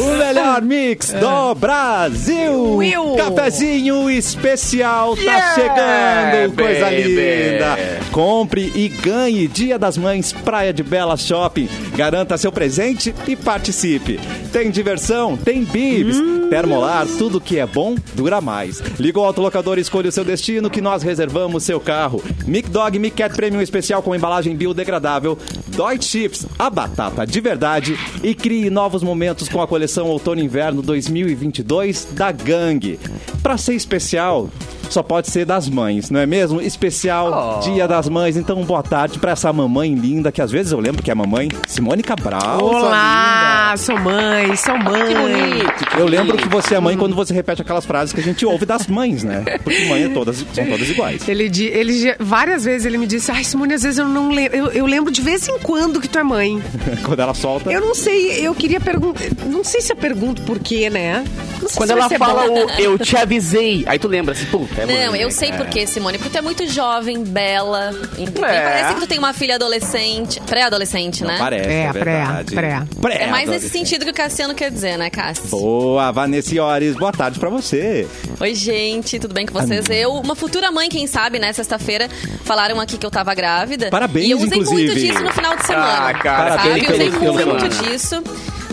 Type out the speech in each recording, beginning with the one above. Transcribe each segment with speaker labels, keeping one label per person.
Speaker 1: O melhor mix do Brasil!
Speaker 2: Will.
Speaker 1: Cafezinho especial tá
Speaker 2: Yeah,
Speaker 1: chegando! Coisa
Speaker 3: baby.
Speaker 1: linda! Compre e ganhe Dia das Mães Praia de Bela Shopping. Garanta seu presente e participe. Tem diversão, tem bibs,
Speaker 2: Hum.
Speaker 1: termolar, tudo que é bom dura mais. Liga o autolocador e escolha o seu destino que nós reservamos seu carro. Mic Dog Mic Cat Premium especial com embalagem biodegradável. Dói Chips, a batata de verdade e crie novos momentos com a coleção Outono e Inverno 2022 da Gangue. Pra ser especial, só pode ser das mães, não é mesmo? Especial Dia das Mães. Então, boa tarde pra essa mamãe linda, que às vezes eu lembro que é mamãe, Simone Cabral.
Speaker 2: Olá, sou mãe, sou mãe.
Speaker 3: Que bonito.
Speaker 1: Eu lembro que você é mãe quando você repete aquelas frases que a gente ouve das mães, né? Porque mãe é todas, são todas iguais.
Speaker 2: Ele, di- ele já- várias vezes ele me disse, ai Simone, às vezes eu não lembro, eu, eu lembro de vez em quando que tu é mãe.
Speaker 1: Quando ela solta.
Speaker 2: Eu não sei, eu queria perguntar, não sei se eu pergunto por quê, né? Não sei
Speaker 3: Quando
Speaker 2: se vai
Speaker 3: ela
Speaker 2: ser
Speaker 3: fala
Speaker 2: bom.
Speaker 3: o eu te avisei, aí tu lembra assim, puta, é
Speaker 4: Não,
Speaker 3: mãe,
Speaker 4: eu
Speaker 3: né,
Speaker 4: sei
Speaker 3: cara?
Speaker 4: por quê, Simone. Porque tu é muito jovem, bela. entendeu?
Speaker 3: É.
Speaker 4: Parece que tu tem uma filha adolescente, pré-adolescente, né?
Speaker 1: Parece,
Speaker 2: É,
Speaker 1: é,
Speaker 2: pré,
Speaker 1: verdade.
Speaker 2: pré.
Speaker 1: Pré,
Speaker 4: É mais nesse
Speaker 1: adolescente.
Speaker 4: sentido que o Cassiano quer dizer, né, Cássio?
Speaker 1: Boa, Vanessa Iores, boa tarde pra você.
Speaker 4: Oi, gente, tudo bem com vocês? Eu, uma futura mãe, quem sabe, né? Sexta-feira falaram aqui que eu tava grávida.
Speaker 1: Parabéns,
Speaker 4: E eu usei muito
Speaker 1: inclusive.
Speaker 4: disso no final de semana.
Speaker 3: Ah, cara,
Speaker 4: sabe?
Speaker 1: parabéns
Speaker 4: Eu usei
Speaker 1: pelo final de
Speaker 4: muito
Speaker 3: semana.
Speaker 4: disso.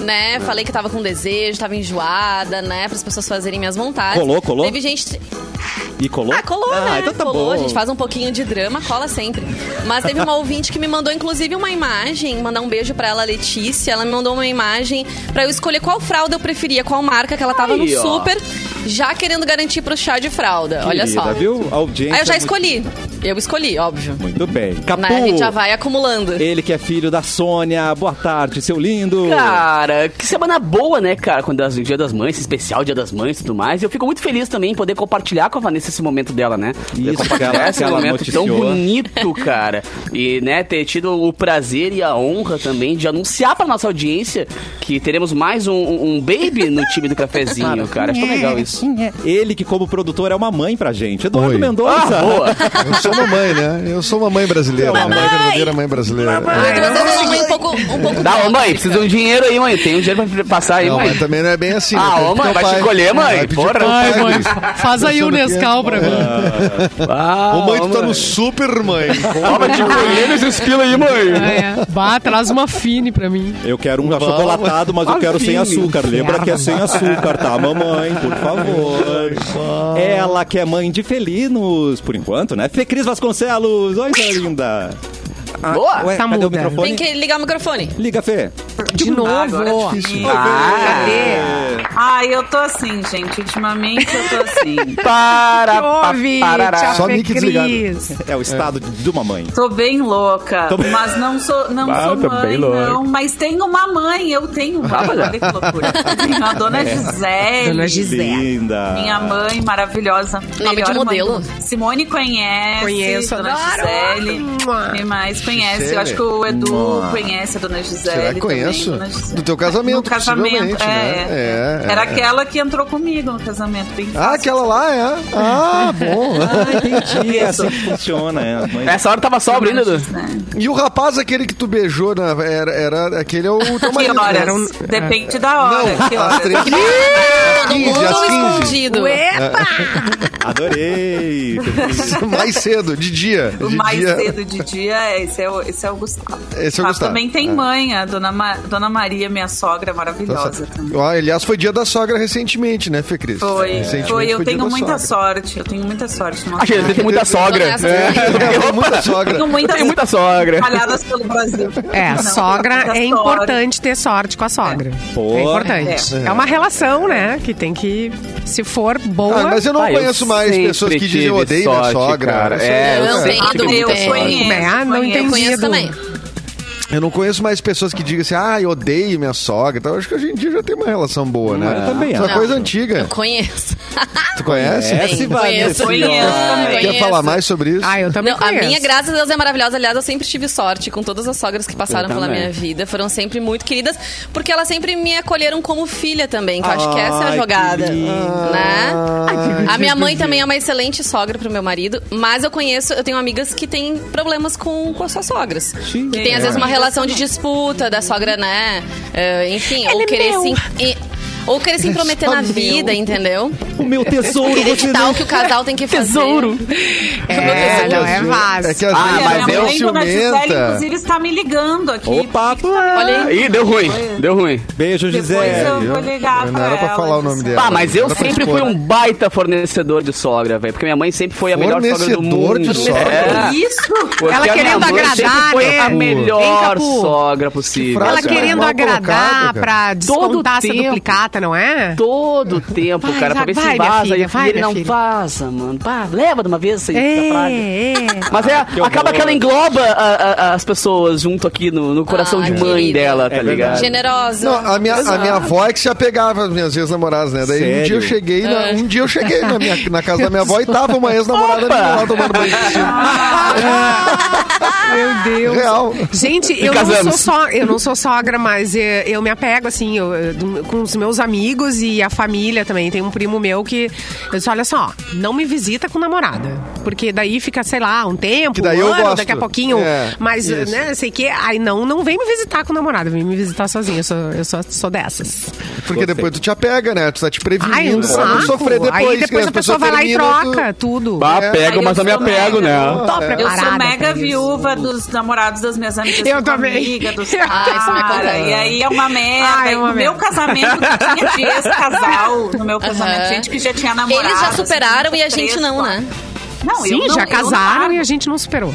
Speaker 4: Né, falei que tava com desejo, tava enjoada, né, para as pessoas fazerem minhas vontades.
Speaker 1: Colou, colou?
Speaker 4: Teve gente,
Speaker 1: E colou?
Speaker 4: Ah, colou, né?
Speaker 1: então tá
Speaker 4: colou,
Speaker 1: bom.
Speaker 4: a gente faz um pouquinho de drama, cola sempre. Mas teve uma ouvinte que me mandou, inclusive, uma imagem, mandar um beijo pra ela, Letícia. Ela me mandou uma imagem pra eu escolher qual fralda eu preferia, qual marca, que ela tava
Speaker 3: Aí,
Speaker 4: no
Speaker 3: ó.
Speaker 4: super, já querendo garantir pro chá de fralda. Olha
Speaker 1: Querida,
Speaker 4: só.
Speaker 1: viu? A audiência
Speaker 4: Aí eu já
Speaker 1: é
Speaker 4: escolhi. Eu escolhi, óbvio.
Speaker 1: Muito, muito bem. Capu,
Speaker 4: Né? A gente já vai acumulando.
Speaker 1: ele que é filho da Sônia, boa tarde, seu lindo.
Speaker 3: Cara, que semana boa, né, cara? Quando é o Dia das Mães, esse especial Dia das Mães e tudo mais. Eu fico muito feliz também em poder compartilhar com a Vanessa esse momento dela, né? Poder
Speaker 1: Isso,
Speaker 3: compartilhar
Speaker 1: que ela-
Speaker 3: esse
Speaker 1: que ela
Speaker 3: momento tão
Speaker 1: noticiou.
Speaker 3: bonito, cara. E, né, ter tido o prazer e a honra também de anunciar pra nossa audiência que teremos mais um, um- um baby no time do cafezinho,
Speaker 1: é.
Speaker 3: cara. Acho tão legal
Speaker 2: É.
Speaker 3: isso.
Speaker 1: Ele que, como produtor, é uma mãe pra gente. Eduardo
Speaker 5: Oi.
Speaker 1: Mendonça.
Speaker 3: Ah, boa!
Speaker 5: Eu sou mamãe, né? Eu sou mamãe brasileira, né? Verdadeira mãe brasileira.
Speaker 4: Mas vocês são um pouco, um pouco
Speaker 3: Dá, ô
Speaker 4: droga,
Speaker 3: mãe, precisa de um dinheiro aí, mãe. Tem um dinheiro pra passar aí,
Speaker 5: Não,
Speaker 3: mãe.
Speaker 5: mas também não é bem assim. né?
Speaker 3: Ah,
Speaker 5: Tem
Speaker 3: ô,
Speaker 5: que ter
Speaker 3: mãe,
Speaker 5: o
Speaker 3: vai
Speaker 5: pai.
Speaker 3: te colher, mãe.
Speaker 5: Vai pedir
Speaker 3: Porra.
Speaker 5: pro pai,
Speaker 2: Ai, mãe,
Speaker 5: Luiz.
Speaker 2: faz aí o
Speaker 5: Pensando que é-
Speaker 2: Nescau pra mim.
Speaker 3: Ah,
Speaker 5: Ô, mãe, tu tá
Speaker 3: mãe.
Speaker 5: no super, mãe.
Speaker 3: Ó, vai te colher esses pila aí, mãe.
Speaker 2: É, bah, traz uma fine pra mim.
Speaker 1: Eu quero um achocolatado, mas eu quero sem açúcar. Lembra que é sem açúcar, tá, mamãe? Por favor. Ela que é mãe de felinos, por enquanto, né? Fê Cris Vasconcelos. Oi, sua linda. Ah,
Speaker 3: Boa.
Speaker 1: Ué,
Speaker 2: Tá
Speaker 1: cadê
Speaker 2: muda.
Speaker 1: o microfone?
Speaker 4: Tem que ligar o microfone.
Speaker 1: Liga, Fê.
Speaker 2: De novo.
Speaker 3: Ah.
Speaker 1: Cadê?
Speaker 6: Ai, eu tô assim, gente. Ultimamente eu tô assim.
Speaker 3: Para,
Speaker 2: Ouve,
Speaker 3: Tá, parará.
Speaker 5: Só
Speaker 2: Fê
Speaker 5: mic desligado.
Speaker 2: Cris.
Speaker 1: É o estado de uma mãe.
Speaker 6: Tô bem louca.
Speaker 1: Tô bem-
Speaker 6: Mas não sou, não
Speaker 3: Ah,
Speaker 6: sou
Speaker 3: tô
Speaker 6: mãe,
Speaker 3: bem louca.
Speaker 6: não. Mas tenho uma mãe, eu tenho uma mãe. Olha que loucura. Eu tenho a É. dona Gisele.
Speaker 2: Dona Gisele.
Speaker 1: Linda.
Speaker 6: Minha
Speaker 5: Ah.
Speaker 6: mãe maravilhosa.
Speaker 4: Nome
Speaker 6: Melhor
Speaker 4: de
Speaker 6: mãe
Speaker 4: modelo.
Speaker 6: do mundo. Simone conhece.
Speaker 2: Conheço,
Speaker 6: Dona
Speaker 2: adoro.
Speaker 6: Gisele. Quem mais conhece? Eu acho que o Edu conhece a Dona Gisele.
Speaker 5: Será que conheço?
Speaker 6: também, Dona Gisele.
Speaker 5: Do teu casamento,
Speaker 6: No casamento,
Speaker 5: possivelmente,
Speaker 6: é.
Speaker 5: né?
Speaker 6: é.
Speaker 5: É, é.
Speaker 6: Era aquela que entrou comigo no casamento. Bem
Speaker 5: Ah,
Speaker 6: fácil.
Speaker 5: aquela lá, é. Ah, bom.
Speaker 1: E é assim que funciona, é. Mãe...
Speaker 3: Essa hora tava só Tá abrindo, Edu.
Speaker 6: Né?
Speaker 5: E o rapaz, aquele que tu beijou, na, era, era- aquele é o teu
Speaker 6: Que
Speaker 5: marido.
Speaker 6: horas?
Speaker 5: né?
Speaker 6: Depende da hora. que
Speaker 5: Não,
Speaker 6: horas?
Speaker 5: às três.
Speaker 4: Todo
Speaker 5: 15, às 15.
Speaker 4: escondido.
Speaker 1: Adorei. Fê Cris.
Speaker 5: Mais cedo, de dia.
Speaker 6: O
Speaker 5: de
Speaker 6: mais
Speaker 5: dia.
Speaker 6: cedo de dia, é- esse é o, esse é o Gustavo.
Speaker 5: Esse é o
Speaker 6: Mas
Speaker 5: Gustavo,
Speaker 6: também tem
Speaker 5: é.
Speaker 6: mãe, a dona, Ma- dona Maria, minha sogra,
Speaker 5: Tá
Speaker 6: maravilhosa
Speaker 5: certo.
Speaker 6: também.
Speaker 5: Ó, aliás, foi dia da sogra recentemente, né, Fê
Speaker 3: É,
Speaker 5: Cris?
Speaker 6: Foi,
Speaker 5: Recentemente
Speaker 6: foi. Eu
Speaker 5: foi dia
Speaker 6: tenho
Speaker 5: da
Speaker 6: muita
Speaker 5: sogra.
Speaker 6: sorte, eu tenho muita sorte. Nossa,
Speaker 3: Achei, ele tem muita sogra.
Speaker 4: Dona Essa também.
Speaker 5: É, tem muita
Speaker 6: Eu
Speaker 5: sogra.
Speaker 6: tenho muita
Speaker 3: Tem muita sogra.
Speaker 6: espalhadas pelo Brasil.
Speaker 2: É,
Speaker 6: Não,
Speaker 2: sogra
Speaker 6: muita
Speaker 2: é
Speaker 6: sogra.
Speaker 2: importante ter sorte com a sogra.
Speaker 1: Boa.
Speaker 2: É, importante. É. uma relação, né? Que tem que, se for boa.
Speaker 5: Ah, mas eu não
Speaker 3: Ah, eu
Speaker 5: conheço mais
Speaker 3: sempre
Speaker 5: pessoas que dizem eu
Speaker 3: tive
Speaker 5: odeio
Speaker 3: sorte,
Speaker 5: minha sogra.
Speaker 3: cara.
Speaker 5: Isso
Speaker 3: É,
Speaker 4: Não,
Speaker 5: é.
Speaker 4: tem,
Speaker 6: Ah, Eu
Speaker 4: tem.
Speaker 6: conheço,
Speaker 2: É, não
Speaker 6: conheço.
Speaker 2: entendi.
Speaker 4: Conheço
Speaker 2: Edu.
Speaker 4: também.
Speaker 5: Eu não conheço mais pessoas que digam assim, ah, eu odeio minha sogra. Então, eu acho que hoje em dia já tem uma relação boa, né?
Speaker 1: eu também
Speaker 5: Isso é
Speaker 1: acho.
Speaker 5: coisa antiga.
Speaker 4: Eu conheço.
Speaker 5: Tu conhece?
Speaker 1: É, se vai
Speaker 4: conheço.
Speaker 1: nesse
Speaker 6: Conheço.
Speaker 4: Ah,
Speaker 5: Quer
Speaker 4: conheço.
Speaker 5: falar mais sobre isso?
Speaker 2: Ah, eu também
Speaker 4: Não, a
Speaker 2: conheço.
Speaker 4: minha, graças a Deus, é maravilhosa. Aliás, eu sempre tive sorte com todas as sogras que passaram
Speaker 3: Eu
Speaker 4: pela
Speaker 3: também.
Speaker 4: minha vida. Foram sempre muito queridas, porque elas sempre me acolheram como filha também, que eu acho que essa é
Speaker 1: Ai,
Speaker 4: a
Speaker 1: que
Speaker 4: jogada.
Speaker 1: lindo.
Speaker 4: Né?
Speaker 5: Ah,
Speaker 4: A minha mãe também é uma excelente sogra pro meu marido, mas eu conheço, eu tenho amigas que têm problemas com, com as suas sogras.
Speaker 1: Sim.
Speaker 4: Que tem, às
Speaker 1: É.
Speaker 4: vezes, uma relação de disputa da sogra, né? Eh, enfim, ou
Speaker 2: é
Speaker 4: querer,
Speaker 2: meu.
Speaker 4: se, e- ou querer se intrometer
Speaker 5: é só
Speaker 4: na
Speaker 5: meu.
Speaker 4: vida, entendeu?
Speaker 1: O meu tesouro,
Speaker 4: Querer
Speaker 1: vou te
Speaker 4: ditar
Speaker 1: dar.
Speaker 4: o que o casal tem que fazer.
Speaker 2: Tesouro. É, não é
Speaker 5: vaso.
Speaker 2: fácil.
Speaker 5: É que às
Speaker 3: Ah,
Speaker 5: vezes
Speaker 3: mas eu-
Speaker 5: a mãe
Speaker 6: dona Gisele,
Speaker 5: ciumenta.
Speaker 6: inclusive, está me ligando aqui.
Speaker 1: Opa,
Speaker 4: Olha aí.
Speaker 3: Ih, deu ruim. Deu ruim.
Speaker 1: beijo,
Speaker 6: Depois
Speaker 1: Gisele.
Speaker 6: eu vou ligar
Speaker 5: É, Não era pra
Speaker 6: ela,
Speaker 5: falar o nome
Speaker 6: Gisele.
Speaker 5: dela.
Speaker 3: Pá, Ah, mas eu
Speaker 5: Era pra
Speaker 3: sempre
Speaker 5: expor.
Speaker 3: fui um baita fornecedor de sogra, velho. Porque minha mãe sempre foi a melhor sogra do
Speaker 5: Fornecedor
Speaker 3: mundo.
Speaker 5: de sogra?
Speaker 3: É.
Speaker 6: Isso!
Speaker 3: Porque
Speaker 2: Ela
Speaker 3: a minha
Speaker 2: querendo
Speaker 3: mãe
Speaker 2: agradar,
Speaker 3: sempre foi
Speaker 2: né?
Speaker 3: a
Speaker 2: Capu. Vem,
Speaker 3: melhor
Speaker 2: Capu.
Speaker 3: sogra possível.
Speaker 5: frase
Speaker 2: Ela
Speaker 5: Mas
Speaker 2: querendo
Speaker 5: mal
Speaker 2: agradar
Speaker 5: colocado, cara.
Speaker 2: pra descontar essa
Speaker 3: tempo.
Speaker 2: duplicata, não é?
Speaker 3: Todo o tempo,
Speaker 2: Vai,
Speaker 3: cara, pra ver
Speaker 2: vai,
Speaker 3: se
Speaker 2: minha
Speaker 3: vaza.
Speaker 2: filha,
Speaker 3: e a filha
Speaker 2: vai,
Speaker 3: dele
Speaker 2: minha
Speaker 3: não
Speaker 2: filha.
Speaker 3: vaza, mano. Pá, leva de uma vez aí. essa praga.
Speaker 2: É, é.
Speaker 3: Mas é,
Speaker 1: que
Speaker 3: acaba
Speaker 1: horror.
Speaker 3: que ela engloba a- a- as pessoas junto aqui no, no coração
Speaker 4: Ah,
Speaker 3: de mãe
Speaker 4: querida.
Speaker 3: dela, tá
Speaker 1: É
Speaker 3: ligado?
Speaker 1: verdade.
Speaker 4: Generosa.
Speaker 5: Ah, Não, a minha, a
Speaker 4: Exato.
Speaker 5: minha avó é que se apegava às minhas ex-namoradas, né? Daí um dia
Speaker 1: Sério?
Speaker 5: eu cheguei, na,
Speaker 2: É.
Speaker 5: um dia eu cheguei na, minha, na casa da minha avó e tava uma ex-namorada
Speaker 3: Opa!
Speaker 5: minha lá tomando banho.
Speaker 2: Ah, Meu Deus.
Speaker 5: Real.
Speaker 2: Gente, eu não, sou
Speaker 3: casamos.
Speaker 2: só, eu não sou sogra, mas eh, eu me apego, assim, eu, eh, do- com os meus amigos e a família também. Tem um primo meu que eu disse, olha só, não me visita com namorada. Porque daí fica, sei lá, um tempo,
Speaker 5: Que daí
Speaker 2: um
Speaker 5: eu
Speaker 2: ano,
Speaker 5: gosto.
Speaker 2: daqui a pouquinho.
Speaker 5: É,
Speaker 2: mas,
Speaker 5: isso.
Speaker 2: né, sei que. Aí não, não vem me visitar com namorada, vem me visitar sozinha. Eu sou, eu sou, sou dessas.
Speaker 5: Porque depois tu te apega, né? Tu tá te prevenindo.
Speaker 2: Ai, é um
Speaker 5: pra
Speaker 2: saco.
Speaker 5: não sofrer depois. né? tá
Speaker 2: Aí
Speaker 5: que
Speaker 2: depois
Speaker 5: as
Speaker 2: a pessoa
Speaker 5: pessoas
Speaker 2: vai lá e
Speaker 5: terminam, tu-
Speaker 2: troca tudo.
Speaker 3: Bah, pego,
Speaker 6: Aí
Speaker 3: mas
Speaker 6: eu
Speaker 3: eu me
Speaker 6: sou
Speaker 3: apego, né?
Speaker 6: mega.
Speaker 2: Tô
Speaker 6: Eu
Speaker 2: preparada.
Speaker 6: sou mega
Speaker 2: pra isso.
Speaker 6: viúva dos namorados das minhas amigas.
Speaker 2: Eu
Speaker 6: das
Speaker 2: também.
Speaker 6: amigas, dos
Speaker 2: Ah,
Speaker 4: isso me
Speaker 6: caras.
Speaker 4: acontece.
Speaker 6: E aí é uma merda.
Speaker 2: Ah, é
Speaker 6: E
Speaker 2: uma
Speaker 6: no meu
Speaker 2: merda.
Speaker 6: casamento tinha de ex-casal. No meu casamento,
Speaker 4: Aham.
Speaker 6: gente que já tinha namorado.
Speaker 4: Eles já
Speaker 6: assim,
Speaker 4: superaram e a
Speaker 6: três,
Speaker 4: gente não,
Speaker 6: quatro.
Speaker 4: né?
Speaker 6: Não, eu
Speaker 2: Sim,
Speaker 6: não-
Speaker 2: já
Speaker 6: eu não
Speaker 2: casaram
Speaker 6: largo.
Speaker 2: e a gente não superou.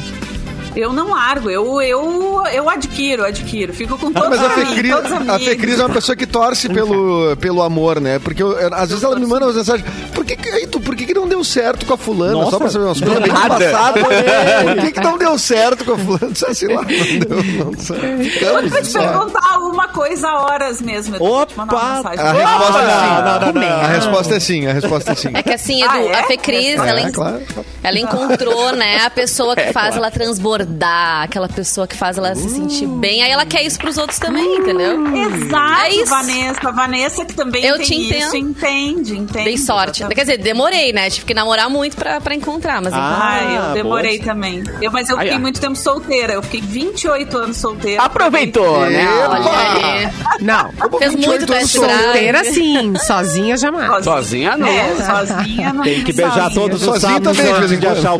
Speaker 6: Eu não largo, eu, eu, eu adquiro, adquiro. Fico com
Speaker 5: Ah,
Speaker 6: todos
Speaker 5: mas a
Speaker 6: os amigos,
Speaker 5: Fecris,
Speaker 6: todos os
Speaker 5: a
Speaker 6: amigos.
Speaker 5: Fecris é uma pessoa que torce pelo, pelo amor, né? Porque eu- eu- às vezes ela me manda umas mensagens. Por que, que- aí tu, por que, que não deu certo com a fulana?
Speaker 1: Nossa,
Speaker 5: Só pra saber umas
Speaker 1: do
Speaker 5: coisas. bem do
Speaker 1: nada.
Speaker 5: passado, né? Por que, que não deu certo com a fulana? Sei sei lá, não deu. Não sei.
Speaker 6: Eu vou
Speaker 5: Ficamos
Speaker 6: te
Speaker 5: só.
Speaker 6: perguntar uma coisa a horas mesmo. Edu, vou te mandar uma
Speaker 1: Opa!
Speaker 6: mensagem.
Speaker 5: A resposta é sim.
Speaker 1: Não, não, não, não.
Speaker 5: A resposta é sim, a resposta é sim.
Speaker 4: É que assim, Edu,
Speaker 6: Ah, é?
Speaker 4: a Fecris,
Speaker 5: É,
Speaker 4: ela, en-
Speaker 5: claro. É
Speaker 4: ela encontrou, né, a pessoa que faz ela transbordar, aquela pessoa que faz ela se sentir bem. Aí ela quer isso pros outros também, entendeu?
Speaker 6: Exato,
Speaker 4: É isso.
Speaker 6: Vanessa. A Vanessa que também
Speaker 4: Eu
Speaker 6: tem
Speaker 4: te
Speaker 6: isso, entende, entende. Tá.
Speaker 4: Dei sorte.
Speaker 6: Exatamente.
Speaker 4: Quer dizer, demorei, né? Tive que namorar muito pra, pra encontrar, mas
Speaker 1: Ah.
Speaker 6: Ai,
Speaker 1: boa.
Speaker 6: eu demorei também. Eu, mas eu
Speaker 3: Ai,
Speaker 6: fiquei
Speaker 3: ai.
Speaker 6: muito tempo solteira. Eu fiquei 28 anos solteira.
Speaker 3: Aproveitou, né?
Speaker 4: então, olha aí.
Speaker 2: Não.
Speaker 5: Como
Speaker 4: Fez
Speaker 5: 28
Speaker 4: muito
Speaker 5: anos
Speaker 4: teste drive.
Speaker 2: Solteira sim, sozinha jamais.
Speaker 3: Sozinha não.
Speaker 6: É, sozinha não.
Speaker 1: Tem que beijar todos os
Speaker 5: Sozinho
Speaker 1: sapos
Speaker 5: também, de vez em
Speaker 1: antes de
Speaker 5: quando.
Speaker 1: achar o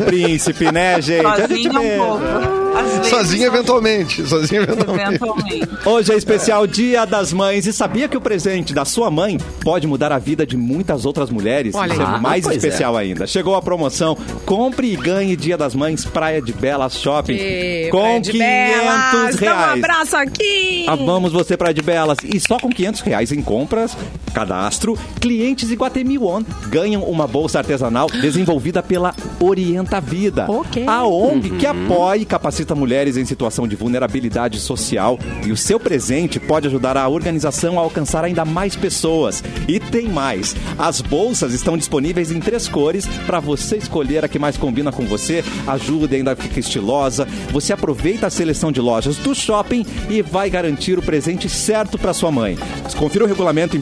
Speaker 1: príncipe, né, gente? A
Speaker 2: é
Speaker 1: gente
Speaker 6: Sozinha um
Speaker 1: beija.
Speaker 6: pouco. Às vezes,
Speaker 5: Sozinha eventualmente. Sozinha eventualmente.
Speaker 6: Eventualmente.
Speaker 1: Hoje é especial Dia das Mães e sabia que o presente da sua mãe pode mudar a vida de muitas outras mulheres?
Speaker 2: Olha
Speaker 1: Isso
Speaker 2: aí.
Speaker 1: é mais
Speaker 3: Ah, pois
Speaker 1: especial ainda. Chegou a promoção Compre e ganhe Dia das Mães Praia de Belas Shopping
Speaker 2: Ê,
Speaker 1: com
Speaker 2: Praia de
Speaker 1: 500
Speaker 2: Belas, dá Um
Speaker 1: reais.
Speaker 2: abraço aqui.
Speaker 1: Amamos você, Praia de Belas. E só com 500 reais em compras, cadastro, clientes Iguatemi On ganham uma bolsa artesanal desenvolvida pela Orienta Vida.
Speaker 2: Ok.
Speaker 1: A ONG que apoia e capacita mulheres em situação de vulnerabilidade social. E o seu presente pode ajudar a organização a alcançar ainda mais pessoas. E tem mais. As bolsas estão disponíveis em três cores para você escolher a que mais combina com você. Ajuda, ainda fica estilosa. Você aproveita a seleção de lojas do shopping e vai garantir o presente certo para sua mãe. Confira o regulamento em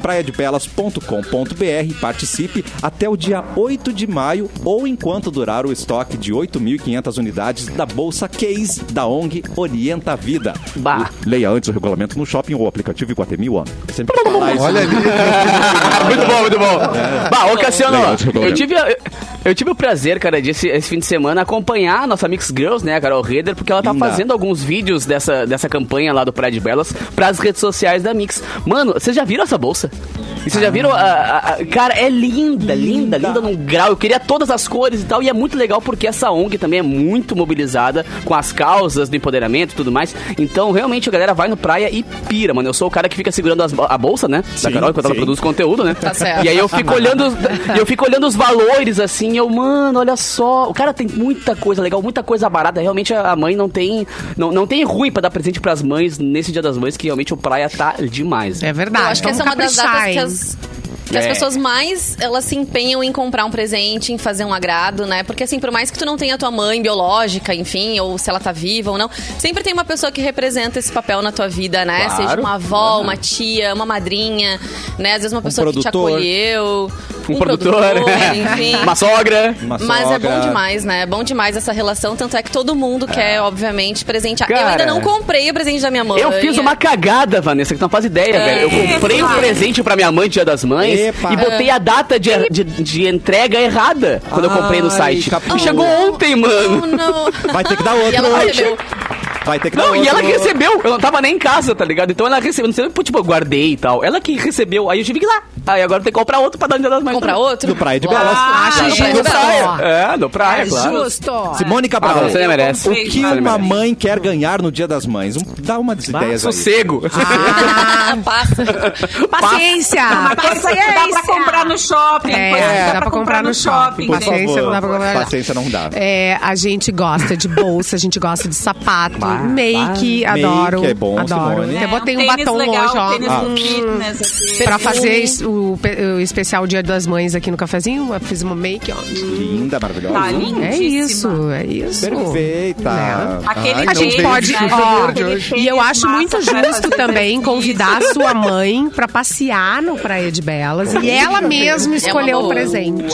Speaker 1: praiadebelas.com.br, participe até o dia 8 de maio ou enquanto durar o estoque de 8.500 unidades da bolsa Case da ONG Orienta a Vida.
Speaker 3: Bah.
Speaker 1: Leia antes o regulamento no shopping ou aplicativo Iguatemi One. Sempre que falar isso,
Speaker 5: Olha ali.
Speaker 3: Ah, muito bom, muito bom. Bah, ô Cassiano,
Speaker 1: Legal, desculpa,
Speaker 3: eu
Speaker 1: Gabriel.
Speaker 3: tive, eu, eu tive o prazer, cara, de esse, esse fim de semana acompanhar a nossa Mix Girls, né, a Carol Reder, porque ela tá
Speaker 1: Linda.
Speaker 3: fazendo alguns vídeos dessa, dessa campanha lá do Praia de Belas pras redes sociais da Mix. Mano, vocês já viram essa bolsa? E vocês já viram? a- a- a- cara, é linda, linda, linda, num grau. Eu queria todas as cores e tal. E é muito legal porque essa ONG também é muito mobilizada com as causas do empoderamento e tudo mais. Então, realmente, a galera vai no praia e pira, mano. Eu sou o cara que fica segurando as bo- a bolsa, né?
Speaker 1: Sim,
Speaker 3: da Carol, enquanto ela
Speaker 1: sim.
Speaker 3: produz os conteúdo, né?
Speaker 4: Tá certo.
Speaker 3: E aí eu fico olhando, os- eu fico olhando os valores assim, E eu, mano, olha só. O cara tem muita coisa legal, muita coisa barata. Realmente a a mãe não tem. Não, não tem ruim pra dar presente pras mães nesse dia das mães, que realmente o praia tá demais.
Speaker 2: É verdade.
Speaker 4: Eu acho que
Speaker 2: vamos
Speaker 4: essa é uma das
Speaker 2: caprichar,
Speaker 4: datas que
Speaker 2: hein?
Speaker 4: as, que as
Speaker 3: É.
Speaker 4: pessoas mais elas se empenham em comprar um presente, em fazer um agrado, né? Porque assim, por mais que tu não tenha a tua mãe biológica, enfim, ou se ela tá viva ou não, sempre tem uma pessoa que representa esse papel na tua vida, né?
Speaker 3: Claro.
Speaker 4: Seja uma avó, uma tia, uma madrinha, né? Às vezes uma pessoa que te
Speaker 1: produtor.
Speaker 4: acolheu,
Speaker 3: Um, produtor, né?
Speaker 4: enfim.
Speaker 3: uma sogra.
Speaker 1: Uma
Speaker 4: Mas é bom
Speaker 1: sogra.
Speaker 4: demais, né? É bom demais essa relação, tanto é que todo mundo quer, obviamente, presentear. eu
Speaker 3: Cara,
Speaker 4: ainda não comprei o presente da minha mãe.
Speaker 3: Eu fiz uma cagada, Vanessa, que tu não faz
Speaker 4: É.
Speaker 3: ideia, velho. Eu comprei um presente pra minha mãe, Dia das Mães,
Speaker 1: Epa.
Speaker 3: e botei a data de, de, de entrega errada quando eu comprei no
Speaker 1: Ai,
Speaker 3: site.
Speaker 1: capô.
Speaker 3: E chegou ontem,
Speaker 4: Oh,
Speaker 3: mano.
Speaker 4: não.
Speaker 1: Vai ter que dar outro.
Speaker 4: E ela
Speaker 1: hoje.
Speaker 4: recebeu.
Speaker 1: Vai ter que dar
Speaker 3: Não,
Speaker 1: outro.
Speaker 3: e ela que recebeu. Eu não tava nem em casa, tá ligado? Então ela recebeu. Não sei, tipo, eu guardei e tal. Ela que recebeu. Aí eu tive que ir lá. Aí agora tem que comprar outro pra dar no Dia das Mães.
Speaker 4: Comprar outro?
Speaker 1: Do Praia de Belas.
Speaker 2: Ah,
Speaker 4: Ah,
Speaker 2: acho
Speaker 4: é
Speaker 2: justo.
Speaker 4: verdade.
Speaker 3: É, no praia,
Speaker 2: É
Speaker 3: claro.
Speaker 2: justo.
Speaker 1: Simone
Speaker 3: Ah,
Speaker 1: Cabral.
Speaker 3: não, você não merece.
Speaker 1: o que
Speaker 3: Você não
Speaker 1: uma
Speaker 3: merece.
Speaker 1: mãe quer ganhar no Dia das Mães? Um- Dá uma das
Speaker 3: Ah,
Speaker 1: ideias aí.
Speaker 3: Sossego.
Speaker 4: Ah, passa.
Speaker 2: Paciência.
Speaker 6: Mas coisa que Ah, dá pra comprar no shopping.
Speaker 2: É,
Speaker 6: coisa que
Speaker 2: dá pra comprar no shopping.
Speaker 1: Por
Speaker 6: né?
Speaker 2: Paciência
Speaker 1: favor.
Speaker 2: não dá pra comprar.
Speaker 1: Paciência não dá.
Speaker 2: É, a gente gosta de bolsa, a gente gosta de sapato, make,
Speaker 1: bah.
Speaker 2: adoro.
Speaker 1: Make é bom,
Speaker 2: adoro.
Speaker 1: Simone.
Speaker 2: Eu botei um
Speaker 6: tênis
Speaker 2: batom
Speaker 6: legal,
Speaker 2: hoje, ó.
Speaker 6: Tênis
Speaker 1: Ah.
Speaker 6: com fitness, assim.
Speaker 2: Pra fazer es- o, pe- o especial Dia das Mães aqui no cafezinho, eu fiz uma make, ó.
Speaker 1: Linda,
Speaker 6: Tá
Speaker 1: maravilhosa.
Speaker 6: lindíssima.
Speaker 2: É isso, é isso.
Speaker 1: Perfeita.
Speaker 2: Né?
Speaker 6: Aquele
Speaker 5: Ai, não
Speaker 2: gente
Speaker 6: tênis,
Speaker 2: pode-
Speaker 6: né?
Speaker 2: ó,
Speaker 6: Aquele
Speaker 5: hoje.
Speaker 6: tênis
Speaker 2: E eu acho
Speaker 6: massa
Speaker 2: muito
Speaker 6: pra
Speaker 2: justo
Speaker 6: fazer
Speaker 2: também
Speaker 6: exercício.
Speaker 2: convidar a sua mãe pra passear no Praia de Belas e ela mesma escolher o
Speaker 4: boa.
Speaker 2: presente.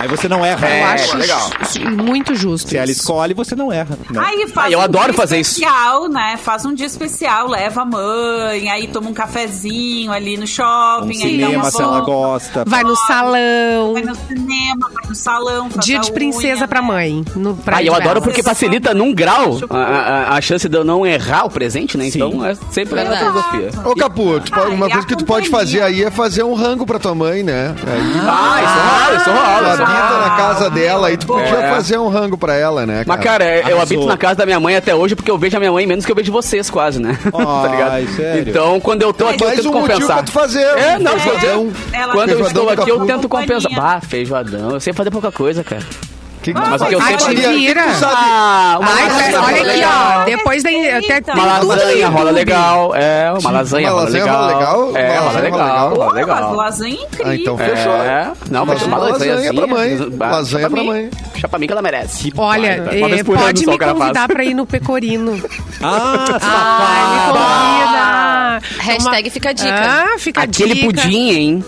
Speaker 1: Aí você não erra.
Speaker 2: Eu
Speaker 3: É,
Speaker 2: acho
Speaker 3: legal.
Speaker 2: ju- muito justo.
Speaker 1: Se ela
Speaker 2: isso.
Speaker 1: escolhe, você não erra. né?
Speaker 6: Aí faz
Speaker 3: Ah, eu
Speaker 6: um
Speaker 3: adoro
Speaker 6: dia
Speaker 3: fazer isso.
Speaker 6: especial, né? Faz um dia especial, leva a mãe, aí toma um cafezinho ali no shopping,
Speaker 1: Um
Speaker 6: aí dá uma
Speaker 1: cinema, se ela
Speaker 6: volta,
Speaker 1: gosta.
Speaker 3: tá
Speaker 2: Vai no salão.
Speaker 6: vai no cinema, vai no salão, faz
Speaker 2: Dia
Speaker 6: a
Speaker 2: de princesa
Speaker 6: unha,
Speaker 2: pra
Speaker 6: né?
Speaker 2: mãe. No Praia
Speaker 3: Ah,
Speaker 2: de
Speaker 3: eu adoro
Speaker 2: Belas.
Speaker 3: porque facilita num grau a, a- a chance de eu não errar o presente, né?
Speaker 1: Sim.
Speaker 3: Então é sempre essa
Speaker 4: Verdade.
Speaker 3: filosofia.
Speaker 5: Ô, Capu, tu
Speaker 6: Ah,
Speaker 5: pode- uma
Speaker 6: e a
Speaker 5: coisa que tu pode
Speaker 6: companhia.
Speaker 5: fazer aí é fazer um rango pra tua mãe, né? Aí,
Speaker 3: Ah, isso rola, Ah, isso
Speaker 5: tu
Speaker 3: rola. isso rola.
Speaker 5: habita na casa dela e tu podia
Speaker 3: É.
Speaker 5: fazer um rango pra ela, né?
Speaker 3: Mas, cara, é, eu
Speaker 1: Arrasou.
Speaker 3: habito na casa da minha mãe até hoje porque eu vejo a minha mãe menos que eu vejo vocês, quase, né?
Speaker 1: Ai, sério?
Speaker 3: Então, quando eu tô aqui, eu
Speaker 5: Mais
Speaker 3: tento
Speaker 5: um motivo
Speaker 3: compensar.
Speaker 5: pra tu fazer.
Speaker 3: É,
Speaker 5: um
Speaker 3: não,
Speaker 5: feijadão.
Speaker 6: Ela-
Speaker 3: quando eu
Speaker 5: Feijoadão
Speaker 3: estou
Speaker 5: do
Speaker 3: aqui, eu
Speaker 5: Capu.
Speaker 3: tento compensar.
Speaker 6: Companhia.
Speaker 3: Ah, feijoadão. Eu sei fazer pouca coisa, cara.
Speaker 5: Que que tu
Speaker 3: Mas o
Speaker 5: faz?
Speaker 3: que eu
Speaker 5: Tu
Speaker 3: sempre-
Speaker 5: faria- o que que tu sabe?
Speaker 3: Ah, uma
Speaker 2: Ai,
Speaker 3: lasanha
Speaker 2: cara, olha
Speaker 3: rola
Speaker 2: aqui,
Speaker 3: legal.
Speaker 2: ó. Depois da. Até tem
Speaker 6: Uma
Speaker 3: Uma
Speaker 2: tudo no
Speaker 3: lasanha rola
Speaker 2: YouTube.
Speaker 3: legal. É, uma lasanha rola
Speaker 5: lasanha rola
Speaker 3: legal.
Speaker 5: legal?
Speaker 3: É,
Speaker 5: Uma
Speaker 3: rola
Speaker 5: lasanha rola
Speaker 3: legal.
Speaker 5: legal?
Speaker 3: Rola
Speaker 6: Pô, mas
Speaker 3: legal.
Speaker 6: lasanha é incrível.
Speaker 5: Ah, então
Speaker 3: É.
Speaker 5: fechou.
Speaker 3: Não, mas uma
Speaker 5: Lasanha é
Speaker 3: lasanha
Speaker 5: pra mãe. Lasanha é pra mãe.
Speaker 3: Chapa minha que ela merece.
Speaker 2: Olha,
Speaker 3: Uma
Speaker 2: eh,
Speaker 3: vez por ano
Speaker 2: pode
Speaker 3: só
Speaker 2: me
Speaker 3: o cara faz.
Speaker 2: convidar pra ir no Pecorino.
Speaker 1: Ah,
Speaker 2: Ah, me convida.
Speaker 4: Hashtag fica a dica.
Speaker 2: Ah, fica a
Speaker 3: Aquele
Speaker 2: dica.
Speaker 3: pudim, hein?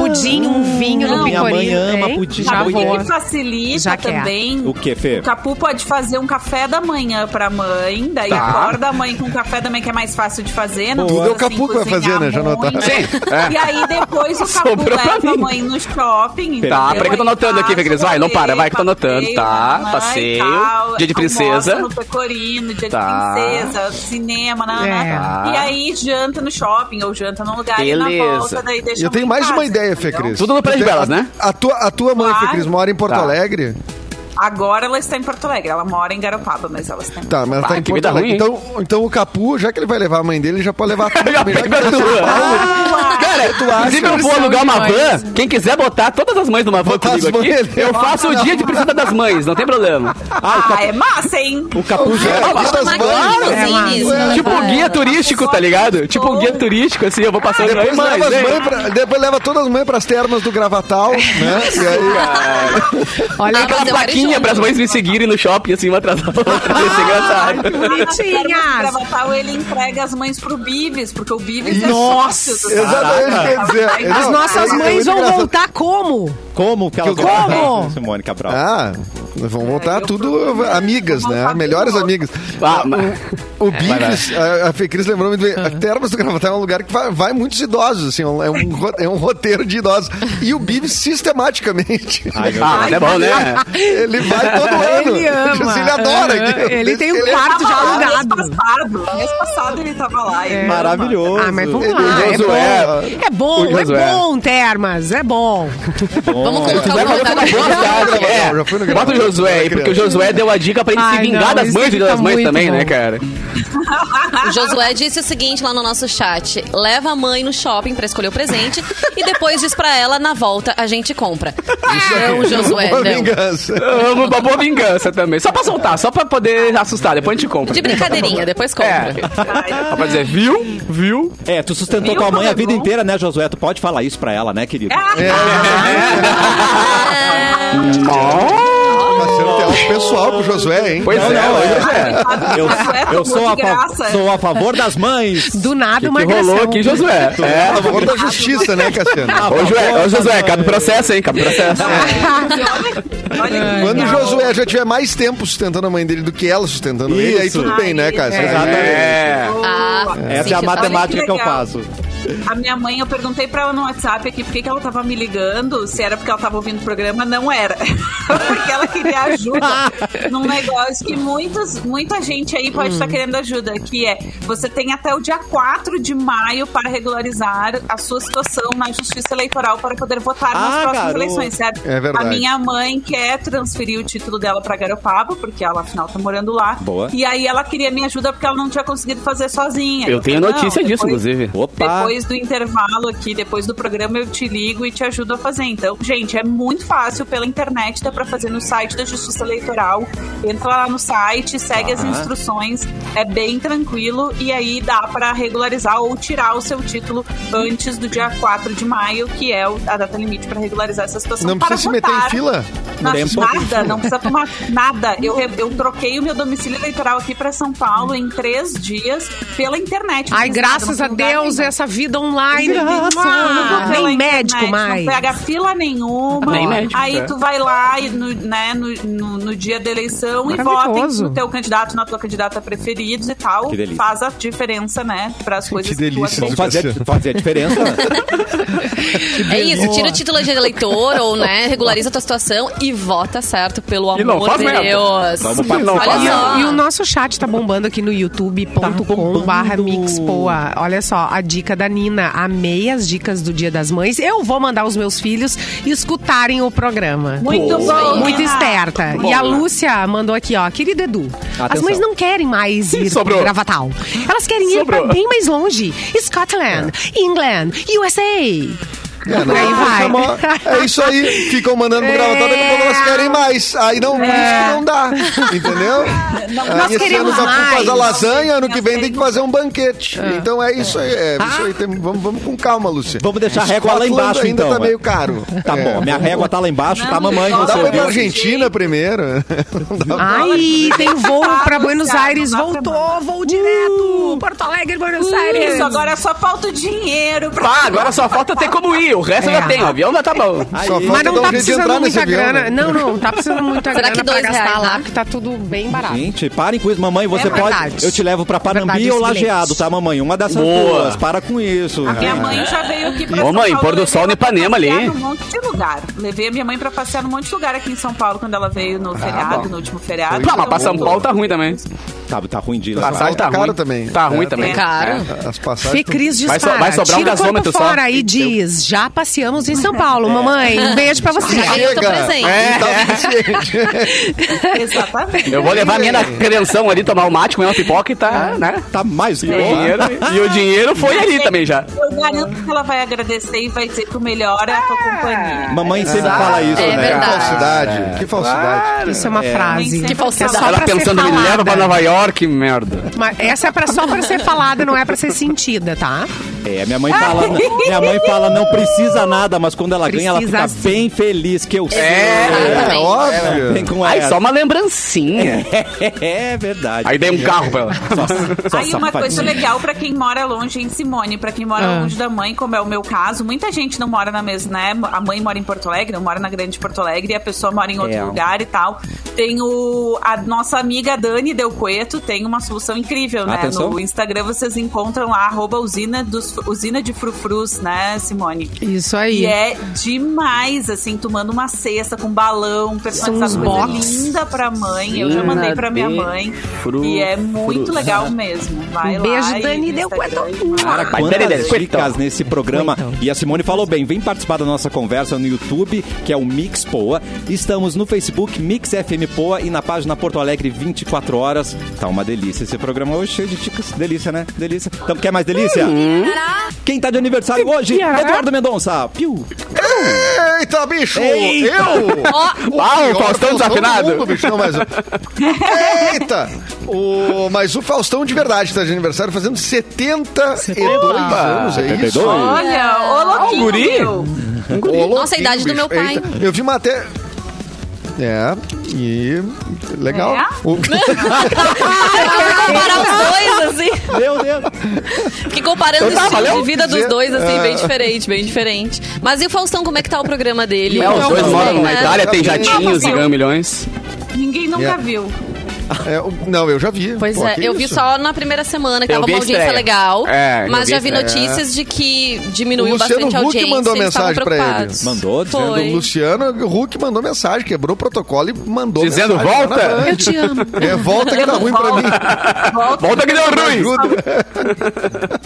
Speaker 2: Pudim, um vinho no
Speaker 6: Não,
Speaker 1: minha mãe
Speaker 2: Pecorino.
Speaker 1: ama
Speaker 2: hein?
Speaker 1: pudim.
Speaker 2: Já
Speaker 1: Sabe por
Speaker 2: vou.
Speaker 6: que facilita
Speaker 2: Já quer.
Speaker 6: também.
Speaker 1: O que, Fê?
Speaker 6: O Capu pode fazer um café da manhã pra mãe, daí
Speaker 3: Tá.
Speaker 6: acorda a mãe com café da manhã que é mais fácil de fazer. Não
Speaker 5: Tudo
Speaker 6: precisa,
Speaker 5: é o Capu que vai
Speaker 6: cozinhar
Speaker 5: fazer, né? Já
Speaker 6: muito.
Speaker 5: notaram.
Speaker 3: Sim, é.
Speaker 6: E aí depois o Capu
Speaker 3: Sobrou pra
Speaker 6: leva a
Speaker 3: mim.
Speaker 6: mãe no shopping.
Speaker 3: Tá,
Speaker 6: entendeu?
Speaker 3: peraí que eu tô
Speaker 6: Aí
Speaker 3: anotando aqui,
Speaker 6: faz
Speaker 3: Fê Cris.
Speaker 6: o
Speaker 3: Vai, não para, vai que eu tô
Speaker 6: passeio,
Speaker 3: anotando. Tá,
Speaker 6: mamãe,
Speaker 3: passeio,
Speaker 6: tal,
Speaker 3: dia de
Speaker 6: almoça
Speaker 3: princesa.
Speaker 6: no pecorino, dia
Speaker 3: Tá.
Speaker 6: de princesa, cinema, na,
Speaker 2: É.
Speaker 6: E aí janta no shopping ou janta num lugar e na
Speaker 3: Beleza.
Speaker 6: volta daí deixa
Speaker 5: Eu
Speaker 6: a
Speaker 5: tenho
Speaker 6: mãe em
Speaker 5: mais uma
Speaker 6: casa,
Speaker 5: ideia, Fê
Speaker 6: entendeu?
Speaker 5: Cris.
Speaker 3: Tudo no Prédio
Speaker 5: Tu tem-
Speaker 3: Belas, né?
Speaker 5: A tua, a tua mãe, Fê
Speaker 6: Claro.
Speaker 5: Cris, mora em Porto
Speaker 3: Tá.
Speaker 5: Alegre?
Speaker 6: Agora ela está em Porto Alegre, ela mora em Garopaba, mas ela está em
Speaker 5: Tá, mas
Speaker 3: Bah,
Speaker 5: tá em
Speaker 3: que
Speaker 5: Porto
Speaker 3: vida ruim,
Speaker 5: Alegre. Então, então o Capu, já que ele vai levar a mãe dele, já pode levar a Ah, tua
Speaker 3: Já
Speaker 5: também, já que
Speaker 3: pega
Speaker 5: tá em
Speaker 3: a
Speaker 5: São
Speaker 3: tua.
Speaker 5: Paulo.
Speaker 3: Cara, inclusive eu vou
Speaker 2: são
Speaker 3: alugar uma
Speaker 2: demais.
Speaker 3: van. Quem quiser botar todas as mães numa van
Speaker 5: Botar as
Speaker 3: comigo aqui,
Speaker 5: mães.
Speaker 3: eu faço o dia de princesa das mães, não tem problema.
Speaker 5: tá.
Speaker 6: Ah, é massa, hein?
Speaker 1: o Capu já
Speaker 5: É, das
Speaker 4: Uma
Speaker 5: mães.
Speaker 4: inclusive,
Speaker 5: É,
Speaker 4: né?
Speaker 3: Tipo guia turístico, tá ligado? Tipo um guia turístico, assim, eu vou passando aí,
Speaker 5: Depois
Speaker 3: mães,
Speaker 5: leva, as
Speaker 3: hein?
Speaker 5: mães pra, depois leva todas as mães pras termas do Gravatal, né?
Speaker 2: É,
Speaker 5: E aí,
Speaker 2: Olha é
Speaker 4: Ah,
Speaker 2: aquela
Speaker 3: Aquela
Speaker 4: mas eu quero ir
Speaker 3: plaquinha
Speaker 4: junto.
Speaker 3: pras mães me seguirem no shopping, assim, uma atrás da outra.
Speaker 2: Ah,
Speaker 3: Isso é
Speaker 2: tá.
Speaker 3: engraçado.
Speaker 2: bonitinhas.
Speaker 6: Gravatal, ele entrega as mães pro Bibis, porque o Bibis é
Speaker 1: Nossa,
Speaker 6: sócio do
Speaker 5: exatamente, quer
Speaker 6: Gravatal.
Speaker 5: dizer.
Speaker 2: As
Speaker 5: não,
Speaker 2: nossas
Speaker 5: é- é
Speaker 2: mães
Speaker 5: muito
Speaker 2: vão
Speaker 5: engraçado.
Speaker 2: voltar como?
Speaker 1: Como que ela
Speaker 5: Como?
Speaker 1: gosta, Simone Cabral?
Speaker 5: Ah, vão voltar
Speaker 6: eu
Speaker 5: tudo
Speaker 6: procuro-
Speaker 5: amigas,
Speaker 6: vou
Speaker 5: né?
Speaker 6: voltar
Speaker 5: Melhores
Speaker 6: tudo.
Speaker 5: amigas.
Speaker 3: Ah,
Speaker 5: Ah,
Speaker 3: mas-
Speaker 2: É,
Speaker 5: O, o Biggs, a, a Fê Cris lembrou muito bem. A Termas do Gravatal é um lugar que vai, vai muitos idosos, assim, é um, é um ro- é um roteiro de idosos. E o Bibs, sistematicamente,
Speaker 1: Ai, meu
Speaker 3: Ah, mas é bom, né?
Speaker 5: ele vai todo ano.
Speaker 2: Ele ama.
Speaker 5: Assim, ele adora Deus,
Speaker 2: Ele tem um
Speaker 5: ele é
Speaker 2: quarto já
Speaker 5: maluco.
Speaker 2: alugado.
Speaker 6: Mês passado, mês passado ele tava lá.
Speaker 5: É.
Speaker 6: ele-
Speaker 1: Maravilhoso.
Speaker 2: Ah, mas vamos
Speaker 5: Ele-
Speaker 2: lá.
Speaker 5: o
Speaker 2: É bom,
Speaker 5: Josué-
Speaker 2: é bom,
Speaker 3: o
Speaker 2: é
Speaker 3: Josué.
Speaker 2: bom, Termas, é bom.
Speaker 4: Vamos colocar
Speaker 2: Tá
Speaker 3: Vai
Speaker 4: o nome
Speaker 3: fazer
Speaker 4: da
Speaker 3: uma boa
Speaker 4: galera.
Speaker 3: tarde,
Speaker 5: É, já fui no
Speaker 3: é.
Speaker 5: gravador,
Speaker 3: Bota o Josué aí,
Speaker 5: quando era
Speaker 3: porque o Josué deu a dica pra ele se
Speaker 2: Ai,
Speaker 3: vingar
Speaker 2: não,
Speaker 3: das
Speaker 2: esse
Speaker 3: mães e
Speaker 2: fica
Speaker 3: das mães
Speaker 2: muito
Speaker 3: também,
Speaker 2: bom.
Speaker 3: né, cara?
Speaker 4: O Josué disse o seguinte lá no nosso chat: leva a mãe no shopping pra escolher o presente e depois diz pra ela, na volta a gente compra.
Speaker 5: é
Speaker 2: É
Speaker 4: Não, Josué,
Speaker 5: Uma
Speaker 4: não.
Speaker 5: vingança.
Speaker 3: Eu amo uma boa vingança também. Só pra soltar, só pra poder assustar, depois a gente compra.
Speaker 4: De brincadeirinha, depois
Speaker 3: É.
Speaker 4: compra.
Speaker 3: Só pra dizer, viu? Viu?
Speaker 1: É, tu sustentou
Speaker 6: Viu
Speaker 1: tua mãe a
Speaker 6: como é
Speaker 1: vida
Speaker 6: bom?
Speaker 1: inteira, né, Josué? Tu pode falar isso pra ela, né, querido?
Speaker 5: Mas você
Speaker 2: Oh!
Speaker 5: não tem algo pessoal pro Josué, hein?
Speaker 3: Pois
Speaker 1: Não,
Speaker 3: é,
Speaker 1: não,
Speaker 3: hoje
Speaker 1: é.
Speaker 3: é.
Speaker 1: Eu, eu sou, a fa-
Speaker 6: graça.
Speaker 1: sou a favor das mães.
Speaker 2: Do nada
Speaker 3: O
Speaker 2: uma
Speaker 3: que rolou
Speaker 2: agressão.
Speaker 3: aqui, Josué? É.
Speaker 5: A favor da justiça, né, Cassiano?
Speaker 3: Ô, Josué, ô, Josué, cabe processo, hein? Cabe processo.
Speaker 6: Olha que
Speaker 5: Quando o
Speaker 6: legal.
Speaker 5: Josué já tiver mais tempo sustentando a mãe dele do que ela sustentando ele, aí
Speaker 1: Isso.
Speaker 5: tudo bem, né, Cássio?
Speaker 2: É.
Speaker 3: É.
Speaker 4: Ah,
Speaker 1: Essa
Speaker 4: sim,
Speaker 1: é a
Speaker 4: que-
Speaker 1: matemática que, eu
Speaker 6: tá legal.
Speaker 1: faço.
Speaker 6: A minha mãe, eu perguntei pra ela no WhatsApp aqui por que que ela tava me ligando, se era porque ela tava ouvindo o programa, não era. porque ela queria ajuda num negócio que muitos, muita gente aí
Speaker 3: Hum.
Speaker 6: pode estar querendo ajuda, que é você tem até o dia 4 de maio para regularizar a sua situação na justiça eleitoral para poder votar nas
Speaker 1: Ah,
Speaker 6: próximas
Speaker 1: garoto.
Speaker 6: eleições, certo?
Speaker 5: É verdade.
Speaker 6: A minha mãe quer transferir o título dela pra Garopaba, porque ela afinal tá morando lá.
Speaker 1: Boa.
Speaker 6: E aí ela queria minha ajuda porque ela não tinha conseguido fazer sozinha.
Speaker 3: Eu tenho
Speaker 6: falei,
Speaker 3: notícia
Speaker 6: não,
Speaker 3: disso,
Speaker 6: depois-
Speaker 3: inclusive.
Speaker 1: Opa!
Speaker 6: depois do intervalo aqui, depois do programa, eu te ligo e te ajudo a fazer. Então, gente, é muito fácil pela internet, dá pra fazer no site da Justiça Eleitoral. Entra lá no site, segue as instruções, é bem tranquilo e aí dá pra regularizar ou tirar o seu título antes do dia 4 de maio, que é o- a data limite pra regularizar essa situação.
Speaker 5: Não
Speaker 6: para
Speaker 5: precisa se meter
Speaker 6: votar.
Speaker 5: em fila?
Speaker 6: Não,
Speaker 1: Tempo.
Speaker 6: nada, não precisa tomar nada. Eu, re- eu troquei o meu domicílio eleitoral aqui pra São Paulo em três dias pela internet. Ah, Não
Speaker 2: Ai,
Speaker 6: fiz nada,
Speaker 2: graças
Speaker 6: não
Speaker 2: a é
Speaker 6: fui em lugar
Speaker 2: Deus,
Speaker 6: nenhum.
Speaker 2: essa vida online.
Speaker 6: Ah,
Speaker 2: Ah,
Speaker 6: pela
Speaker 2: nem
Speaker 6: internet,
Speaker 2: médico mais.
Speaker 6: Não pega fila nenhuma.
Speaker 3: Nem médico,
Speaker 6: aí
Speaker 3: é.
Speaker 6: tu vai lá e no, né, no, no- no dia da eleição e vota
Speaker 2: Maravilhoso.
Speaker 6: no teu candidato, na tua candidata preferidos e tal.
Speaker 1: Que delícia.
Speaker 6: Faz a diferença, né? Para as coisas
Speaker 5: Que delícia.
Speaker 6: tu
Speaker 1: Vamos fazer, fazer a diferença.
Speaker 4: É isso, tira o título de eleitor ou, né, regulariza a tua situação e vota certo, pelo
Speaker 3: E não
Speaker 4: amor
Speaker 3: faz
Speaker 4: de
Speaker 3: merda.
Speaker 4: Deus.
Speaker 1: Vamos pra-
Speaker 3: Não
Speaker 4: Olha
Speaker 3: faz.
Speaker 4: só.
Speaker 2: E o nosso chat tá bombando aqui no
Speaker 3: Tá
Speaker 2: youtube.com barra mixpoa. Olha só, a dica da Nina. Amei as dicas do Dia das Mães. Eu vou mandar os meus filhos escutarem o programa.
Speaker 6: Muito bom.
Speaker 2: Muito
Speaker 6: Nina.
Speaker 2: esperta. E a Lúcia mandou aqui, ó. Querido Edu, as
Speaker 1: Atenção.
Speaker 2: mães não querem mais ir
Speaker 3: Sobrou.
Speaker 2: pro Gravatal. Elas querem ir
Speaker 3: Sobrou.
Speaker 2: pra bem mais longe. Scotland, England, USA.
Speaker 5: É, não,
Speaker 2: Por aí
Speaker 5: não
Speaker 2: vai.
Speaker 5: chamou. É isso aí. Ficam mandando pro gravador, daqui a pouco elas querem mais. Aí não, por isso que não dá. Entendeu? Aí
Speaker 2: nós queremos
Speaker 5: Ah, ano dá pra
Speaker 2: mais. Ah.
Speaker 5: fazer lasanha, ano que vem tem que fazer um banquete. Então é isso aí. É isso aí. Tem- vamos, vamos com calma, Lúcia.
Speaker 1: Vamos deixar a régua lá
Speaker 5: Scotland
Speaker 1: embaixo,
Speaker 5: ainda
Speaker 1: então,
Speaker 5: tá
Speaker 1: é.
Speaker 5: meio caro.
Speaker 1: Tá
Speaker 5: É.
Speaker 1: bom, minha régua tá lá embaixo, tá mamãe.
Speaker 6: não
Speaker 5: Dá
Speaker 1: Você
Speaker 5: pra ir pra
Speaker 1: ouviu?
Speaker 5: Argentina primeiro. Não dá
Speaker 2: Ah.
Speaker 5: pra-
Speaker 2: Ai, tem voo pra Buenos
Speaker 6: Luciano,
Speaker 2: Aires.
Speaker 6: na
Speaker 2: Voltou, voo
Speaker 4: Uh.
Speaker 2: direto. Porto Alegre, Buenos Aires.
Speaker 6: Isso, agora é só falta o dinheiro pra.
Speaker 3: Pá, Ah, agora só falta ter como ir. O resto
Speaker 2: É.
Speaker 3: já tem, o avião já tá bom.
Speaker 5: Só
Speaker 1: Aí.
Speaker 5: falta
Speaker 2: Mas não tá
Speaker 5: dar um jeito de
Speaker 2: precisando
Speaker 5: entrar nesse
Speaker 2: muita
Speaker 5: avião,
Speaker 2: grana.
Speaker 5: né?
Speaker 2: Não, não, tá precisando muita
Speaker 4: Será
Speaker 2: grana
Speaker 4: que
Speaker 2: pra
Speaker 4: dois
Speaker 2: gastar
Speaker 4: reais né?
Speaker 2: lá,
Speaker 4: dá?
Speaker 2: que tá tudo bem barato.
Speaker 1: Gente, parem com isso, mamãe. Você
Speaker 2: É
Speaker 1: pode.
Speaker 2: verdade.
Speaker 1: Eu te levo pra Panambi
Speaker 2: Verdade,
Speaker 1: ou
Speaker 2: os bilhetes.
Speaker 1: lajeado, tá, mamãe? Uma dessas
Speaker 3: Boa.
Speaker 1: duas. Para com isso. Ah,
Speaker 6: Minha mãe já veio aqui pra
Speaker 3: É. Ô,
Speaker 6: São
Speaker 3: mãe, pôr
Speaker 6: Paulo,
Speaker 3: do
Speaker 6: eu levei
Speaker 3: sol no
Speaker 6: ela pra
Speaker 3: Ipanema ali,
Speaker 6: passear
Speaker 3: hein?
Speaker 6: num monte de lugar. Levei a minha mãe pra passear num monte de lugar aqui em São Paulo quando ela veio no feriado, no último feriado.
Speaker 3: Pá, mas Ah, pra
Speaker 6: Então,
Speaker 3: São Paulo tá ruim também.
Speaker 1: Tá, tá ruim de ir lá.
Speaker 3: Passagem tá
Speaker 5: Caro
Speaker 3: ruim.
Speaker 5: também.
Speaker 3: Tá ruim
Speaker 5: É.
Speaker 3: também.
Speaker 4: Caro.
Speaker 5: As passagens.
Speaker 2: Fê Cris
Speaker 3: Vai so-
Speaker 2: dispara.
Speaker 3: vai sobrar um
Speaker 2: Tira o corpo
Speaker 3: gasômetro só.
Speaker 2: fora e diz, já passeamos em São Paulo, mamãe. Um beijo pra você.
Speaker 4: Aí eu tô
Speaker 5: Chega.
Speaker 4: presente.
Speaker 5: É. Tá suficiente.
Speaker 4: É
Speaker 6: Exatamente.
Speaker 3: Eu vou levar a minha na credeção ali, tomar um mate, comer uma pipoca e tá, né?
Speaker 1: Tá mais
Speaker 3: E o dinheiro, e o dinheiro foi
Speaker 6: é
Speaker 3: ali também já.
Speaker 6: Eu garanto que ela vai agradecer e vai dizer que o melhor é a tua
Speaker 3: Ah.
Speaker 6: companhia.
Speaker 1: Mamãe sempre fala isso,
Speaker 4: É
Speaker 1: né?
Speaker 5: Que
Speaker 4: verdade.
Speaker 5: falsidade. Que falsidade.
Speaker 2: Isso é uma frase. é
Speaker 6: Nem
Speaker 4: Que falsidade.
Speaker 2: Só
Speaker 3: Ela
Speaker 2: pra ser
Speaker 3: pensando, me
Speaker 2: falada.
Speaker 3: leva pra Nova York, merda.
Speaker 2: Mas essa é pra, só pra ser falada, não é pra ser sentida, tá?
Speaker 1: É, minha mãe fala, minha mãe fala não precisa nada, mas quando ela ganha, ela
Speaker 2: Precisa
Speaker 1: fica
Speaker 2: sim.
Speaker 1: bem feliz que eu sei.
Speaker 4: Exatamente.
Speaker 5: É óbvio.
Speaker 1: Vem com
Speaker 3: Ai,
Speaker 1: essa.
Speaker 3: só uma lembrancinha.
Speaker 1: É verdade.
Speaker 3: Aí dei um carro pra ela.
Speaker 1: Só, só
Speaker 6: Aí uma coisa
Speaker 1: safadinha.
Speaker 6: legal pra quem mora longe em Simone, pra quem mora longe da mãe, como é o meu caso, muita gente não mora na mesma, né? A mãe mora em Porto Alegre, eu moro na Grande Porto Alegre, e a pessoa mora em outro
Speaker 1: É.
Speaker 6: lugar e tal. Tem o a nossa amiga Dani Del Coeto, tem uma solução incrível, né?
Speaker 1: Atenção.
Speaker 6: No Instagram vocês encontram lá arroba usina dos usina de frufrus, né, Simone?
Speaker 2: Isso aí.
Speaker 6: E é demais, assim, tu manda uma cesta com balão,
Speaker 2: São
Speaker 6: personalizado,
Speaker 2: uns
Speaker 6: coisa
Speaker 2: box.
Speaker 6: linda pra mãe. Eu já mandei pra minha
Speaker 3: Ina de
Speaker 6: mãe.
Speaker 3: fru-
Speaker 6: E é muito
Speaker 3: frus.
Speaker 6: legal mesmo. Vai
Speaker 2: Um
Speaker 6: lá.
Speaker 2: beijo,
Speaker 6: e
Speaker 2: Dani,
Speaker 6: no
Speaker 2: deu
Speaker 6: Instagram
Speaker 2: quanto?
Speaker 6: e manda.
Speaker 3: Cara,
Speaker 1: Cara,
Speaker 3: pai, peraí,
Speaker 1: quantas
Speaker 3: peraí,
Speaker 1: dicas
Speaker 3: então.
Speaker 1: nesse programa.
Speaker 2: Então.
Speaker 1: E a Simone falou bem, vem participar da nossa conversa no YouTube, que é o Mix Poa. Estamos no Facebook Mix FM Poa e na página Porto Alegre 24 horas. Tá uma delícia esse programa hoje, cheio de dicas. Delícia, né? Delícia. Então, quer mais delícia? Quem tá de aniversário hoje? Eduardo Mendonça. Piu.
Speaker 5: Eita, bicho!
Speaker 1: Eita!
Speaker 5: Eu!
Speaker 4: Ó,
Speaker 5: O
Speaker 3: Uau,
Speaker 5: pior
Speaker 3: Ah, Faustão desafinado.
Speaker 5: do mundo, bicho. Não, mas... Eita! O... Mas o Faustão de verdade tá de aniversário fazendo 72 anos, é isso?
Speaker 1: 72?
Speaker 6: Olha, ô louquinho.
Speaker 3: guri?
Speaker 6: meu.
Speaker 5: Ô, louquinho,
Speaker 4: Nossa, a idade do meu pai.
Speaker 5: Eu vi uma até... É, e... Legal.
Speaker 6: É?
Speaker 5: O-
Speaker 4: comparar os dois, assim.
Speaker 1: Meu Deus.
Speaker 4: Fiquei comparando o
Speaker 5: tava,
Speaker 4: estilo
Speaker 5: valeu?
Speaker 4: de vida dos
Speaker 5: Dizer-
Speaker 4: dois, assim,
Speaker 5: Ah.
Speaker 4: bem diferente, bem diferente. Mas e o Faustão, como é que tá o programa dele?
Speaker 3: É, os
Speaker 5: Não,
Speaker 3: dois
Speaker 5: não,
Speaker 3: moram
Speaker 5: não,
Speaker 3: na
Speaker 4: né?
Speaker 5: não.
Speaker 3: Itália, tem
Speaker 5: Não, não,
Speaker 3: jatinhos e
Speaker 6: não.
Speaker 3: ganham milhões.
Speaker 6: Ninguém nunca
Speaker 5: Yeah.
Speaker 6: viu.
Speaker 5: é, o- não, eu já vi.
Speaker 4: Pois
Speaker 5: Pô,
Speaker 4: é,
Speaker 5: que
Speaker 4: eu vi
Speaker 5: isso?
Speaker 4: só na primeira semana, que
Speaker 3: Eu
Speaker 4: tava
Speaker 3: vi
Speaker 4: uma
Speaker 3: a
Speaker 4: audiência
Speaker 3: estreia.
Speaker 4: legal.
Speaker 3: É, eu
Speaker 4: mas
Speaker 3: vi
Speaker 4: já
Speaker 3: a
Speaker 4: vi
Speaker 3: estreia.
Speaker 4: notícias de que
Speaker 5: O
Speaker 4: diminuiu
Speaker 5: Luciano
Speaker 4: bastante a
Speaker 5: Huck
Speaker 4: audiência.
Speaker 5: mandou
Speaker 4: eles estavam
Speaker 5: mensagem pra ele.
Speaker 4: preocupados.
Speaker 1: Mandou, dizendo,
Speaker 5: O
Speaker 4: Foi.
Speaker 5: Luciano Huck mandou mensagem, quebrou o protocolo e mandou
Speaker 3: Dizendo,
Speaker 5: mensagem lá na
Speaker 3: "Volta!"
Speaker 5: Band.
Speaker 2: Eu te amo.
Speaker 5: É, volta que tá ruim pra mim.
Speaker 6: Volta,
Speaker 3: Volta que deu ruim.
Speaker 5: Ajuda.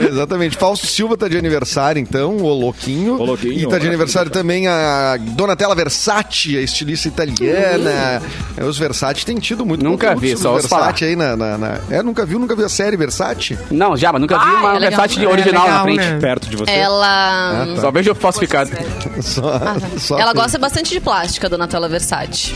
Speaker 5: Exatamente. Fausto Silva tá de aniversário, então, o Louquinho.
Speaker 1: O Louquinho,
Speaker 5: E tá de
Speaker 1: maravilha.
Speaker 5: aniversário também a Donatella Versace, a estilista italiana.
Speaker 4: Uhum.
Speaker 5: É, Os Versace têm tido muito
Speaker 3: Nunca
Speaker 5: conteúdo
Speaker 3: vi,
Speaker 5: sobre
Speaker 3: só
Speaker 5: o
Speaker 3: os
Speaker 5: Versace aí na, na, na- É, nunca viu, nunca viu a série Versace?
Speaker 3: Não, já, mas nunca vi
Speaker 4: Ah, é
Speaker 3: uma
Speaker 4: legal.
Speaker 3: versátil
Speaker 2: É
Speaker 3: original
Speaker 2: legal,
Speaker 3: na frente.
Speaker 2: né?
Speaker 1: Perto de você.
Speaker 4: É. Ela.
Speaker 5: Ah,
Speaker 3: Só vejo falsificado.
Speaker 5: Só, só
Speaker 4: Ah, Ela
Speaker 5: assim.
Speaker 4: gosta bastante de plástica, dona Tela Versace.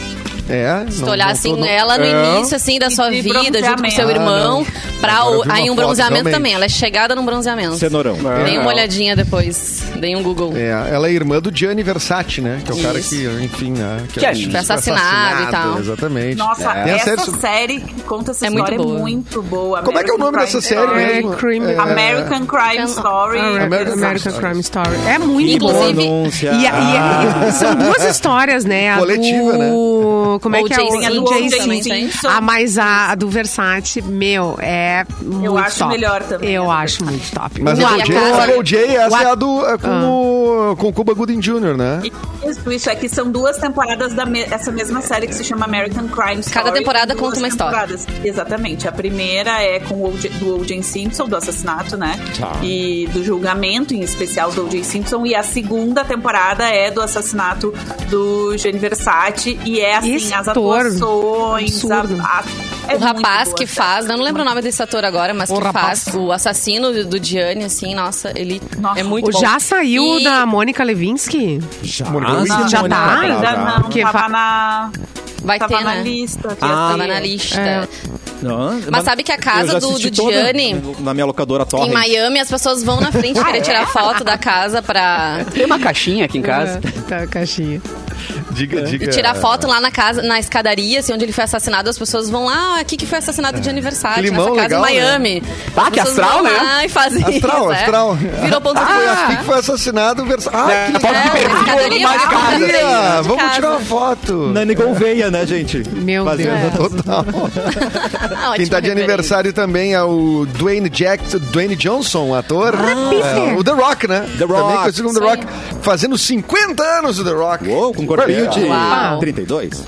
Speaker 5: É.
Speaker 4: Se tu olhar assim, ela no início, assim, da sua
Speaker 6: de
Speaker 4: vida, junto com
Speaker 6: bronzeamento.
Speaker 4: seu
Speaker 5: Ah,
Speaker 4: irmão, pra
Speaker 5: Agora eu
Speaker 4: o,
Speaker 5: vi uma
Speaker 4: aí um
Speaker 5: foto,
Speaker 4: bronzeamento
Speaker 5: realmente.
Speaker 4: também. Ela é chegada num bronzeamento.
Speaker 1: Cenourão.
Speaker 4: Dei
Speaker 3: É.
Speaker 4: uma olhadinha depois. Dei um Google.
Speaker 5: É, ela é irmã do Gianni Versace, né? Que é o cara
Speaker 4: Isso.
Speaker 5: que, enfim, né?
Speaker 3: Que
Speaker 5: é-
Speaker 3: foi
Speaker 4: assassinado e tal.
Speaker 5: Exatamente.
Speaker 6: Nossa,
Speaker 5: é. Tem a
Speaker 6: essa
Speaker 5: série-
Speaker 6: série que conta essa
Speaker 4: É muito
Speaker 6: história
Speaker 4: boa.
Speaker 6: é muito boa.
Speaker 5: Como é que é o nome
Speaker 6: American
Speaker 5: dessa
Speaker 6: Crime
Speaker 5: série
Speaker 6: Story.
Speaker 5: mesmo?
Speaker 2: Crime.
Speaker 5: É,
Speaker 6: American Crime Story.
Speaker 2: American,
Speaker 5: American
Speaker 2: Crime Story. É muito
Speaker 4: Inclusive-
Speaker 2: bom. E,
Speaker 1: Denúncia.
Speaker 2: a- e
Speaker 1: Ah.
Speaker 3: Ah.
Speaker 2: a- e são duas histórias, né? A
Speaker 5: Coletiva,
Speaker 2: do...
Speaker 5: né?
Speaker 2: Como é que é o
Speaker 4: O.J.
Speaker 2: O.J.
Speaker 4: Simpson também
Speaker 2: Simpson.
Speaker 4: tem.
Speaker 2: Ah, mas a, a do Versace, meu, é muito
Speaker 6: acho
Speaker 2: top.
Speaker 6: melhor também.
Speaker 2: Eu acho muito top.
Speaker 5: Mas
Speaker 2: O
Speaker 5: a
Speaker 4: Uai,
Speaker 5: OJ,
Speaker 4: a
Speaker 5: a
Speaker 4: cara-
Speaker 5: OJ, essa
Speaker 2: Uai.
Speaker 5: é a do. é com, o, com o Cuba Gooding Jr., né?
Speaker 6: Isso, isso é que são duas temporadas dessa mesma série que se chama American Crime Story.
Speaker 4: Cada temporada
Speaker 6: Duas
Speaker 4: conta uma história.
Speaker 6: temporadas. Exatamente. A primeira é com o O.J. do O.J. Simpson, do assassinato, né?
Speaker 1: Tá.
Speaker 6: E do julgamento, em especial do O.J. Simpson. E a segunda temporada é do assassinato do Gianni Versace. E é, assim,
Speaker 2: Esse
Speaker 6: as
Speaker 2: ator
Speaker 6: atuações...
Speaker 2: absurdo.
Speaker 6: a- a- é
Speaker 4: o rapaz
Speaker 6: muito boa
Speaker 4: que
Speaker 6: a série.
Speaker 4: faz, eu não lembro o nome desse ator agora, mas
Speaker 2: O
Speaker 4: que
Speaker 2: rapaz.
Speaker 4: faz o assassino do- do Gianni, assim, nossa, ele
Speaker 6: Nossa.
Speaker 4: é muito
Speaker 2: O
Speaker 4: bom.
Speaker 2: já saiu
Speaker 4: E-
Speaker 2: da Mônica Levinsky?
Speaker 1: Já,
Speaker 5: Morgana,
Speaker 1: Simone,
Speaker 2: já tá?
Speaker 1: já,
Speaker 6: Ainda
Speaker 1: já.
Speaker 6: não,
Speaker 2: Porque
Speaker 6: tava
Speaker 2: fa-
Speaker 6: na...
Speaker 4: Vai
Speaker 6: tava
Speaker 4: ter,
Speaker 6: na
Speaker 4: né?
Speaker 6: lista.
Speaker 1: Ah.
Speaker 4: Tava na lista.
Speaker 2: É.
Speaker 1: Não,
Speaker 4: sabe que a casa
Speaker 1: eu já
Speaker 4: do-
Speaker 1: assisti
Speaker 4: do
Speaker 1: toda
Speaker 4: Gianni-
Speaker 1: Na minha locadora Torre.
Speaker 4: Em Miami, as pessoas vão na frente querer tirar foto da casa pra.
Speaker 3: Tem uma caixinha aqui em casa.
Speaker 2: Tá, caixinha.
Speaker 5: Diga, diga. É.
Speaker 4: E tirar foto lá na casa, na escadaria, assim, onde ele foi assassinado, as pessoas vão lá, "Ah, aqui que foi assassinado de aniversário,
Speaker 5: Climão
Speaker 4: nessa casa
Speaker 5: É. legal, né?"
Speaker 4: em Miami.
Speaker 3: Ah, que
Speaker 4: As pessoas
Speaker 3: astral,
Speaker 4: vão
Speaker 3: né?
Speaker 4: lá e fazem
Speaker 5: Astral,
Speaker 4: isso, é.
Speaker 5: astral.
Speaker 4: Virou ponto
Speaker 5: ah,
Speaker 4: de
Speaker 5: Foi assim
Speaker 4: vista. É,
Speaker 5: que foi assassinado o Versace. Ah, que
Speaker 3: foto
Speaker 5: legal.
Speaker 3: de perfil,
Speaker 4: escadaria
Speaker 3: mais
Speaker 4: lá,
Speaker 3: cara.
Speaker 4: de casa.
Speaker 5: Vamos tirar uma foto.
Speaker 1: Nani Gouveia, né, gente?
Speaker 2: Meu
Speaker 1: Fazendo
Speaker 2: Deus.
Speaker 5: Total.
Speaker 4: Ah,
Speaker 5: Quem
Speaker 4: ótima
Speaker 5: tá de aniversário também é o Dwayne Jackson, Dwayne Johnson, ator.
Speaker 6: Ah.
Speaker 5: É, o The Rock, né?
Speaker 1: The Rock.
Speaker 5: Também conhecido como The
Speaker 4: Sim.
Speaker 5: Rock. Fazendo 50 anos o The Rock.
Speaker 1: Uou, com corpinho de
Speaker 4: Uau.
Speaker 1: 32.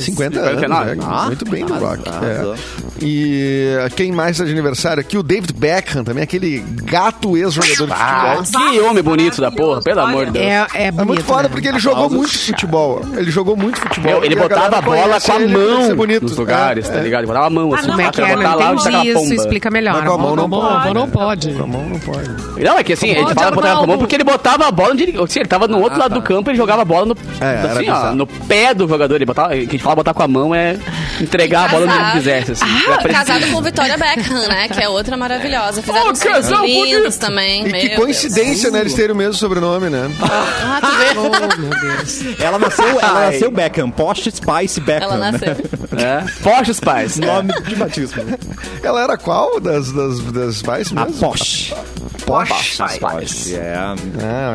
Speaker 5: 50
Speaker 3: 59.
Speaker 5: anos, né?
Speaker 1: Ah,
Speaker 5: Muito bem do Rock.
Speaker 1: arrasou.
Speaker 5: é. E quem mais tá de aniversário aqui? O David Beckham, também aquele gato ex-jogador de futebol.
Speaker 3: Ah, Que homem bonito da porra, pelo amor de Deus.
Speaker 2: É, é bonito.
Speaker 5: É muito foda
Speaker 2: né?
Speaker 5: porque ele jogou muito futebol. Ele jogou muito futebol.
Speaker 3: Meu, ele
Speaker 5: e a
Speaker 3: botava
Speaker 5: galera
Speaker 3: a bola
Speaker 5: conhece
Speaker 3: com a
Speaker 5: ele por ser
Speaker 3: mão
Speaker 5: bonito.
Speaker 3: nos lugares,
Speaker 5: É,
Speaker 3: tá ligado? Ele botava a mão assim,
Speaker 6: não,
Speaker 2: Como é que
Speaker 3: pra
Speaker 2: é? Não
Speaker 3: botar lá e
Speaker 2: entendi
Speaker 3: tacava a
Speaker 2: isso.
Speaker 3: pomba.
Speaker 2: Explica melhor.
Speaker 5: Mas com a mão não pode.
Speaker 2: não pode.
Speaker 5: Com a mão não pode.
Speaker 3: Não, é que assim, ele
Speaker 2: Ô,
Speaker 3: fala
Speaker 2: Diego
Speaker 3: botar a mão
Speaker 2: Balbo.
Speaker 3: porque ele botava a bola onde ele. Assim, ele tava no outro lado do campo e ele jogava a bola no.
Speaker 5: Ah, tá. É, era
Speaker 3: assim, ó,
Speaker 5: bizarro.
Speaker 3: no pé do jogador. Ele botava. Que a gente fala botar com a mão é entregar a bola onde ele
Speaker 4: Casado.
Speaker 3: quisesse. Assim. Ele
Speaker 4: Ah,
Speaker 3: aparecia.
Speaker 4: casado com Victoria Beckham, né? Que é outra maravilhosa. Fizeram
Speaker 3: Oh,
Speaker 4: uns
Speaker 3: casal
Speaker 4: filhos lindos
Speaker 3: bonito.
Speaker 4: também.
Speaker 5: E
Speaker 4: meu
Speaker 5: que
Speaker 4: Deus.
Speaker 5: coincidência, né?
Speaker 3: Uh.
Speaker 5: Eles terem o mesmo sobrenome, né?
Speaker 4: Ah, tu vê?
Speaker 1: Ela nasceu, ela
Speaker 3: Ai.
Speaker 1: nasceu Beckham, Porsche Spice Beckham. né?
Speaker 4: Ela nasceu.
Speaker 3: É. Forte os pais.
Speaker 1: Nome de batismo.
Speaker 5: Ela era qual das, das, das pais
Speaker 1: A
Speaker 5: mesmo?
Speaker 1: Porsche.
Speaker 6: Poxa,
Speaker 1: Spice. É,
Speaker 5: Ah,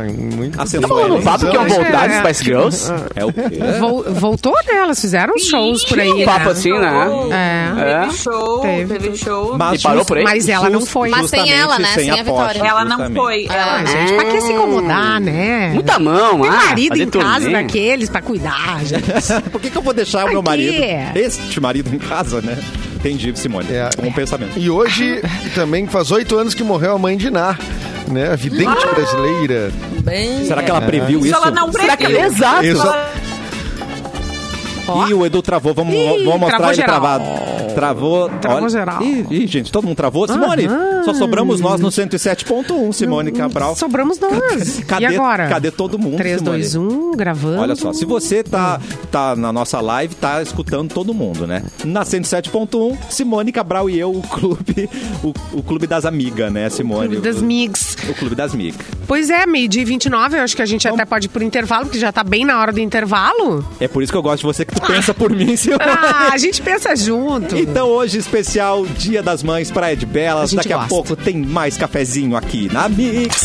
Speaker 5: muito
Speaker 1: Acentuou
Speaker 3: Falando
Speaker 1: eles.
Speaker 3: papo que é
Speaker 5: eu
Speaker 3: um
Speaker 2: vou-
Speaker 3: voltar dos Spice Girls.
Speaker 1: É o quê?
Speaker 2: Vol- voltou? né? Elas fizeram uns shows por aí.
Speaker 3: um papo
Speaker 2: né?
Speaker 3: assim, né?
Speaker 2: É.
Speaker 6: Teve show,
Speaker 2: Teve
Speaker 6: teve, show.
Speaker 3: E parou por aí? Ah,
Speaker 2: Mas ela não foi.
Speaker 4: Mas sem
Speaker 1: justamente
Speaker 4: ela, né? Sem a
Speaker 1: aposta,
Speaker 4: Vitória.
Speaker 6: Ela não
Speaker 1: justamente.
Speaker 6: foi.
Speaker 2: Ah,
Speaker 6: Ela
Speaker 2: gente, pra que se incomodar, né?
Speaker 3: é. Muita mão,
Speaker 2: Tem
Speaker 3: ah,
Speaker 2: marido
Speaker 3: fazer
Speaker 2: em casa
Speaker 3: turnê.
Speaker 2: daqueles pra cuidar, gente.
Speaker 1: Por que, que eu vou deixar o
Speaker 2: Pra
Speaker 1: meu marido,
Speaker 2: quê?
Speaker 1: este marido em casa, né? Entendi, Simone.
Speaker 5: É.
Speaker 1: Um pensamento.
Speaker 5: E hoje também faz oito anos que morreu a mãe de Ná, né? A vidente
Speaker 3: Ah!
Speaker 5: brasileira.
Speaker 4: Bem...
Speaker 1: Será que ela previu
Speaker 6: Isso
Speaker 1: isso?
Speaker 6: ela não
Speaker 3: Será que é
Speaker 6: previu.
Speaker 3: Exato.
Speaker 5: Isso.
Speaker 6: Ela-
Speaker 1: Ih, o Edu travou. Vamos,
Speaker 2: Ih,
Speaker 1: vamos mostrar
Speaker 2: travou
Speaker 1: ele
Speaker 2: geral.
Speaker 1: travado. Travou.
Speaker 2: Travou geral.
Speaker 1: Ih, ih, gente, todo mundo travou. Simone, só sobramos nós no 107.1, Simone Cabral.
Speaker 2: Hum, Sobramos nós.
Speaker 1: Cadê-
Speaker 2: e agora?
Speaker 1: cadê todo mundo,
Speaker 2: 3,
Speaker 1: Simone?
Speaker 2: 2, 1, gravando.
Speaker 1: Olha só, se você tá, tá na nossa live, tá escutando todo mundo, né? Na 107.1, Simone Cabral e eu, o clube, o, o clube das amigas, né, Simone?
Speaker 2: Clube das Migs.
Speaker 1: O clube das migas.
Speaker 2: Pois é, meio-dia e 29, eu acho que a gente até pode ir pro intervalo, porque já tá bem na hora do intervalo.
Speaker 1: É por isso que eu gosto de você, que tu pensa por mim, Simone.
Speaker 2: Ah, a gente pensa junto.
Speaker 1: Então hoje especial Dia das Mães Praia de Belas.
Speaker 2: A gente
Speaker 1: Daqui a
Speaker 2: gosta.
Speaker 1: pouco tem mais cafezinho aqui na Mix.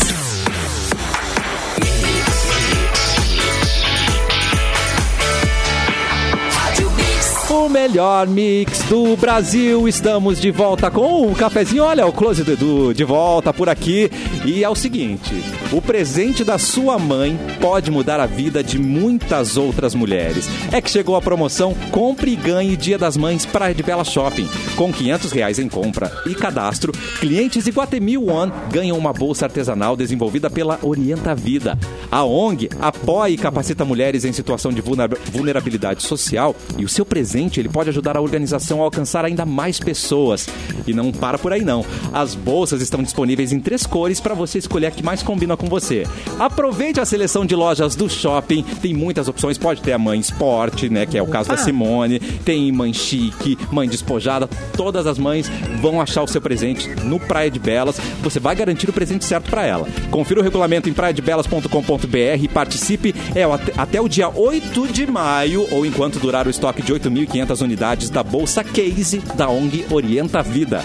Speaker 1: O melhor mix do Brasil. Estamos de volta com o cafezinho. Olha, o Close do Edu de volta por aqui. E é o seguinte: o presente da sua mãe pode mudar a vida de muitas outras mulheres. É que chegou a promoção Compre e Ganhe Dia das Mães Praia de Bela Shopping. Com 500 reais em compra e cadastro, clientes Iguatemi One ganham uma bolsa artesanal desenvolvida pela Orienta Vida. A ONG apoia e capacita mulheres em situação de vulner- vulnerabilidade social e o seu presente ele pode ajudar a organização a alcançar ainda mais pessoas. E não para por aí não. As bolsas estão disponíveis em três cores para você escolher a que mais combina com você. Aproveite a seleção de lojas do shopping, tem muitas opções, pode ter a mãe esporte, né, que é o caso da Simone, tem mãe chique, mãe despojada, todas as mães vão achar o seu presente no Praia de Belas. Você vai garantir o presente certo para ela. Confira o regulamento em praiadebelas.com.br e participe é, o- até o dia 8 de maio ou enquanto durar o estoque de 8.500 unidades da Bolsa Case da ONG Orienta a Vida.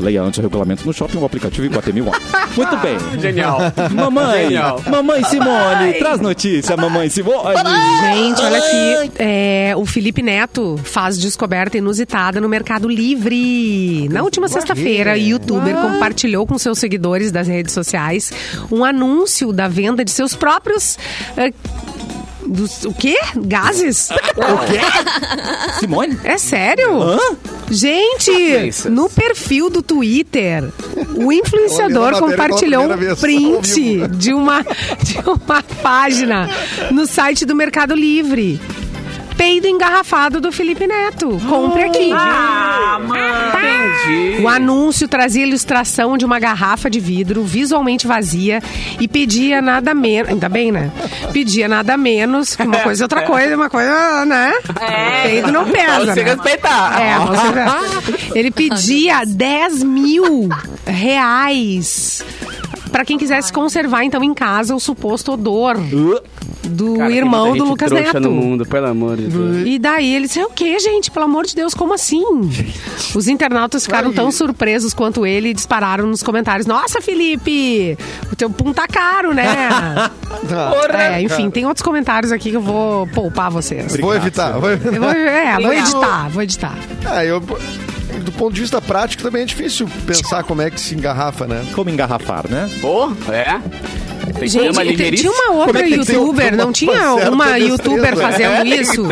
Speaker 1: Leia antes o regulamento no shopping ou aplicativo Iguatemi One. Muito bem.
Speaker 3: Genial.
Speaker 1: Mamãe,
Speaker 3: Genial.
Speaker 1: mamãe Simone, traz notícia, mamãe Simone.
Speaker 2: Gente, olha aqui. é, o Felipe Neto faz descoberta inusitada no Mercado Livre. Ah. Na última sexta-feira, o youtuber compartilhou com seus seguidores das redes sociais um anúncio da venda de seus próprios. é, dos, o quê? Gases?
Speaker 1: Simone?
Speaker 2: É sério? Gente,
Speaker 3: Notícias.
Speaker 2: no perfil do Twitter, o
Speaker 5: Olhando
Speaker 2: influenciador
Speaker 5: a matéria pela
Speaker 2: compartilhou
Speaker 5: primeira
Speaker 2: um
Speaker 5: vez, ao
Speaker 2: print
Speaker 5: vivo.
Speaker 2: de uma, de uma página no site do Mercado Livre. Peido engarrafado do Felipe Neto. Compre aqui.
Speaker 3: É.
Speaker 6: Ah, mano.
Speaker 3: Entendi.
Speaker 2: O anúncio trazia ilustração de uma garrafa de vidro visualmente vazia e pedia nada menos. Ainda bem, né? Pedia nada menos. que Uma coisa é outra coisa, uma coisa, né?
Speaker 6: É.
Speaker 2: Peido não
Speaker 3: Pra
Speaker 2: pesa.
Speaker 3: você
Speaker 2: né?
Speaker 3: respeitar. Ah.
Speaker 2: É, você já- ele pedia 10 mil reais pra quem quisesse conservar, então, em casa o suposto odor do
Speaker 3: Uh. Cara, tem
Speaker 2: um irmão
Speaker 3: muita
Speaker 2: do
Speaker 3: gente
Speaker 2: Lucas
Speaker 3: trouxa
Speaker 2: Neto.
Speaker 3: no mundo, pelo amor de Deus.
Speaker 2: E daí ele disse, "É o quê, gente? Pelo amor de Deus, como assim? Os internautas ficaram tão surpresos quanto ele e dispararam nos comentários. Nossa, Felipe, o teu pum tá caro, né?
Speaker 5: Ah,
Speaker 2: é, enfim, tem outros comentários aqui que eu vou poupar vocês.
Speaker 5: Vou evitar. Vou...
Speaker 2: Eu vou, é, vou
Speaker 6: Obrigado.
Speaker 2: editar, vou editar.
Speaker 5: Ah, eu... Do ponto de vista prático, também é difícil pensar como é que se engarrafa, né?
Speaker 1: Como engarrafar, né?
Speaker 3: Pô, é. Tem que ter
Speaker 2: Gente,
Speaker 3: uma
Speaker 2: e te-
Speaker 3: ligeirice.
Speaker 2: tinha uma outra
Speaker 5: Como é que tem que ter
Speaker 2: youtuber,
Speaker 5: uma-
Speaker 2: não tinha
Speaker 5: uma certa
Speaker 2: uma
Speaker 5: destreza?
Speaker 2: youtuber fazendo isso?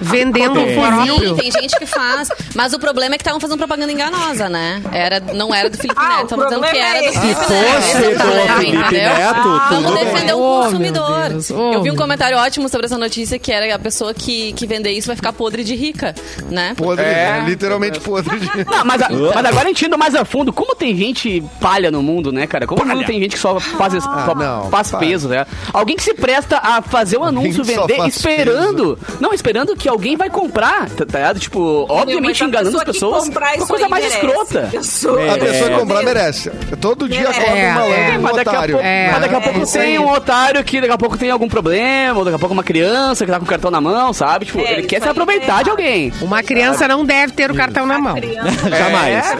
Speaker 2: Vendendo um o
Speaker 4: Sim,
Speaker 2: próprio.
Speaker 4: tem gente que faz. Mas o problema é que estavam fazendo propaganda enganosa, né? Era, não era do Felipe
Speaker 6: Ah,
Speaker 4: Neto.
Speaker 6: o
Speaker 4: Estavam dizendo que
Speaker 6: problema
Speaker 4: era
Speaker 6: é
Speaker 4: do
Speaker 6: esse.
Speaker 4: Felipe
Speaker 6: Se
Speaker 4: Neto.
Speaker 1: fosse
Speaker 4: Esse é o
Speaker 1: do
Speaker 4: problema,
Speaker 1: Felipe
Speaker 4: entendeu?
Speaker 1: Neto,
Speaker 4: Vamos
Speaker 1: tudo bem.
Speaker 4: defender o
Speaker 2: Oh, meu
Speaker 4: consumidor.
Speaker 2: Deus, oh,
Speaker 4: Eu vi
Speaker 2: meu
Speaker 4: um comentário ótimo sobre essa notícia que era a pessoa que, que vender isso vai ficar podre de rica, né?
Speaker 5: Podre,
Speaker 3: É.
Speaker 5: né? literalmente podre. De...
Speaker 3: Não, mas, a- mas agora entendo mais a fundo como tem gente palha no mundo, né, cara? Como no mundo tem gente que só faz, es-
Speaker 2: Ah,
Speaker 3: só
Speaker 5: não,
Speaker 3: faz
Speaker 5: para.
Speaker 3: peso, né? Alguém que se presta a fazer o anúncio,
Speaker 5: que só
Speaker 3: vender,
Speaker 5: faz
Speaker 3: esperando. Não, esperando que alguém vai comprar, tá, tá ligado? Tipo, obviamente
Speaker 6: Mas a
Speaker 3: enganando as
Speaker 6: pessoa que
Speaker 3: pessoas.
Speaker 6: comprar
Speaker 3: Uma
Speaker 6: isso
Speaker 3: coisa
Speaker 6: aí
Speaker 3: mais
Speaker 6: merece.
Speaker 3: escrota. É.
Speaker 6: Pessoa-
Speaker 5: A pessoa que comprar
Speaker 6: Meu Deus.
Speaker 5: merece. Todo dia
Speaker 6: Merece.
Speaker 5: acorda um
Speaker 2: É,
Speaker 5: malandro,
Speaker 2: é,
Speaker 5: um
Speaker 3: mas daqui, a
Speaker 5: otário.
Speaker 3: pouco, mas daqui a
Speaker 2: É,
Speaker 3: pouco
Speaker 2: isso aí.
Speaker 3: tem um otário que daqui a pouco tem algum problema, ou daqui a pouco uma criança que tá com o cartão na mão, sabe? Tipo,
Speaker 6: É,
Speaker 3: ele
Speaker 6: isso
Speaker 3: quer se
Speaker 6: aí
Speaker 3: aproveitar
Speaker 6: é
Speaker 3: de alguém.
Speaker 2: Uma criança não deve ter o cartão na mão.
Speaker 6: Criança.
Speaker 1: Jamais.
Speaker 6: É,
Speaker 1: É.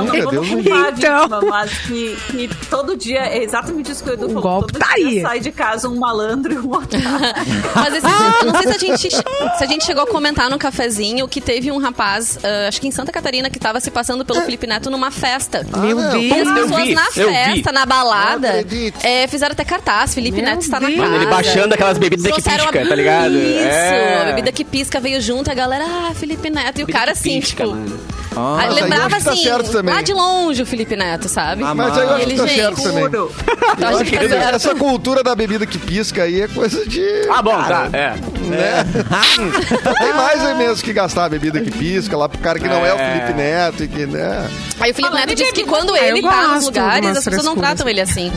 Speaker 5: Nunca, um nunca,
Speaker 6: Não,
Speaker 5: Deus
Speaker 6: vamos
Speaker 5: me
Speaker 6: culpar a
Speaker 2: Então.
Speaker 6: vítima, mas que, que todo dia, é exatamente isso que o Edu
Speaker 2: O
Speaker 6: falou.
Speaker 2: golpe
Speaker 6: Todo
Speaker 2: tá
Speaker 6: dia
Speaker 2: aí.
Speaker 6: sai de casa um malandro e um otário.
Speaker 4: Mas esse- eu não sei se a, gente, se a gente chegou a comentar no cafezinho que teve um rapaz, ah, acho que em Santa Catarina, que estava se passando pelo Felipe Neto numa festa.
Speaker 2: Meu
Speaker 5: Ah, não.
Speaker 4: E as
Speaker 2: Deus.
Speaker 3: Eu
Speaker 4: pessoas
Speaker 3: vi,
Speaker 4: na
Speaker 3: eu vi.
Speaker 4: festa, na
Speaker 5: Não
Speaker 4: balada,
Speaker 5: acredito.
Speaker 4: eh, fizeram até cartaz. Felipe
Speaker 2: Meu
Speaker 4: Neto está na
Speaker 2: Deus.
Speaker 4: casa.
Speaker 2: Mano,
Speaker 3: Ele baixando aquelas bebidas que
Speaker 4: Trouxeram
Speaker 3: pisca,
Speaker 4: a-
Speaker 3: tá ligado?
Speaker 4: Isso,
Speaker 3: É.
Speaker 4: a bebida que pisca veio junto, a galera, ah, Felipe Neto. E o cara, assim,
Speaker 3: Pisca, né?
Speaker 4: tipo...
Speaker 3: mano.
Speaker 4: ah,
Speaker 5: mas aí eu
Speaker 4: lembrava
Speaker 5: acho que tá
Speaker 4: assim,
Speaker 5: certo também.
Speaker 4: lá de longe o Felipe Neto, sabe?
Speaker 1: Ah,
Speaker 5: Mas aí eu acho que
Speaker 4: Ele,
Speaker 5: tá
Speaker 4: gente,
Speaker 5: certo também.
Speaker 6: Puro.
Speaker 4: Eu acho que tá certo.
Speaker 5: Essa cultura da bebida que pisca aí é coisa de.
Speaker 3: Ah, bom, tá. É.
Speaker 5: né? Tem mais aí mesmo que gastar a bebida que pisca lá pro cara que não é, o Felipe Neto e que, né?
Speaker 4: Aí o Felipe
Speaker 6: Falando
Speaker 4: Neto
Speaker 6: em
Speaker 4: disse que
Speaker 6: bebida,
Speaker 4: quando
Speaker 2: eu
Speaker 4: ele tá
Speaker 2: gosto
Speaker 4: nos
Speaker 2: de
Speaker 4: lugares,
Speaker 2: umas
Speaker 4: as pessoas não
Speaker 2: frescuras.
Speaker 4: tratam ele assim.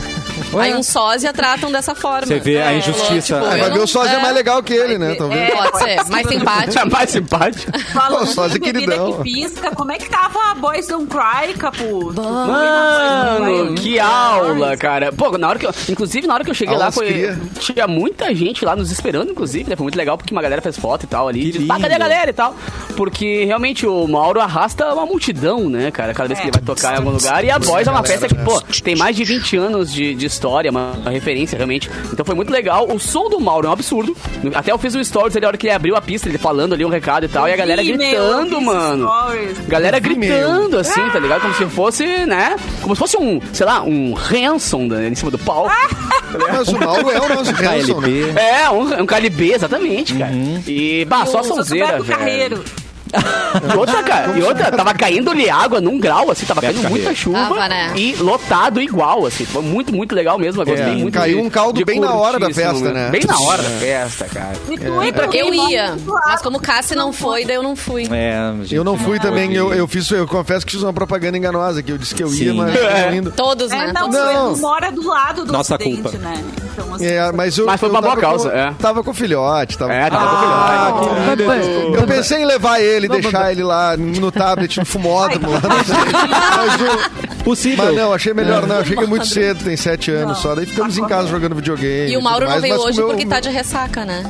Speaker 4: Aí um sósia tratam dessa forma. tipo,
Speaker 1: Você vê a injustiça.
Speaker 5: É,
Speaker 1: Eu
Speaker 5: vai ver o
Speaker 4: sósia
Speaker 5: sósia é mais legal que ele, né?
Speaker 3: É.
Speaker 5: Talvez.
Speaker 4: Pode ser, mais simpático.
Speaker 3: Tá mais simpático.
Speaker 6: Falando
Speaker 5: Só
Speaker 6: de bebida
Speaker 5: queridão.
Speaker 6: que pisca, como é que tava a Boys Don't Cry, Capu?
Speaker 3: Mano, que aula, cara. Pô, na hora que eu, inclusive na hora que eu cheguei lá
Speaker 5: Aulas
Speaker 3: foi
Speaker 5: cria.
Speaker 3: tinha muita gente lá nos esperando, inclusive, né? Foi muito legal porque uma galera fez foto e tal ali.
Speaker 1: Que
Speaker 3: Diz, "Ah, cadê a
Speaker 1: lindo."
Speaker 3: galera e tal? Porque realmente o Mauro arrasta uma multidão, né, cara? Cada vez
Speaker 6: É.
Speaker 3: que ele vai tocar em algum lugar. E a Boys é uma festa que, pô, tem mais de 20 anos de, de história, uma, uma referência realmente. Então foi muito legal. O som do Mauro é um absurdo. Até eu fiz um stories ali a hora que ele abriu a pista, ele falando ali um recado e tal, e a galera
Speaker 6: Ih, meu,
Speaker 3: gritando,
Speaker 6: esses
Speaker 3: mano.
Speaker 6: stories.
Speaker 3: Galera
Speaker 5: Meu.
Speaker 3: gritando, assim, tá ligado? Como
Speaker 5: Ah!
Speaker 3: se fosse, né? Como se fosse um, sei lá, um Hanson né, em cima do palco.
Speaker 5: Ah! Mas o Mauro é o nosso Nelson, né?
Speaker 1: KLP.
Speaker 3: É, um, um Calibê, exatamente, cara.
Speaker 5: Uhum.
Speaker 3: E, bah, só
Speaker 6: O
Speaker 3: sonzeira,
Speaker 6: Roberto
Speaker 3: velho.
Speaker 6: Carreiro.
Speaker 3: E outra, cara, e outra, tava caindo-lhe água num grau, assim, tava
Speaker 1: Beto
Speaker 3: caindo muita
Speaker 1: Carreiro.
Speaker 3: chuva
Speaker 4: Tava, né?
Speaker 3: e lotado igual, assim. Foi muito, muito legal mesmo, eu gostei
Speaker 1: É,
Speaker 3: muito.
Speaker 5: caiu
Speaker 3: de-
Speaker 5: um caldo
Speaker 3: de
Speaker 5: bem na
Speaker 3: curtir
Speaker 5: hora da
Speaker 3: esse
Speaker 5: festa,
Speaker 3: momento.
Speaker 5: né?
Speaker 3: Bem na hora da festa, cara.
Speaker 6: E tu, e tu,
Speaker 4: Eu
Speaker 6: irmão,
Speaker 4: ia,
Speaker 6: tu
Speaker 4: mas
Speaker 6: acha?
Speaker 4: como o Cassi não foi, daí eu não fui.
Speaker 1: É, gente.
Speaker 5: Eu não fui também,
Speaker 3: Não,
Speaker 5: eu, eu fiz, eu confesso que fiz uma propaganda enganosa, que eu disse que eu ia,
Speaker 1: Sim.
Speaker 5: mas eu não indo.
Speaker 4: Todos, né?
Speaker 6: É, não,
Speaker 4: Todos.
Speaker 5: Não.
Speaker 6: não. mora do lado do
Speaker 1: Nossa
Speaker 6: ocidente,
Speaker 1: culpa.
Speaker 6: né? Então, assim,
Speaker 5: É, mas eu,
Speaker 3: Mas foi
Speaker 5: eu
Speaker 3: pra boa
Speaker 5: tava
Speaker 3: causa,
Speaker 5: com,
Speaker 3: é.
Speaker 5: Tava com filhote, tava
Speaker 3: É, tava ah,
Speaker 1: Ah, que lindo.
Speaker 5: Eu pensei em levar ele, deixar ele lá no tablet, no fumódromo lá. não sei. Mas, o-
Speaker 1: Possível.
Speaker 5: mas não, achei melhor não. Achei que é muito cedo, tem sete anos
Speaker 6: Não.
Speaker 5: só. Daí ficamos em casa jogando videogame.
Speaker 4: Tá E o
Speaker 5: tudo
Speaker 4: Mauro não
Speaker 5: mais,
Speaker 4: veio
Speaker 5: mas
Speaker 4: hoje
Speaker 5: comeu-
Speaker 4: porque tá de ressaca, né?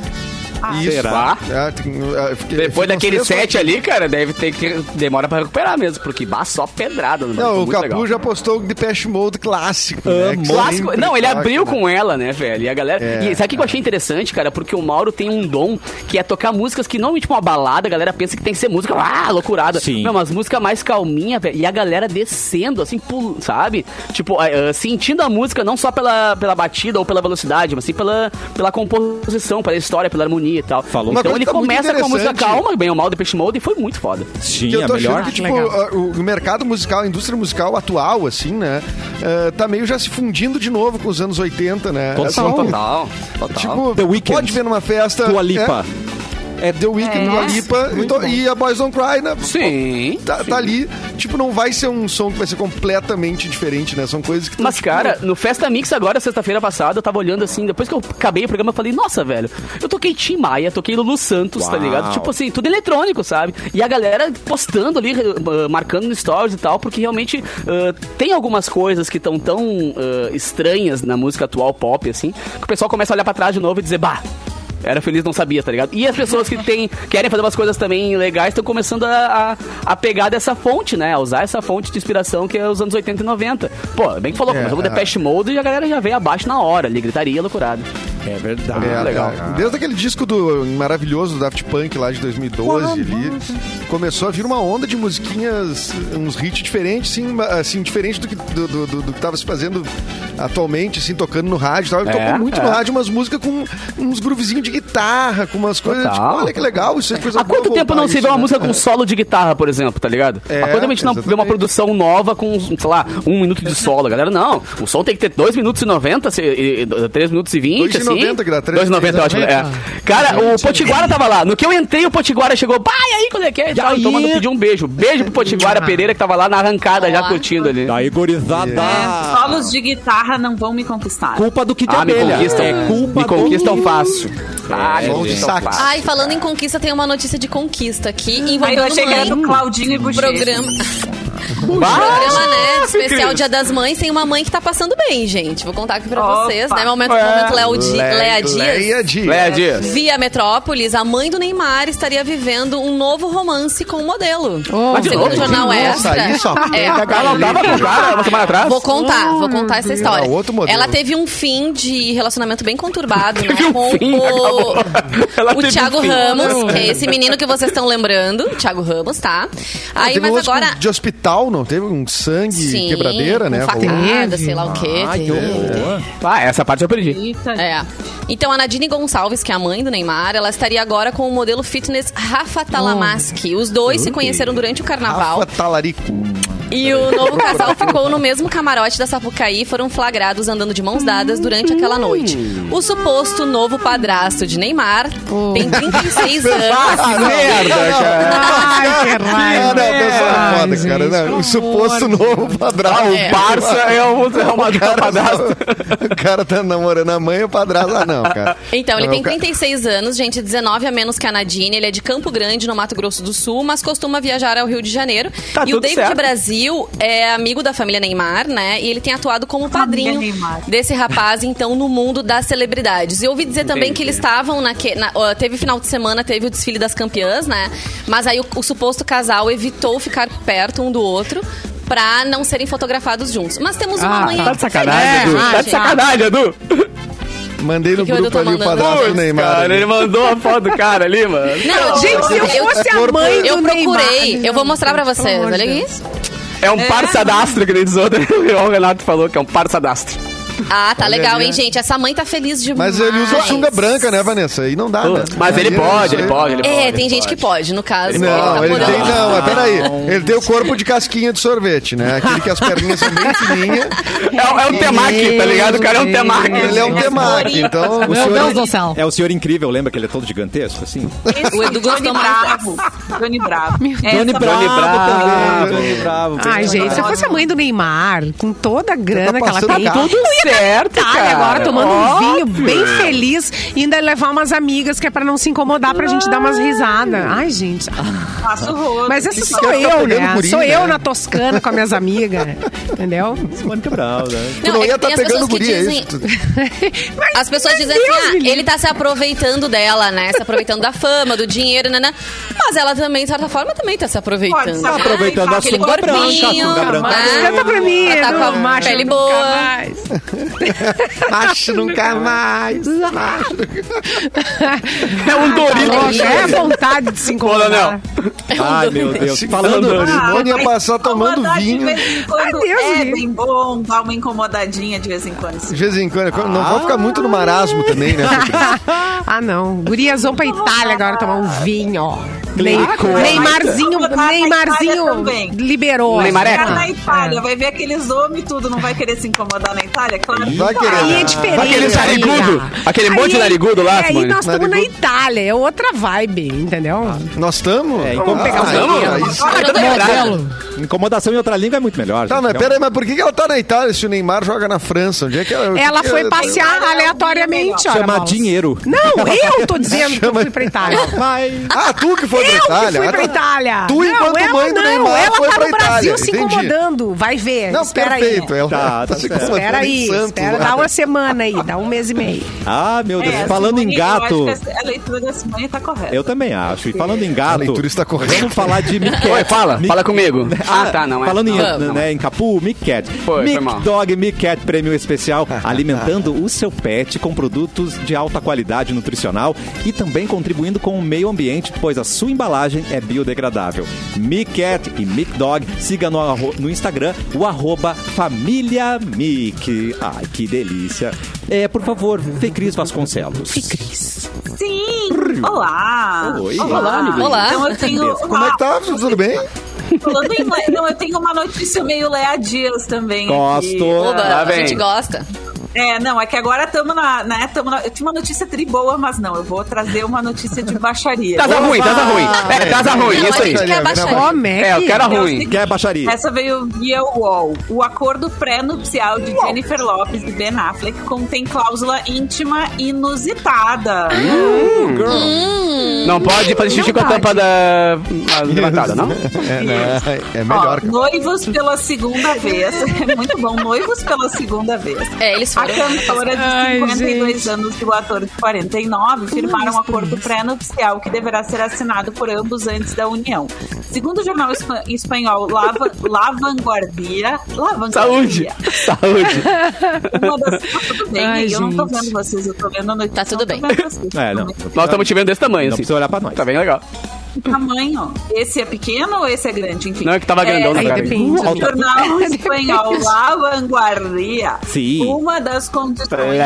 Speaker 5: Isso.
Speaker 1: Será?
Speaker 5: É, tem- eu fiquei-
Speaker 3: Depois
Speaker 5: fiquei
Speaker 3: daquele
Speaker 5: uns três,
Speaker 3: set ali, cara, deve ter que. Demora pra recuperar mesmo, porque bah, só pedrada. né, mano. Foi
Speaker 5: Não, o
Speaker 3: muito
Speaker 5: Capu
Speaker 3: legal.
Speaker 5: já postou o Depeche Mode clássico. né,
Speaker 1: Amo.
Speaker 5: que
Speaker 3: Clássico.
Speaker 5: sempre
Speaker 3: Não, ele
Speaker 5: toca,
Speaker 3: abriu
Speaker 5: né?
Speaker 3: com ela, né, velho? E a galera.
Speaker 5: É,
Speaker 3: e sabe o que eu achei interessante, cara? Porque o Mauro tem um dom que é tocar músicas que normalmente pra uma balada, a galera pensa que tem que ser música, ah, loucurada.
Speaker 1: Sim.
Speaker 3: Não, mas música mais calminha, velho. E a galera descendo, assim, pul- sabe? Tipo, ah, ah, sentindo a música não só pela, pela batida ou pela velocidade, mas sim pela, pela composição, pela história, pela harmonia e tal.
Speaker 1: Falou. Uma
Speaker 3: Então
Speaker 5: coisa
Speaker 3: ele
Speaker 5: que tá muito
Speaker 3: começa com a música
Speaker 5: interessante.
Speaker 3: calma, bem ou mal, Depeche Mode, e foi muito foda.
Speaker 1: Sim,
Speaker 5: Que eu
Speaker 1: é
Speaker 5: tô
Speaker 1: melhor.
Speaker 5: achando que, tipo,
Speaker 2: Legal.
Speaker 5: a- o mercado musical, a indústria musical atual, assim, né? eh, tá meio já se fundindo de novo com os anos 80, né?
Speaker 1: Total,
Speaker 5: Assim,
Speaker 3: Total. Total.
Speaker 5: Tipo,
Speaker 1: The Weeknd.
Speaker 5: pode ver numa festa...
Speaker 1: Tua Lipa.
Speaker 5: É, é The Weeknd,
Speaker 6: É.
Speaker 5: Dua Lipa e to- e a Boys Don't Cry, né?
Speaker 3: Sim.
Speaker 5: Tá,
Speaker 3: sim.
Speaker 5: tá ali, tipo, não vai ser um som que vai ser completamente diferente, né? São coisas que... tão,
Speaker 3: Mas,
Speaker 5: tipo,
Speaker 3: cara, no Festa Mix agora, sexta-feira passada, eu tava olhando assim, depois que eu acabei o programa, eu falei, nossa, velho, eu toquei Tim Maia, toquei Lulu Santos, tá
Speaker 1: Uau.
Speaker 3: ligado? Tipo assim, tudo eletrônico, sabe? E a galera postando ali, re- uh, marcando no stories e tal, porque realmente uh, tem algumas coisas que estão tão uh, estranhas na música atual pop, assim, que o pessoal começa a olhar pra trás de novo e dizer, bah. Era feliz, não sabia, tá ligado? E as pessoas que tem, querem fazer umas coisas também legais estão começando a, a, a pegar dessa fonte, né? A usar essa fonte de inspiração que é os anos 80 e 90. Pô, bem que falou,
Speaker 5: É,
Speaker 3: começou com
Speaker 5: é.
Speaker 3: Depeche Mode e a galera já veio abaixo na hora ali, gritaria, loucurada.
Speaker 1: É verdade.
Speaker 5: É,
Speaker 3: legal.
Speaker 5: é. Desde aquele disco do maravilhoso do Daft Punk lá de 2012 ali, começou a vir uma onda de musiquinhas, uns hits diferentes, sim, ma- assim, diferente do que, do, do- do- do que tava se fazendo atualmente, assim, tocando no rádio e tal. Ele
Speaker 3: É,
Speaker 5: tocou muito no
Speaker 3: é.
Speaker 5: rádio umas músicas com uns groovezinhos de guitarra, com umas coisas,
Speaker 3: Total.
Speaker 5: tipo, olha que legal, isso é coisa
Speaker 3: Há
Speaker 5: boa
Speaker 3: quanto tempo
Speaker 5: voltar
Speaker 3: não se
Speaker 5: isso,
Speaker 3: vê uma
Speaker 5: né?
Speaker 3: música com solo de guitarra, por exemplo, tá ligado?
Speaker 5: É,
Speaker 3: Há quanto tempo a gente não vê uma
Speaker 5: exatamente.
Speaker 3: produção nova com, sei lá, um minuto de solo, galera? Não, o som tem que ter 2 minutos e 90, 3 minutos e 20,
Speaker 5: Dois e
Speaker 3: assim.
Speaker 5: 90 que dá, três-
Speaker 3: 2 e 90, ótimo. É. Cara, o Potiguara tava lá. No que eu entrei, o Potiguara chegou, pá, e aí, quando é que é? E tal, então mandou pedir um beijo. Beijo pro Potiguara Pereira que tava lá na arrancada já
Speaker 4: Olá.
Speaker 3: curtindo ali.
Speaker 1: Daí, gorizada.
Speaker 6: É, solos de guitarra não vão me conquistar.
Speaker 1: Culpa do que de
Speaker 3: Ah, me
Speaker 1: abelha.
Speaker 3: conquistam.
Speaker 1: É culpa
Speaker 3: Me conquistam fácil. Ah,
Speaker 5: Sol de sax.
Speaker 4: Ai,
Speaker 5: tá.
Speaker 4: falando em conquista, tem uma notícia de conquista aqui
Speaker 6: Aí
Speaker 4: envolvendo
Speaker 6: eu achei que era
Speaker 4: mãe,
Speaker 6: do Claudinho e Buchecha.
Speaker 4: programa. O programa, né?
Speaker 3: Cris.
Speaker 4: Especial Dia das Mães, tem uma mãe que tá passando bem, gente. Vou contar aqui pra
Speaker 6: Opa.
Speaker 4: vocês, né? Momento, momento Léo Di- Léa Dias.
Speaker 5: Leia Dias.
Speaker 3: Leia Dias.
Speaker 4: Via Metrópolis, a mãe do Neymar estaria vivendo um novo romance com o modelo.
Speaker 3: Mas de
Speaker 4: Segundo
Speaker 3: novo?
Speaker 4: o jornal
Speaker 5: Nossa,
Speaker 4: Extra.
Speaker 5: isso, ó.
Speaker 4: É.
Speaker 3: A Carla tava com o cara uma semana atrás?
Speaker 4: Vou contar, vou contar essa história.
Speaker 5: Ah, outro modelo.
Speaker 4: Ela teve um fim de relacionamento bem conturbado, né?
Speaker 3: Teve um
Speaker 4: com
Speaker 3: fim,
Speaker 4: o,
Speaker 3: acabou. Ela
Speaker 4: o
Speaker 3: teve um
Speaker 4: Thiago
Speaker 3: fim.
Speaker 4: Ramos, que é esse menino que vocês estão lembrando, Thiago Ramos, tá?
Speaker 5: Ah,
Speaker 4: Aí,
Speaker 5: teve
Speaker 3: um
Speaker 4: mas
Speaker 5: outro
Speaker 4: agora.
Speaker 5: De hospital, não? Teve um sangue,
Speaker 4: Sim,
Speaker 5: quebradeira,
Speaker 4: com
Speaker 3: um
Speaker 5: né?
Speaker 4: Facada, sei lá o quê.
Speaker 1: Ai, que
Speaker 4: teve.
Speaker 1: horror.
Speaker 3: Ah, essa parte eu perdi.
Speaker 6: Eita,
Speaker 4: É. Então, a Nadine Gonçalves, que é a mãe do Neymar, ela estaria agora com o modelo fitness Rafa Talamaski. Os dois se conheceram durante o carnaval.
Speaker 5: Rafa Talarico.
Speaker 4: E o novo casal ficou no mesmo camarote da Sapucaí e foram flagrados andando de mãos dadas durante aquela noite. O suposto novo padrasto de Neymar tem 36 anos.
Speaker 5: merda, cara.
Speaker 2: Ai, que
Speaker 5: Ah, não,
Speaker 2: raiva.
Speaker 5: pessoal,
Speaker 2: Ai,
Speaker 5: foda,
Speaker 2: gente,
Speaker 5: cara. Não,
Speaker 2: que
Speaker 5: o suposto
Speaker 2: horror.
Speaker 5: novo padrão.
Speaker 4: É.
Speaker 3: Barça é o é uma
Speaker 5: cara,
Speaker 3: padrasto.
Speaker 5: o cara tá namorando a mãe e o padrasto. Ah, não, cara.
Speaker 4: Então, ele
Speaker 5: Não,
Speaker 4: tem
Speaker 5: o ca-
Speaker 4: 36 anos, gente, 19 a menos que a Nadine. Ele é de Campo Grande, no Mato Grosso do Sul, mas costuma viajar ao Rio de Janeiro.
Speaker 3: Tá
Speaker 4: e o
Speaker 3: tudo
Speaker 4: David
Speaker 3: certo.
Speaker 4: Brasil é amigo da família Neymar, né? E ele tem atuado como padrinho
Speaker 6: Família Neymar.
Speaker 4: desse rapaz, então, no mundo das celebridades. E eu ouvi dizer também
Speaker 3: Entendi.
Speaker 4: que eles estavam naque, na- ó, Teve final de semana, teve o desfile das campeãs, né? Mas aí o, o suposto casal evitou ficar perto um do outro. Pra não serem fotografados juntos. Mas temos uma
Speaker 3: Ah,
Speaker 4: manhã.
Speaker 3: tá de sacanagem,
Speaker 4: feliz,
Speaker 3: Edu.
Speaker 4: né,
Speaker 3: Tá de
Speaker 4: é. gente?
Speaker 3: sacanagem, Edu.
Speaker 5: Mandei no
Speaker 4: Que que o Edu
Speaker 5: grupo
Speaker 4: tá
Speaker 5: ali o
Speaker 4: mandando?
Speaker 5: padrasto do
Speaker 4: Putz,
Speaker 5: Neymar.
Speaker 3: Cara, ele mandou a foto do cara ali, mano.
Speaker 4: Não,
Speaker 2: Gente, se eu
Speaker 4: eu-
Speaker 2: fosse a
Speaker 5: corpo-
Speaker 2: mãe do
Speaker 4: Eu
Speaker 2: Neymar-
Speaker 4: procurei, eu vou mostrar pra
Speaker 2: Pelo
Speaker 4: vocês.
Speaker 2: amor de
Speaker 4: Olha aqui.
Speaker 2: Deus.
Speaker 3: É um par sadastro, que nem diz outro. O Renato falou que é um par sadastro.
Speaker 4: Ah, tá
Speaker 5: Olha
Speaker 4: legal,
Speaker 5: ali,
Speaker 4: hein,
Speaker 5: né?
Speaker 4: gente? Essa mãe tá feliz demais.
Speaker 5: Mas ele usa sunga branca, né, Vanessa? Aí não dá, né?
Speaker 3: Mas ele
Speaker 5: Aí
Speaker 3: pode, ele
Speaker 5: aí-
Speaker 3: pode, ele pode.
Speaker 4: É,
Speaker 3: ele
Speaker 4: tem gente
Speaker 3: pode.
Speaker 4: que pode, no caso.
Speaker 5: Não,
Speaker 4: tá
Speaker 5: ele tem,
Speaker 4: morando.
Speaker 5: não, mas peraí. Ele tem o corpo de casquinha de sorvete, né? Aquele que as perninhas são bem fininhas.
Speaker 3: É, é um temaki, tá ligado? O cara é um temaki.
Speaker 5: Ele é um temaki, então. O
Speaker 2: Meu Deus
Speaker 5: senhor,
Speaker 2: do céu.
Speaker 1: É o senhor incrível, lembra que ele é todo gigantesco, assim?
Speaker 6: esse
Speaker 4: O Edu
Speaker 6: Johnny
Speaker 4: gostou mais
Speaker 6: Bravo. Johnny Bravo.
Speaker 1: Doni
Speaker 6: Essa-
Speaker 3: Bravo também,
Speaker 1: Doni Bravo.
Speaker 2: Ai, gente, se eu fosse a mãe do Neymar, com toda a grana que ela
Speaker 5: Tá passando
Speaker 2: tem,
Speaker 5: carro.
Speaker 2: tudo
Speaker 3: certo,
Speaker 2: Itália agora, tomando um vinho
Speaker 3: Óbvio.
Speaker 2: bem feliz e ainda levar umas amigas que é pra não se incomodar, pra gente dar umas risadas. Ai, gente.
Speaker 6: Passa o rosto.
Speaker 2: Mas essa
Speaker 5: que
Speaker 2: sou
Speaker 5: quer ficar
Speaker 2: eu,
Speaker 5: pegando
Speaker 2: né?
Speaker 5: guri,
Speaker 2: sou
Speaker 5: né?
Speaker 2: eu na Toscana com as minhas amigas. Entendeu?
Speaker 1: Mônica Brau, né?
Speaker 5: tu não
Speaker 4: é
Speaker 5: ia
Speaker 4: que
Speaker 5: estar
Speaker 4: tem as pessoas
Speaker 5: pegando
Speaker 4: que
Speaker 5: guri, é
Speaker 4: dizem-
Speaker 5: isso? Tu-
Speaker 2: Mas,
Speaker 4: As pessoas
Speaker 2: meu
Speaker 4: dizem assim,
Speaker 2: Deus,
Speaker 4: ah,
Speaker 2: menina.
Speaker 4: ele tá se aproveitando dela, né? Se aproveitando da fama, do dinheiro, né? né? Mas ela também, de certa forma, também tá se
Speaker 6: Pode,
Speaker 4: aproveitando.
Speaker 6: sabe?
Speaker 1: aproveitando
Speaker 6: Ai,
Speaker 1: a
Speaker 4: Aquele
Speaker 6: aquele
Speaker 1: sunga branca,
Speaker 4: corpinho,
Speaker 1: a sunga branca.
Speaker 4: né?
Speaker 2: Canta pra mim,
Speaker 4: Ela tá
Speaker 2: Edu,
Speaker 4: com a
Speaker 2: macho,
Speaker 4: pele
Speaker 2: nunca
Speaker 4: boa.
Speaker 2: mais.
Speaker 5: Macho nunca mais. macho.
Speaker 3: É um
Speaker 2: Tá
Speaker 3: Dorito.
Speaker 2: louca, é vontade de se incomodar.
Speaker 3: Leonel.
Speaker 6: é um
Speaker 1: Ai, meu Deus.
Speaker 5: Se
Speaker 1: Falando,
Speaker 5: falando-
Speaker 6: Ah,
Speaker 5: Simone ia
Speaker 6: mas
Speaker 5: passar tomando
Speaker 6: incomodar de
Speaker 5: vinho.
Speaker 6: vez em quando
Speaker 2: Ai, Deus
Speaker 6: é
Speaker 2: me
Speaker 6: bem bom, dá uma incomodadinha de vez em quando.
Speaker 5: De vez em quando, não pode ficar muito no marasmo também, né?
Speaker 2: Ah, não. Gurias vão pra Itália agora tomar um vinho, ó. Ney-
Speaker 1: Cleico.
Speaker 2: Neymarzinho,
Speaker 6: Vou botar na Itália
Speaker 2: Neymarzinho
Speaker 6: também.
Speaker 2: liberou.
Speaker 1: é?
Speaker 3: Neymareca.
Speaker 6: Ficar
Speaker 2: Ah,
Speaker 6: na
Speaker 2: é.
Speaker 6: Itália, vai ver aqueles homens e tudo, não vai querer se incomodar na Itália? Claro que
Speaker 5: Vai querer.
Speaker 2: Aí é
Speaker 5: Ah,
Speaker 2: diferente.
Speaker 3: aquele narigudo,
Speaker 2: amiga.
Speaker 3: aquele monte de narigudo lá,
Speaker 2: É, aí
Speaker 3: Simone.
Speaker 2: nós estamos na
Speaker 5: Narigudo.
Speaker 2: Itália, é outra vibe, entendeu?
Speaker 5: Nós Ah, tá, estamos?
Speaker 1: É, então vamos pegar um
Speaker 5: estamos?
Speaker 1: vinho.
Speaker 5: Aí sim.
Speaker 3: Ah, então é
Speaker 1: Incomodação em outra língua é muito melhor.
Speaker 5: Tá,
Speaker 1: gente.
Speaker 5: mas
Speaker 1: É um-
Speaker 5: peraí, mas por que que ela tá na Itália se o Neymar joga na França? Onde é que ela...
Speaker 2: Ela
Speaker 5: que
Speaker 2: foi
Speaker 5: que-
Speaker 2: passear
Speaker 6: Itália é um
Speaker 2: aleatoriamente,
Speaker 6: vinho
Speaker 2: olha,
Speaker 1: Chamar
Speaker 2: Maus.
Speaker 1: dinheiro.
Speaker 2: Não, eu tô dizendo que eu
Speaker 5: Chama-
Speaker 2: fui pra Itália.
Speaker 1: Mas...
Speaker 5: Ah, tu que foi pra
Speaker 2: Eu que
Speaker 5: Itália?
Speaker 2: fui
Speaker 5: Ah,
Speaker 2: pra
Speaker 5: tá.
Speaker 2: Itália.
Speaker 5: Tu, enquanto
Speaker 2: ela
Speaker 5: mãe do
Speaker 2: não,
Speaker 5: Neymar,
Speaker 2: ela
Speaker 5: foi
Speaker 2: tá
Speaker 5: pra
Speaker 2: no Brasil
Speaker 5: Itália.
Speaker 2: se
Speaker 5: Entendi.
Speaker 2: incomodando. Vai ver.
Speaker 5: Não,
Speaker 2: espera
Speaker 5: perfeito.
Speaker 2: aí.
Speaker 5: Ela
Speaker 1: Tá, tá
Speaker 5: se
Speaker 1: certo.
Speaker 5: incomodando
Speaker 2: Espera
Speaker 5: em
Speaker 2: aí,
Speaker 5: Santos,
Speaker 2: espera,
Speaker 5: lá.
Speaker 2: dá uma semana aí, dá um mês e meio.
Speaker 1: Ah, meu Deus.
Speaker 6: É,
Speaker 1: Falando
Speaker 6: Simone,
Speaker 1: em
Speaker 6: Eu
Speaker 1: gato.
Speaker 6: acho que a leitura da Simone tá correta.
Speaker 1: Eu também acho. E falando em gato.
Speaker 5: A leitura está correta.
Speaker 1: Vamos falar de Miquel.
Speaker 3: Oi, fala, fala comigo. Ah, tá, não é.
Speaker 1: Falando em,
Speaker 3: Não, não
Speaker 1: né, em Capu, Mic Cat.
Speaker 3: Foi,
Speaker 1: Mic
Speaker 3: foi mal.
Speaker 1: Dog Mic Cat Prêmio Especial, alimentando o seu pet com produtos de alta qualidade nutricional e também contribuindo com o meio ambiente, pois a sua embalagem é biodegradável. Mic Cat e Mic Dog, siga no, arro- no Instagram o arroba família Mic. Ai, que delícia. É, por favor, Fecris Vasconcelos.
Speaker 6: Sim! Olá!
Speaker 1: Oi.
Speaker 3: Olá, amigo.
Speaker 4: Olá.
Speaker 6: Então eu tenho...
Speaker 5: Como é que tá? Tudo bem?
Speaker 6: Falando em Le- Não, eu tenho uma notícia meio Lea Dias também. aqui.
Speaker 1: Gosto.
Speaker 5: Tá
Speaker 4: Oba,
Speaker 3: Lá
Speaker 4: a
Speaker 3: vem.
Speaker 4: gente gosta.
Speaker 6: É, não, é que agora estamos na, né, tamo na- Eu tinha uma notícia triboa, mas não, eu vou trazer uma notícia de baixaria.
Speaker 1: Tá,
Speaker 3: Casa ruim, casa ruim. É, casa ruim,
Speaker 4: Não,
Speaker 3: isso
Speaker 4: a
Speaker 3: aí.
Speaker 4: gente quer abaixar.
Speaker 2: Como é que...
Speaker 3: É, o cara
Speaker 6: É o
Speaker 3: ruim.
Speaker 6: seguinte,
Speaker 1: Quer baixaria?
Speaker 6: Essa veio via UOL. O acordo pré-nupcial de Jennifer Lopes e Ben Affleck contém cláusula íntima inusitada.
Speaker 3: Hum.
Speaker 2: Hum.
Speaker 3: Não pode fazer xixi com
Speaker 6: Não
Speaker 3: a
Speaker 6: pode.
Speaker 3: tampa da... da levantada, não?
Speaker 5: É, não, é- é melhor,
Speaker 6: Ó,
Speaker 5: cara.
Speaker 6: noivos pela segunda vez. É muito bom. Noivos pela segunda vez.
Speaker 4: É, eles
Speaker 6: A
Speaker 4: foram.
Speaker 6: cantora de 52 anos e o ator de 49 firmaram um acordo pré-nupcial que deverá ser assinado por ambos antes da união. Segundo o jornal espa- espanhol La, Va- La Vanguardia, La Vanguardia,
Speaker 3: Saúde. Saúde.
Speaker 6: Uma das... tá tudo bem,
Speaker 2: Ai,
Speaker 6: eu não tô
Speaker 2: gente.
Speaker 6: vendo vocês, eu tô vendo a notícia.
Speaker 4: Tá tudo
Speaker 6: eu tô
Speaker 4: bem.
Speaker 6: vendo vocês,
Speaker 1: É, não.
Speaker 6: tudo bem.
Speaker 3: Nós estamos te vendo desse tamanho,
Speaker 1: Não
Speaker 3: assim.
Speaker 1: precisa olhar pra nós.
Speaker 3: Tá bem legal.
Speaker 6: Que tamanho? Esse é pequeno ou esse é grande? Enfim.
Speaker 3: Não, é que tava grandão no
Speaker 2: Aí
Speaker 3: cara.
Speaker 2: depende.
Speaker 6: O jornal espanhol La Vanguardia,
Speaker 1: Sim.
Speaker 6: uma das condições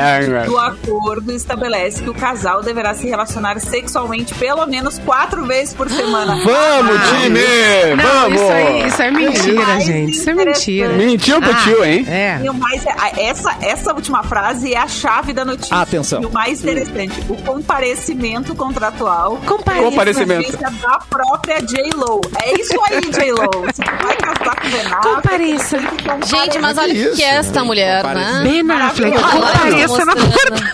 Speaker 6: do acordo estabelece que o casal deverá se relacionar sexualmente pelo menos quatro vezes por semana.
Speaker 3: Vamos,
Speaker 2: Ah,
Speaker 3: time!
Speaker 2: Não,
Speaker 3: Vamos!
Speaker 2: Isso, aí, isso é mentira,
Speaker 6: Mais
Speaker 2: gente. Isso é mentira.
Speaker 6: interessante.
Speaker 3: Mentiu pro
Speaker 2: Ah,
Speaker 3: tio, hein?
Speaker 2: É.
Speaker 6: E o mais, a- essa, essa última frase é a chave da notícia.
Speaker 1: Atenção.
Speaker 6: E o mais interessante, o comparecimento contratual.
Speaker 2: Comparecimento.
Speaker 6: Comparecimento. Da própria J-Lo. É isso aí, J-Lo. Você vai casar com é o Ben Affleck,
Speaker 2: Compareça.
Speaker 6: tem que comparecer.
Speaker 4: Gente, mas olha o que,
Speaker 5: isso?
Speaker 4: que é esta mulher, né?
Speaker 2: Ben Affleck,
Speaker 6: Maravilhoso.
Speaker 2: compareça na
Speaker 4: Mostrando.
Speaker 2: portaria.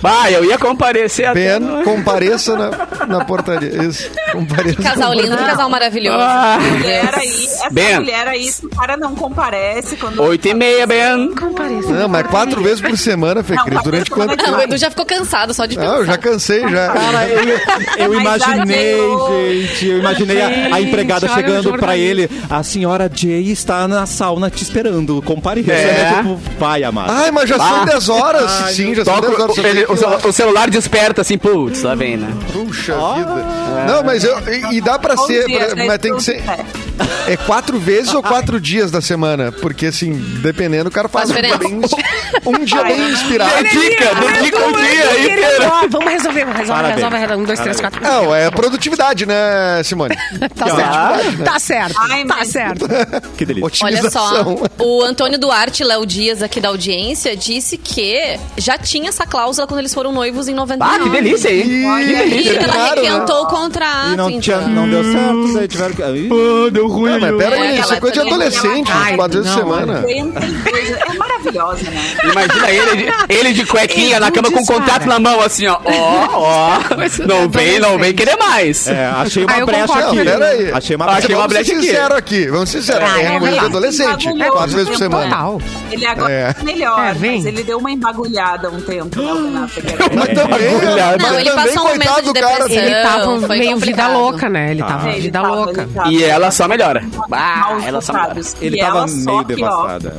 Speaker 3: Bah, eu ia comparecer até.
Speaker 5: Ben, compareça na, na portaria. Isso, compareça
Speaker 4: Que Casal
Speaker 5: na
Speaker 4: lindo, que
Speaker 5: portaria.
Speaker 4: casal maravilhoso.
Speaker 3: Ah.
Speaker 6: mulher aí, essa
Speaker 3: Ben.
Speaker 6: mulher aí, se o cara não comparece quando.
Speaker 3: Oito e meia, Ben.
Speaker 2: Compareça.
Speaker 5: Não, mas quatro vezes por semana, Fê
Speaker 6: Não,
Speaker 5: Cris. Durante
Speaker 6: quatro vezes por
Speaker 5: quanto
Speaker 6: semana
Speaker 4: Não, o
Speaker 5: tempo?
Speaker 4: Edu já ficou cansado só de
Speaker 5: Ah, eu
Speaker 4: pensar.
Speaker 5: já cansei, já.
Speaker 1: Cara, eu, eu
Speaker 6: Tá Mas
Speaker 1: imaginei,
Speaker 6: a J.Lo.
Speaker 1: gente. Eu imaginei a, a empregada
Speaker 2: Gente, olha o
Speaker 1: chegando pra
Speaker 2: jornalista.
Speaker 1: ele. A senhora Jay está na sauna te esperando. Compareça.
Speaker 3: É.
Speaker 1: É. Tipo, vai, amado.
Speaker 5: Ai, mas já
Speaker 3: Ah.
Speaker 5: são 10 horas. Sim, já são
Speaker 3: Toca
Speaker 5: 10 horas.
Speaker 3: o,
Speaker 5: só tem
Speaker 3: ele-
Speaker 5: que
Speaker 3: o
Speaker 5: ir lá.
Speaker 3: cel- o celular desperta assim, putz, lá vem, né?
Speaker 5: Puxa vida.
Speaker 3: É.
Speaker 5: Não, mas eu, e, e dá pra
Speaker 6: Bom
Speaker 5: ser,
Speaker 6: dia,
Speaker 5: pra-
Speaker 6: né?
Speaker 5: mas tem que ser.
Speaker 6: É.
Speaker 5: É quatro vezes ou quatro dias da semana? Porque, assim, dependendo, o cara faz um,
Speaker 4: Faz diferença.
Speaker 5: bem- um dia bem inspirado.
Speaker 3: Dedica, dedica o dia inteiro.
Speaker 2: Ó, Vamos resolver, resolve,
Speaker 1: Parabéns.
Speaker 2: resolve, resolve. Um, dois, três, quatro.
Speaker 5: Não, é produtividade, né, Simone?
Speaker 2: Tá certo. Tá certo.
Speaker 6: Ai,
Speaker 2: Tá
Speaker 6: mas-
Speaker 2: certo.
Speaker 1: Que delícia.
Speaker 4: Olha só,
Speaker 5: Otimização.
Speaker 4: o Antônio Duarte, Léo Dias, aqui da audiência, disse que já tinha essa cláusula quando eles foram noivos em 99.
Speaker 3: Ah, que delícia, hein? Que
Speaker 5: Ih,
Speaker 4: E
Speaker 3: delícia.
Speaker 4: ela
Speaker 5: Claro, né?
Speaker 4: requentou o contrato.
Speaker 6: Ah,
Speaker 1: E não, tinha,
Speaker 4: então.
Speaker 1: não deu certo. Vocês tiveram que. Ih,
Speaker 3: deu ruim.
Speaker 5: Não, mas pera
Speaker 4: É,
Speaker 5: aí, isso é
Speaker 4: aquela
Speaker 5: coisa de
Speaker 4: também,
Speaker 5: adolescente,
Speaker 2: aquela- Ai,
Speaker 5: quatro vezes por
Speaker 2: não,
Speaker 5: semana.
Speaker 6: 42, é maravilhosa, né?
Speaker 3: Imagina ele, de- ele de cuequinha na
Speaker 2: Edu
Speaker 3: cama com o
Speaker 2: dispara.
Speaker 3: contrato na mão, assim, ó. Ó, ó. Não vem, não vem querer mais.
Speaker 1: É, achei
Speaker 2: Ah,
Speaker 1: uma
Speaker 2: eu
Speaker 1: brecha
Speaker 2: concordo
Speaker 1: aqui.
Speaker 5: com ele. Não, peraí.
Speaker 1: Achei uma brecha.
Speaker 3: Achei
Speaker 5: Mas
Speaker 3: uma
Speaker 5: vamos ser
Speaker 3: brecha aqui.
Speaker 5: sinceros aqui, vamos ser sinceros,
Speaker 2: Ah,
Speaker 5: é,
Speaker 2: é
Speaker 5: coisa de
Speaker 2: verdade.
Speaker 5: adolescente,
Speaker 2: é
Speaker 6: Bagulho.
Speaker 5: quatro vezes por semana.
Speaker 2: Total.
Speaker 6: Ele agora
Speaker 5: É.
Speaker 6: tá melhor,
Speaker 2: É, vem.
Speaker 6: mas ele deu uma embagulhada há um tempo. né, o Ben Affleck? Era
Speaker 5: Mas também,
Speaker 3: Não,
Speaker 5: mas
Speaker 4: Não, ele
Speaker 5: também,
Speaker 4: passou um momento
Speaker 5: coitado
Speaker 4: de
Speaker 5: do cara. assim.
Speaker 4: depressão.
Speaker 2: Ele tava
Speaker 4: foi
Speaker 2: meio vida
Speaker 4: complicado.
Speaker 2: louca, né? Ele tava
Speaker 6: bem, ele
Speaker 2: vida
Speaker 6: tava,
Speaker 2: louca.
Speaker 6: ele tava.
Speaker 3: Ah, E ela só melhora.
Speaker 6: Maus
Speaker 3: Ah, ela só melhora.
Speaker 6: resultados.
Speaker 1: Ele
Speaker 6: E
Speaker 1: tava
Speaker 6: ela
Speaker 1: meio
Speaker 6: só que, ó,
Speaker 1: devastada.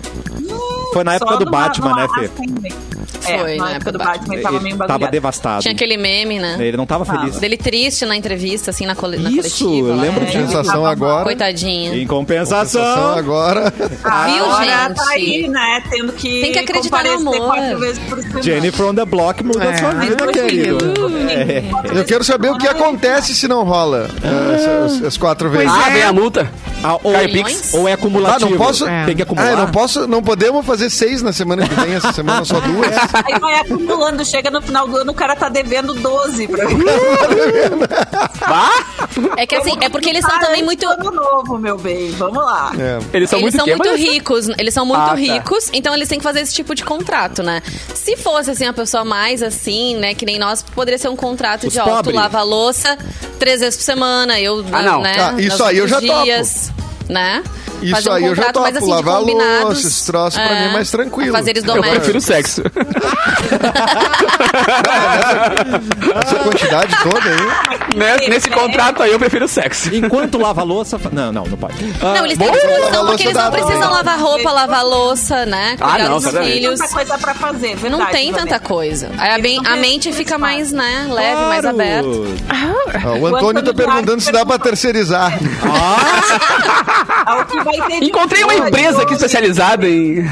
Speaker 1: Foi na época
Speaker 6: só
Speaker 1: do
Speaker 6: numa-
Speaker 1: Batman,
Speaker 6: numa
Speaker 1: né, Fê?
Speaker 6: ascendente.
Speaker 4: Foi, né,
Speaker 6: É, na época do Batman ele tava meio Ah.
Speaker 1: Ele
Speaker 6: embagulhado.
Speaker 1: tava devastado.
Speaker 4: Tinha aquele meme, né?
Speaker 1: Ele não tava
Speaker 6: Tava.
Speaker 1: feliz.
Speaker 4: Dele triste na entrevista, assim, na, cole... na
Speaker 1: Isso,
Speaker 4: coletiva.
Speaker 1: eu
Speaker 4: lá.
Speaker 1: lembro
Speaker 4: É.
Speaker 6: disso.
Speaker 5: Sensação agora.
Speaker 4: Coitadinha.
Speaker 1: Em compensação.
Speaker 5: Sensação agora.
Speaker 4: Viu,
Speaker 6: Ah, Agora
Speaker 4: gente?
Speaker 6: tá aí, né? Tendo que.
Speaker 4: Tem que acreditar no
Speaker 6: comparecer
Speaker 4: amor.
Speaker 6: Quatro vezes por semana.
Speaker 1: Jenny from the Block mudou
Speaker 2: É.
Speaker 1: sua
Speaker 6: Mas,
Speaker 1: vida,
Speaker 6: meu
Speaker 1: querido. É,
Speaker 6: filho, né, quatro
Speaker 5: Eu
Speaker 6: vezes
Speaker 5: quero
Speaker 6: por
Speaker 5: saber o que
Speaker 6: semana,
Speaker 5: acontece se não rola eh, essas, essas quatro vezes.
Speaker 3: Ah,
Speaker 2: é.
Speaker 3: vem a multa.
Speaker 1: Ah, ou,
Speaker 3: Cai
Speaker 4: Pix.
Speaker 1: ou é acumulativo.
Speaker 5: Ah, não posso-
Speaker 2: É.
Speaker 1: Tem que acumular.
Speaker 5: Ah, eu não posso, não podemos fazer seis na semana que vem, essa semana só duas.
Speaker 6: Aí vai acumulando, chega no final do ano, o cara tá devendo 12 pra mim.
Speaker 3: Ah,
Speaker 4: É que assim, é porque eles são
Speaker 6: Cara,
Speaker 4: também
Speaker 6: antes
Speaker 4: muito.
Speaker 6: do Ano novo, meu bem, vamos lá.
Speaker 5: É.
Speaker 3: eles são
Speaker 4: Eles
Speaker 3: muito
Speaker 4: são
Speaker 3: quê,
Speaker 4: muito
Speaker 3: mas-
Speaker 4: ricos, eles são muito
Speaker 3: Ah, tá.
Speaker 4: ricos, então eles têm que fazer esse tipo de contrato, né? Se fosse assim, uma pessoa mais assim, né, que nem nós, poderia ser um contrato
Speaker 1: Os
Speaker 4: de ó,
Speaker 1: pobres.
Speaker 4: tu lava a louça três vezes por semana, eu.
Speaker 3: Ah, não.
Speaker 4: Né,
Speaker 5: Ah, isso
Speaker 4: nos
Speaker 5: aí eu já
Speaker 4: outros
Speaker 5: topo.
Speaker 4: dias, Né?
Speaker 5: Isso
Speaker 4: Fazer um
Speaker 5: aí eu já
Speaker 4: contrato,
Speaker 5: topo,
Speaker 4: mas, assim, de
Speaker 5: lavar a louça,
Speaker 4: combinados,
Speaker 5: esses troços pra mim é mais tranquilo.
Speaker 4: Fazeres
Speaker 5: Eu
Speaker 3: Eu
Speaker 4: domésticos.
Speaker 3: prefiro sexo.
Speaker 5: Essa quantidade toda aí.
Speaker 3: Né? Nesse,
Speaker 4: É.
Speaker 3: nesse contrato aí, eu prefiro sexo.
Speaker 1: Enquanto lava a louça. fa- Não, não, não pode.
Speaker 4: Não, eles têm disposição,
Speaker 5: louça
Speaker 4: porque eles não
Speaker 5: dá pra
Speaker 4: precisam
Speaker 5: lavar.
Speaker 4: lavar roupa, lavar louça, né?
Speaker 3: Ah,
Speaker 4: Cuidar
Speaker 3: não,
Speaker 4: dos
Speaker 3: cada vez.
Speaker 4: filhos.
Speaker 6: Não tem tanta coisa pra fazer, verdade,
Speaker 4: Não tem
Speaker 6: Vanessa.
Speaker 4: tanta coisa. Aí a, bem-
Speaker 6: não
Speaker 4: a
Speaker 6: precisam
Speaker 4: mente
Speaker 6: desse
Speaker 4: fica
Speaker 6: espaço.
Speaker 4: mais, né, leve, mais
Speaker 1: Claro.
Speaker 4: aberta.
Speaker 5: Ó, o Antônio tá perguntando se dá pra terceirizar.
Speaker 6: É o que vai ter de
Speaker 3: Encontrei uma
Speaker 6: coisa.
Speaker 3: empresa aqui especializada em.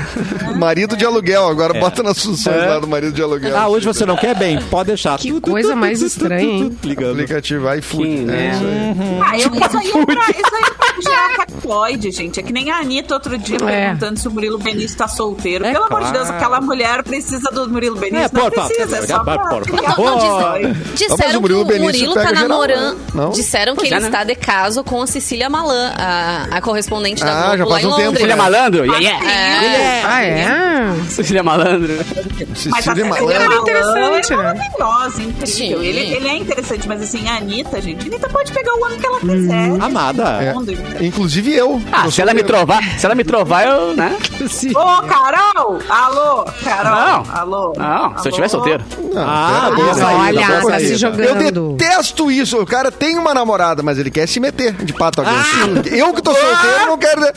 Speaker 5: Marido de aluguel, agora bota nas funções lá do marido de aluguel.
Speaker 1: Ah, hoje você não quer bem? Pode deixar.
Speaker 2: Que coisa mais estranha, hein?
Speaker 1: Ligando.
Speaker 5: Aplicativo iFood.
Speaker 3: Sim,
Speaker 5: É
Speaker 3: né?
Speaker 5: isso aí.
Speaker 6: Ah, eu, isso aí é pra, isso aí é pra gerar Floyd, gente. É que nem a Anitta outro dia perguntando se o Murilo Benício tá solteiro.
Speaker 1: É
Speaker 6: Pelo amor de
Speaker 1: claro.
Speaker 6: Deus, aquela mulher precisa do Murilo Benício.
Speaker 1: É,
Speaker 6: não
Speaker 1: por favor,
Speaker 6: precisa, é
Speaker 1: por
Speaker 6: só pra
Speaker 1: favor, por
Speaker 6: criar
Speaker 1: favor.
Speaker 6: condições.
Speaker 5: Mas
Speaker 4: Disseram
Speaker 5: o Murilo
Speaker 4: que o
Speaker 5: Benício
Speaker 4: Murilo
Speaker 5: pega
Speaker 4: tá
Speaker 5: geral,
Speaker 4: namorando.
Speaker 5: né? Não?
Speaker 4: Disseram que
Speaker 3: Pois é,
Speaker 4: ele
Speaker 3: né?
Speaker 4: está de caso com a Cecília Malan, a, a correspondente
Speaker 5: Ah,
Speaker 4: da
Speaker 5: já
Speaker 4: Globo lá
Speaker 5: faz
Speaker 4: em
Speaker 5: um tempo,
Speaker 4: Londres.
Speaker 5: né?
Speaker 3: Cecília Malandro? Yeah, yeah. É.
Speaker 2: Ah, é?
Speaker 3: Cecília Malandro. É.
Speaker 6: Mas a
Speaker 5: Cecília
Speaker 6: Cecília era
Speaker 5: Malandro.
Speaker 6: interessante,
Speaker 2: interessante,
Speaker 6: é
Speaker 2: né?
Speaker 6: maravilhosa, incrível.
Speaker 4: Sim.
Speaker 6: Ele, ele é interessante, mas assim, a Anitta, gente, a Anitta pode pegar o homem que ela quiser.
Speaker 1: Hum. Amada.
Speaker 5: É,
Speaker 6: Mundo, entendeu?
Speaker 5: Inclusive eu.
Speaker 3: Ah,
Speaker 5: Eu
Speaker 3: se
Speaker 5: sou
Speaker 3: ela me
Speaker 5: eu.
Speaker 3: trovar, se ela me trovar, eu, né?
Speaker 1: Sim.
Speaker 6: Ô, Carol! Alô, Carol!
Speaker 3: Não.
Speaker 6: Alô!
Speaker 3: Não,
Speaker 4: Tá
Speaker 3: se eu
Speaker 6: Alô?
Speaker 3: tiver solteiro.
Speaker 5: Não,
Speaker 1: Ah,
Speaker 5: pera,
Speaker 1: boa
Speaker 5: eu-
Speaker 1: saída, boa
Speaker 5: eu-
Speaker 3: tá
Speaker 5: eu-
Speaker 1: saída.
Speaker 2: se jogando.
Speaker 5: Eu detesto isso. O cara tem uma namorada, mas ele quer se meter de pato agora. Eu que tô solteiro, não quero. Eu,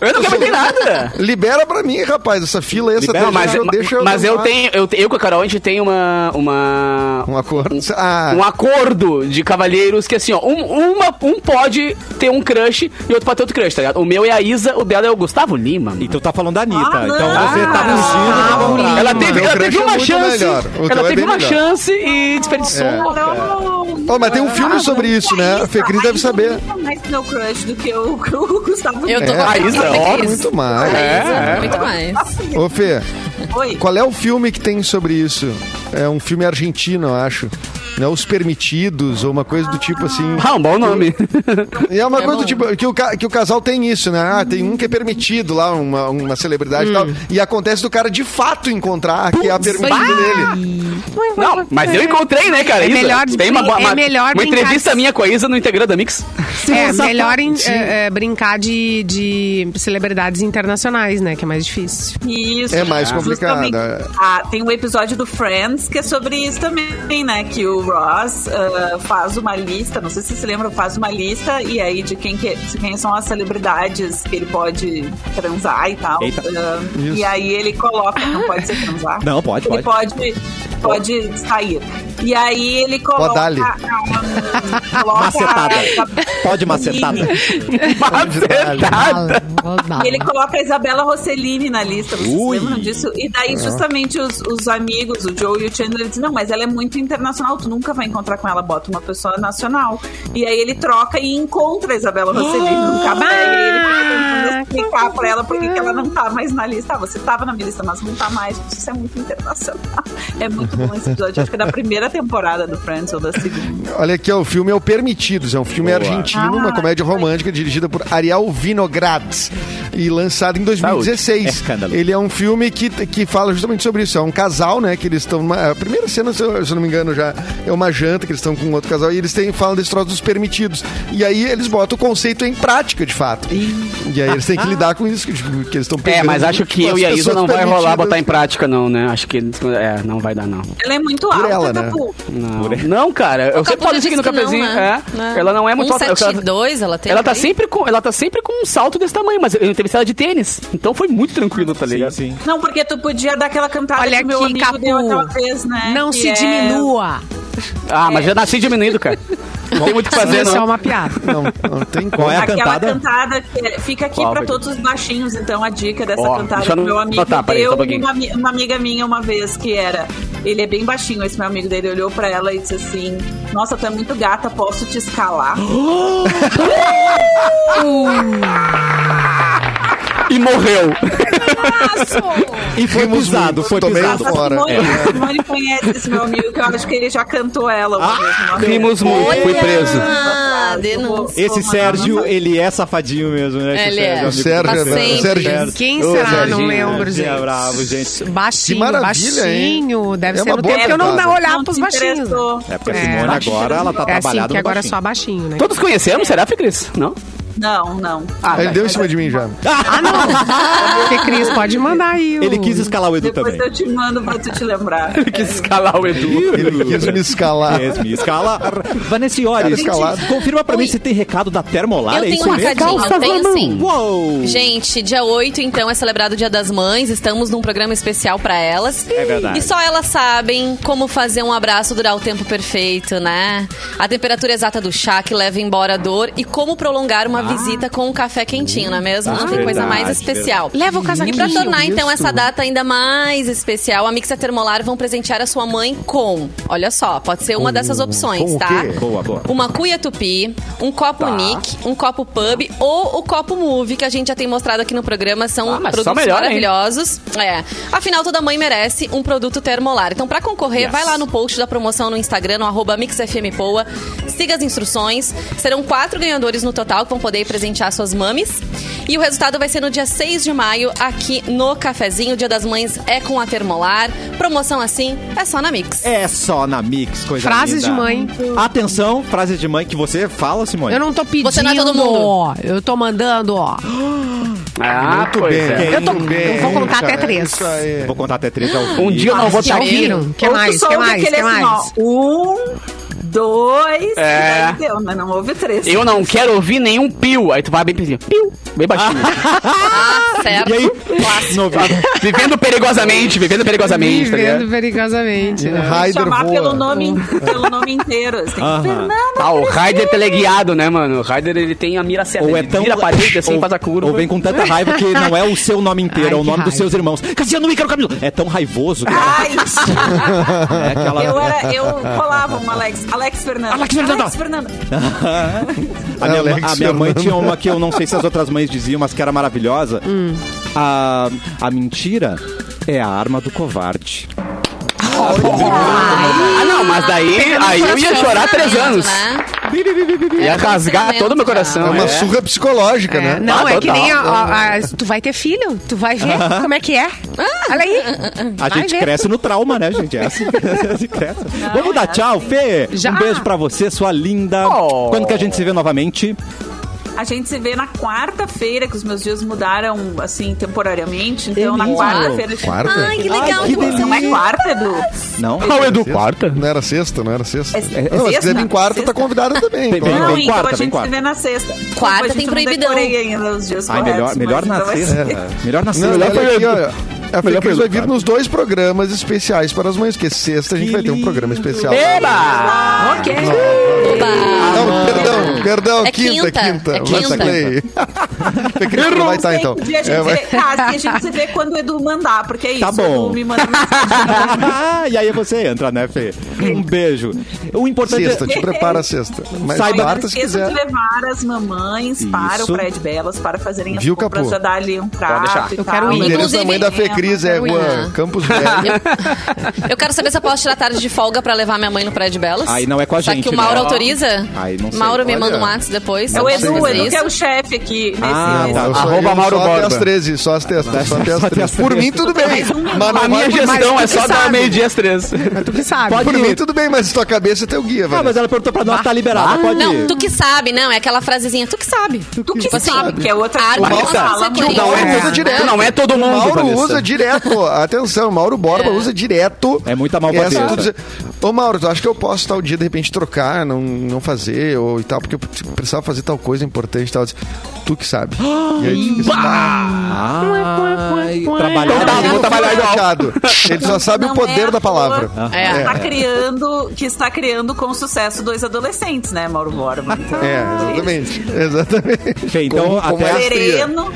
Speaker 3: Ah! Eu não quero meter nada.
Speaker 5: Libera pra mim, rapaz, essa fila aí, essa
Speaker 1: Libera,
Speaker 3: Não,
Speaker 5: tela,
Speaker 3: mas,
Speaker 5: deixa eu-
Speaker 3: mas,
Speaker 5: deixa eu
Speaker 3: mas eu
Speaker 5: dançar.
Speaker 3: tenho. Eu, te- eu com a Carol, a gente tem uma. Uma.
Speaker 5: Um acordo. Ah,
Speaker 3: Um acordo de cavalheiros que assim, ó, um, uma, um pode ter um crush e outro pode ter outro crush, tá ligado? O meu é a Isa, o dela é o Gustavo Lima. mano.
Speaker 1: Então tá falando da Anitta.
Speaker 6: Ah,
Speaker 1: então
Speaker 6: não.
Speaker 1: você tá
Speaker 6: Ah,
Speaker 1: fugindo do contrato.
Speaker 3: Ela
Speaker 5: O
Speaker 3: teve,
Speaker 5: teu
Speaker 3: ela
Speaker 5: crush
Speaker 3: teve
Speaker 5: é
Speaker 3: uma
Speaker 5: muito
Speaker 3: chance.
Speaker 5: melhor. O teu
Speaker 3: Ela
Speaker 5: é
Speaker 3: teve
Speaker 5: bem
Speaker 3: uma
Speaker 5: melhor.
Speaker 3: chance e desperdiçou.
Speaker 5: É.
Speaker 6: Carol!
Speaker 5: Ó, mas tem um filme
Speaker 6: Ah,
Speaker 5: sobre
Speaker 6: não,
Speaker 5: isso, né?
Speaker 6: a
Speaker 5: A Fê Cris
Speaker 6: a
Speaker 5: deve
Speaker 6: Isa
Speaker 5: saber.
Speaker 6: é muito mais meu crush do que o, que o Gustavo
Speaker 4: Eu tô
Speaker 5: É,
Speaker 4: com
Speaker 3: a Isa,
Speaker 4: Fê
Speaker 3: ó,
Speaker 4: Cris.
Speaker 5: muito mais.
Speaker 4: A
Speaker 5: É,
Speaker 4: Isa,
Speaker 3: é.
Speaker 4: muito mais.
Speaker 6: Assim,
Speaker 5: Ô, Fê,
Speaker 6: Oi.
Speaker 5: qual é o filme que tem sobre isso? É um filme argentino, eu acho. Não, Os Permitidos, ou uma coisa do tipo assim.
Speaker 3: Ah, um bom nome.
Speaker 5: E é uma
Speaker 4: É
Speaker 5: coisa do
Speaker 4: bom.
Speaker 5: tipo que o, ca- que o casal tem isso, né? Ah, tem um que é permitido lá, uma, uma celebridade e tal. E acontece do cara de fato encontrar que é a permitida dele.
Speaker 3: Não, mas eu encontrei, né, cara?
Speaker 2: É
Speaker 3: Isa?
Speaker 2: melhor
Speaker 3: Tem uma, boa-
Speaker 2: é
Speaker 3: uma,
Speaker 2: melhor
Speaker 3: uma
Speaker 2: brincar
Speaker 3: entrevista
Speaker 2: de-
Speaker 3: minha com a Isa no Integrando da Mix.
Speaker 2: É, melhor em- é, é, brincar de, de celebridades internacionais, né? Que é mais difícil.
Speaker 6: Isso.
Speaker 5: É mais complicado,
Speaker 6: justamente.
Speaker 5: é.
Speaker 6: Ah, tem um episódio do Friends que é sobre isso também, né? Que o Ross ah, faz uma lista, não sei se vocês se lembram, faz uma lista e aí de quem, que, de quem são as celebridades que ele pode transar e tal.
Speaker 1: Eita. Ah.
Speaker 6: Ah,
Speaker 5: Isso.
Speaker 6: e aí ele coloca, não pode ser transar.
Speaker 1: Não, pode,
Speaker 6: Ele pode, pode sair. E aí ele coloca.
Speaker 5: Pode-lhe.
Speaker 6: ah, coloca-
Speaker 1: Macetada. Pode macetada. Ah,
Speaker 3: Acertada.
Speaker 6: E
Speaker 2: Ah.
Speaker 6: ele é, coloca a Isabela Rossellini na lista, vocês
Speaker 1: Ui.
Speaker 6: lembram disso? E daí, justamente, os, os amigos, o Joe e o Chandler, dizem, não, mas ela é muito internacional, tu nunca vai encontrar com ela, bota uma pessoa nacional. E aí ele troca e encontra a Isabela Rossellini no café, e ele fica tentando explicar pra ela por que que ela não tá mais na lista. Ah, você tava na minha lista, mas não tá mais, porque isso é muito internacional. É muito bom esse episódio, acho que é da primeira temporada do Friends, ou da segunda.
Speaker 5: Olha aqui, ó, o filme é o Permitidos. É um filme argentino, uma
Speaker 2: Ah.
Speaker 5: comédia romântica dirigida por Ariel Vinograd e lançado em 2016.
Speaker 1: É escândalo.
Speaker 5: Ele é um filme que, que fala justamente sobre isso. É um casal, né? Que eles estão. numa- A primeira cena, se eu, se eu não me engano, já é uma janta que eles estão com outro casal e eles têm, falam desse troço dos permitidos. E aí eles botam o conceito em prática, de fato. E aí eles têm que lidar com isso, que, tipo, que eles estão
Speaker 3: É,
Speaker 5: pegando,
Speaker 3: mas acho que
Speaker 5: tipo,
Speaker 3: eu
Speaker 5: as
Speaker 3: e a Isa
Speaker 5: pessoas
Speaker 3: não vai rolar
Speaker 5: permitidas.
Speaker 3: botar em prática, não, né? Acho que é, não vai dar, não.
Speaker 6: Ela é muito alta,
Speaker 5: ela, né?
Speaker 6: Capu.
Speaker 3: Não, não cara. Eu
Speaker 4: O
Speaker 3: sempre
Speaker 4: Capu
Speaker 3: falo
Speaker 4: já
Speaker 3: isso aqui no
Speaker 4: disse que
Speaker 3: cafezinho.
Speaker 4: né?
Speaker 3: é. Ela não é muito alta. Eu-
Speaker 4: 172, ela tem. um
Speaker 3: Ela tá,
Speaker 4: aí?
Speaker 3: sempre com, ela tá sempre com um salto desse tamanho, mas eu entrevistei ela de tênis. Então foi muito tranquilo, tá ligado?
Speaker 1: sim.
Speaker 6: Não, porque tu podia dar aquela cantada
Speaker 2: Olha
Speaker 6: que meu
Speaker 2: aqui,
Speaker 6: amigo
Speaker 2: Capu.
Speaker 6: deu aquela vez, né?
Speaker 2: Não
Speaker 6: que
Speaker 2: se
Speaker 6: é-
Speaker 2: diminua.
Speaker 3: Ah, mas já nasci diminuindo, cara. Não tem muito o que fazer,
Speaker 2: Isso é
Speaker 3: não.
Speaker 2: uma piada.
Speaker 5: Não, não tem como.
Speaker 1: Qual é a
Speaker 6: Aquela
Speaker 1: cantada?
Speaker 6: cantada, que é- fica aqui
Speaker 3: Qual,
Speaker 6: pra
Speaker 3: Pedro?
Speaker 6: todos os baixinhos, então, a dica dessa
Speaker 3: Ó,
Speaker 6: cantada
Speaker 3: deixa eu
Speaker 6: que
Speaker 3: não-
Speaker 6: meu amigo
Speaker 3: notar, peraí, só um
Speaker 6: deu
Speaker 3: pouquinho.
Speaker 6: uma, ami- uma amiga minha uma vez, que era. Ele é bem baixinho, esse meu amigo dele olhou pra ela e disse assim: Nossa, tu é muito gata, posso te escalar?
Speaker 3: E morreu.
Speaker 1: E foi
Speaker 5: Rimos
Speaker 1: pisado,
Speaker 5: muito,
Speaker 1: foi
Speaker 5: tomei
Speaker 1: pisado.
Speaker 5: um fora.
Speaker 6: Simone,
Speaker 5: É.
Speaker 6: Simone conhece esse meu amigo, que eu acho que ele já cantou ela uma vez. uma vez.
Speaker 3: Ah, Rimos muito, fui preso.
Speaker 4: Ah, denúncia.
Speaker 1: Esse Sérgio, ele é safadinho mesmo, né?
Speaker 4: Ele é.
Speaker 5: O
Speaker 4: Tá
Speaker 5: Sérgio, né? O
Speaker 4: sempre.
Speaker 5: Sérgio.
Speaker 2: Quem
Speaker 5: Ô,
Speaker 2: será? Não
Speaker 5: Serginho,
Speaker 2: lembro,
Speaker 1: Serginho é
Speaker 2: gente.
Speaker 1: bravo, gente.
Speaker 2: Baixinho,
Speaker 5: Que maravilha,
Speaker 2: baixinho. Deve
Speaker 5: É
Speaker 2: ser
Speaker 5: uma
Speaker 2: no
Speaker 5: boa
Speaker 2: tempo que eu não dá
Speaker 5: cantada.
Speaker 2: olhar
Speaker 6: Não
Speaker 2: pros
Speaker 6: te
Speaker 2: baixinhos. né?
Speaker 6: interessou.
Speaker 1: É porque a
Speaker 2: É.
Speaker 1: Simone agora, ela tá
Speaker 2: é assim,
Speaker 1: trabalhada
Speaker 2: que
Speaker 1: no
Speaker 2: agora é
Speaker 1: baixinho.
Speaker 2: só baixinho, né?
Speaker 3: Todos conhecemos, será, Fê Cris? Não?
Speaker 6: Não, não.
Speaker 3: Ah,
Speaker 5: Ele
Speaker 3: tá.
Speaker 5: deu em cima de mim já.
Speaker 2: Ah, não! Fê Cris, pode mandar aí. o-
Speaker 1: Ele quis escalar o Edu
Speaker 6: Depois
Speaker 1: também.
Speaker 6: eu te mando pra tu te lembrar.
Speaker 3: que escalar o Edu.
Speaker 5: Ele quis me escalar.
Speaker 1: Quis me escalar.
Speaker 5: Cara
Speaker 1: Vanessiores,
Speaker 5: escalado.
Speaker 1: confirma pra mim
Speaker 4: Oi.
Speaker 1: se tem recado da Termolar.
Speaker 4: Eu
Speaker 1: é
Speaker 4: tenho
Speaker 1: isso
Speaker 4: um
Speaker 1: mesmo?
Speaker 4: recadinho, eu tenho sim.
Speaker 1: Uou!
Speaker 4: Gente, dia 8, então, é celebrado o Dia das Mães. Estamos num programa especial pra elas.
Speaker 1: É verdade.
Speaker 4: E só elas sabem como fazer um abraço durar o tempo perfeito, né? A temperatura exata do chá que leva embora a dor e como prolongar uma visita com um café quentinho, não é mesmo? Não tem coisa mais
Speaker 1: verdade,
Speaker 4: especial.
Speaker 2: Leva o casaquinho.
Speaker 4: E pra tornar, então,
Speaker 5: Isso.
Speaker 4: essa data ainda mais especial, a Mixa Termolar vão presentear a sua mãe com... Olha só, pode ser uma dessas opções,
Speaker 5: com o
Speaker 4: tá?
Speaker 5: quê?
Speaker 1: Boa, boa.
Speaker 4: Uma cuia tupi, um
Speaker 3: Tá.
Speaker 4: copo Nick, um copo pub ou o copo move, que a gente já tem mostrado aqui no programa, são
Speaker 3: Ah, mas só
Speaker 4: produtos
Speaker 3: melhor, hein?
Speaker 4: maravilhosos. É. Afinal, toda mãe merece um produto termolar. Então, pra concorrer,
Speaker 3: Yes.
Speaker 4: vai lá no post da promoção no Instagram, no arroba MixFMPoa, siga as instruções. Serão quatro ganhadores no total que vão poder presentear suas mames. E o resultado vai ser no dia 6 de maio, aqui no Cafezinho. O Dia das Mães é com a Termolar. Promoção assim é só na Mix.
Speaker 1: É só na Mix, coisa
Speaker 2: Frases
Speaker 1: linda.
Speaker 2: de mãe.
Speaker 1: Atenção, frases de mãe que você fala, Simone.
Speaker 2: Eu não tô pedindo.
Speaker 4: Você não é todo mundo.
Speaker 2: ó. Eu tô mandando, ó. Hum.
Speaker 3: Ah,
Speaker 5: Muito
Speaker 3: pois
Speaker 5: bem.
Speaker 3: é.
Speaker 2: Eu tô-
Speaker 5: muito bem,
Speaker 2: eu vou contar
Speaker 5: cara.
Speaker 2: até três.
Speaker 5: Isso aí.
Speaker 1: Vou contar até três ao
Speaker 3: Um
Speaker 1: vivo.
Speaker 3: dia eu não vou
Speaker 2: Já
Speaker 3: estar aqui.
Speaker 2: ouviram? Que
Speaker 6: Ou tu
Speaker 2: mais?
Speaker 6: só
Speaker 2: Que
Speaker 6: ouve
Speaker 2: mais?
Speaker 6: aquele
Speaker 2: Que
Speaker 6: assim,
Speaker 2: mais?
Speaker 6: ó, um, dois,
Speaker 3: É.
Speaker 6: e daí deu, mas não houve três.
Speaker 3: Eu não quero ouvir nenhum pio. Aí tu vai bem pequenininho. Piu. Bem baixinho.
Speaker 4: Ah, certo.
Speaker 1: E aí, no ouvido.
Speaker 3: vivendo perigosamente, vivendo perigosamente, tá ligado?
Speaker 2: Vivendo perigosamente.
Speaker 5: um
Speaker 2: né?
Speaker 5: Raider
Speaker 6: chamar
Speaker 5: voa.
Speaker 6: pelo nome, pelo nome inteiro. Assim,
Speaker 1: Aham.
Speaker 6: Fernanda.
Speaker 3: Ah, o Raider é teleguiado, né, mano? O Raider, ele tem a mira certa.
Speaker 1: Ou
Speaker 3: Ele
Speaker 1: é tão.
Speaker 3: vira a parede assim,
Speaker 1: ou,
Speaker 3: faz a curva.
Speaker 1: Ou vem com tanta raiva que não é o seu nome inteiro,
Speaker 2: Ai,
Speaker 1: é o
Speaker 2: que
Speaker 1: nome dos
Speaker 2: raiva.
Speaker 1: seus irmãos. Cassiano Ícaro Camilo. É tão raivoso que ela-
Speaker 6: Ai,
Speaker 1: é aquela.
Speaker 6: eu, era, eu colava um Alex. Alex Fernando.
Speaker 1: Alex Fernando.
Speaker 6: Alex Fernando.
Speaker 1: A minha,
Speaker 5: Alex
Speaker 1: a minha mãe
Speaker 5: Fernando.
Speaker 1: tinha uma que eu não sei se as outras mães diziam, mas que era maravilhosa. A, a mentira é a arma do covarde.
Speaker 3: Ah, não, mas
Speaker 2: um
Speaker 3: daí aí eu ia chorar três anos.
Speaker 4: Né?
Speaker 3: Ia
Speaker 4: É um
Speaker 3: rasgar todo o meu
Speaker 5: É
Speaker 3: coração.
Speaker 5: uma
Speaker 3: é.
Speaker 5: surra psicológica,
Speaker 2: É,
Speaker 5: né?
Speaker 2: não,
Speaker 3: Ah,
Speaker 2: é que
Speaker 3: total.
Speaker 2: nem a, a- a- tu vai ter filho, tu vai ver como é que é. Olha aí.
Speaker 1: A
Speaker 2: Vai
Speaker 1: gente
Speaker 2: ver.
Speaker 1: cresce no trauma, né, gente? É assim, a gente cresce. Vamos dar tchau, Fê.
Speaker 2: Já.
Speaker 1: Um beijo pra você, sua linda.
Speaker 3: Oh.
Speaker 1: Quando que a gente se vê novamente?
Speaker 6: A gente se vê na quarta-feira, que os meus dias mudaram, assim, temporariamente. Então, na
Speaker 1: Isso.
Speaker 6: quarta-feira...
Speaker 5: Quarta?
Speaker 4: Ai, que legal.
Speaker 1: Ai, que
Speaker 4: que
Speaker 6: Não é quarta, Edu?
Speaker 1: Não?
Speaker 3: Ah, o Edu
Speaker 5: Sexta?
Speaker 3: quarta?
Speaker 5: Não era sexta, não era sexta?
Speaker 6: É- é
Speaker 5: não, se
Speaker 6: sexta?
Speaker 5: quiser vir quarta, tá
Speaker 6: Sexta?
Speaker 5: convidada também.
Speaker 1: Vem,
Speaker 5: claro.
Speaker 6: Não,
Speaker 1: vem
Speaker 6: então
Speaker 1: quarta,
Speaker 6: a
Speaker 1: vem
Speaker 6: gente
Speaker 1: quarta.
Speaker 6: se vê na sexta. Desculpa,
Speaker 4: Quarta
Speaker 6: a gente
Speaker 4: tem
Speaker 6: não
Speaker 4: proibidão.
Speaker 6: decorei ainda os dias
Speaker 1: Ai, melhor,
Speaker 6: corretos,
Speaker 1: melhor
Speaker 6: mas
Speaker 1: na
Speaker 6: então vai
Speaker 1: sexta.
Speaker 6: ser-
Speaker 1: Melhor na
Speaker 5: Não,
Speaker 1: sexta.
Speaker 5: olha aqui, ó. A
Speaker 1: Melhor
Speaker 5: Fê Cris É vai
Speaker 1: pergunta,
Speaker 5: vir
Speaker 1: cara.
Speaker 5: nos dois programas especiais para as mães, porque sexta a gente
Speaker 1: Que
Speaker 5: vai ter um
Speaker 1: lindo.
Speaker 5: programa especial.
Speaker 3: é. Eba!
Speaker 2: Ok.
Speaker 5: Não, perdão, perdão,
Speaker 4: É
Speaker 5: quinta,
Speaker 4: quinta,
Speaker 5: quinta. tá
Speaker 4: é quinta.
Speaker 5: Vacilei. Fê Cris não vai estar, então.
Speaker 6: Tem dia a gente
Speaker 5: É, vai-
Speaker 6: vê- Ah, assim, a gente se vê quando o Edu mandar, porque é isso.
Speaker 1: Tá bom.
Speaker 6: O Edu me manda mensagem.
Speaker 1: Ah, e aí você entra, né, Fê? Um beijo. O importante
Speaker 5: Sexta, tipo,
Speaker 1: é...
Speaker 5: te prepara a sexta. Mas
Speaker 1: Saiba-
Speaker 6: Não
Speaker 5: quarta, se
Speaker 6: esqueçam
Speaker 5: quiser.
Speaker 6: de levar as mamães para
Speaker 1: Isso.
Speaker 6: o Praia de Belas para fazerem as
Speaker 5: Viu,
Speaker 6: compras,
Speaker 5: Capô?
Speaker 6: já dar ali um
Speaker 3: deixar.
Speaker 6: prato e
Speaker 2: Eu
Speaker 6: tal.
Speaker 2: quero
Speaker 5: O
Speaker 2: ir.
Speaker 5: endereço
Speaker 4: Inclusive,
Speaker 5: da mãe da Fê
Speaker 6: é,
Speaker 5: Cris é
Speaker 6: Rua
Speaker 5: Juan Campos Velho.
Speaker 4: Eu quero saber se eu posso tirar tarde de folga pra levar minha mãe no Praia de Belas.
Speaker 1: Aí não é com a
Speaker 4: Será
Speaker 1: gente,
Speaker 4: que o Mauro
Speaker 1: né?
Speaker 4: autoriza?
Speaker 1: Aí não sei.
Speaker 4: Mauro me
Speaker 5: Olha.
Speaker 4: manda um WhatsApp depois.
Speaker 6: É o
Speaker 4: eu
Speaker 6: Edu,
Speaker 4: posso
Speaker 6: o
Speaker 4: fazer
Speaker 6: Edu que é
Speaker 4: isso.
Speaker 6: o chefe aqui. Nesse,
Speaker 1: Ah,
Speaker 6: nesse-
Speaker 1: tá.
Speaker 5: Eu sou-
Speaker 3: Arroba
Speaker 5: eu
Speaker 3: Mauro
Speaker 5: só até
Speaker 3: Borba.
Speaker 5: as 13, só as testas, só até
Speaker 1: Só
Speaker 5: as
Speaker 1: até as
Speaker 5: 13. Por
Speaker 1: 13.
Speaker 5: mim, tudo bem. Mas
Speaker 3: A
Speaker 5: não
Speaker 3: minha
Speaker 5: vai por
Speaker 3: gestão é só
Speaker 2: Mas tu
Speaker 3: dar
Speaker 2: sabe.
Speaker 3: meio-dia às três.
Speaker 2: Tu que sabe.
Speaker 1: Pode
Speaker 5: Por
Speaker 1: ir.
Speaker 5: mim, tudo bem, mas tua cabeça é teu guia,
Speaker 1: Ah,
Speaker 5: velho.
Speaker 1: mas ela perguntou pra nós, tá liberada, pode
Speaker 4: Não,
Speaker 1: ir.
Speaker 4: tu que sabe, não. É aquela frasezinha, tu que sabe. Tu
Speaker 6: que sabe, que é outra
Speaker 4: Arma
Speaker 6: coisa.
Speaker 4: não
Speaker 6: Fala,
Speaker 4: consequência.
Speaker 6: tio, dá
Speaker 5: Mauro
Speaker 2: É.
Speaker 5: usa direto.
Speaker 3: Não é todo mundo,
Speaker 5: Mauro
Speaker 3: Vanessa.
Speaker 5: usa direto. Atenção, Mauro Borba usa direto.
Speaker 1: É muita malvadeza.
Speaker 5: Essa tu dizer, Ô, Mauro, tu acha que eu posso tal dia, de repente, trocar, não, não fazer, ou e tal, porque eu precisava fazer tal coisa importante e tal. Eu disse, Tu que sabe. E aí, tipo, tu diz,
Speaker 1: Ai, trabalhar.
Speaker 3: Então tá,
Speaker 5: "Ele
Speaker 3: vou
Speaker 5: não
Speaker 3: trabalhar
Speaker 5: fica
Speaker 3: igual."
Speaker 5: chateado. Ele só sabe o
Speaker 6: Não
Speaker 5: poder
Speaker 6: é
Speaker 5: da
Speaker 6: à toa
Speaker 5: palavra.
Speaker 4: É.
Speaker 6: Que está criando, que está criando com sucesso dois adolescentes, né, Mauro Borba? Então,
Speaker 5: É, exatamente. Exatamente.
Speaker 1: Fê, então, até
Speaker 5: é a
Speaker 1: as-
Speaker 5: fria.
Speaker 6: Sereno.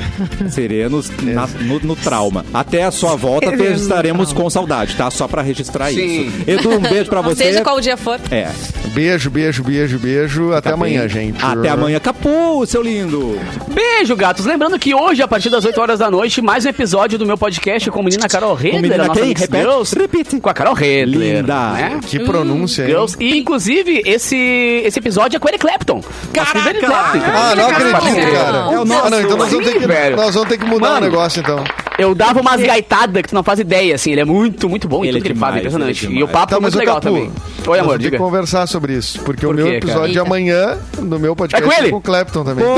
Speaker 1: Serenos na- no, no trauma. Até a sua volta te-
Speaker 2: Serenos no
Speaker 1: estaremos com saudade, tá? Só pra registrar
Speaker 3: Sim.
Speaker 1: isso. Edu, um beijo pra você.
Speaker 4: Seja qual dia for.
Speaker 1: É.
Speaker 5: Beijo, beijo, beijo, beijo. Até
Speaker 1: Tá
Speaker 5: amanhã,
Speaker 1: bem?
Speaker 5: gente.
Speaker 1: Até amanhã. Capu, seu lindo.
Speaker 3: Beijo, gatos. Lembrando que hoje, a partir das 8 horas da noite, mais um episódio do meu podcast com a menina Carol Redler,
Speaker 1: menina
Speaker 3: a nossa
Speaker 1: quem?
Speaker 3: Mix
Speaker 1: Repete.
Speaker 3: Girls.
Speaker 1: Repite.
Speaker 3: Com a Carol Redler.
Speaker 1: Linda.
Speaker 3: Né?
Speaker 2: Hum,
Speaker 5: Que pronúncia, hein?
Speaker 3: Girls. E, inclusive, esse, esse episódio é com ele Clapton. é
Speaker 1: Caraca!
Speaker 3: Eric Clapton.
Speaker 5: Ah, não acredito,
Speaker 4: Não.
Speaker 5: cara.
Speaker 1: É o nosso.
Speaker 5: Ah, não, então nós vamos ter que,
Speaker 3: Velho.
Speaker 5: nós vamos ter que mudar
Speaker 3: Mano. tá
Speaker 5: o negócio, então.
Speaker 3: Eu dava umas gaitadas que tu não faz ideia, assim. Ele é muito, muito bom. em
Speaker 1: Ele é
Speaker 3: tudo que ele faz,
Speaker 1: demais,
Speaker 3: impressionante.
Speaker 1: ele é
Speaker 3: e o
Speaker 1: demais.
Speaker 3: papo é muito
Speaker 5: ô,
Speaker 3: legal
Speaker 5: Capu,
Speaker 3: também.
Speaker 5: nós
Speaker 3: Oi, amor,
Speaker 5: vamos ter que
Speaker 3: diga.
Speaker 5: conversar sobre isso, porque
Speaker 3: Por
Speaker 5: o meu
Speaker 3: quê,
Speaker 5: episódio
Speaker 3: cara?
Speaker 5: de amanhã, no meu podcast,
Speaker 3: É com ele?
Speaker 5: o Clapton também. Pô,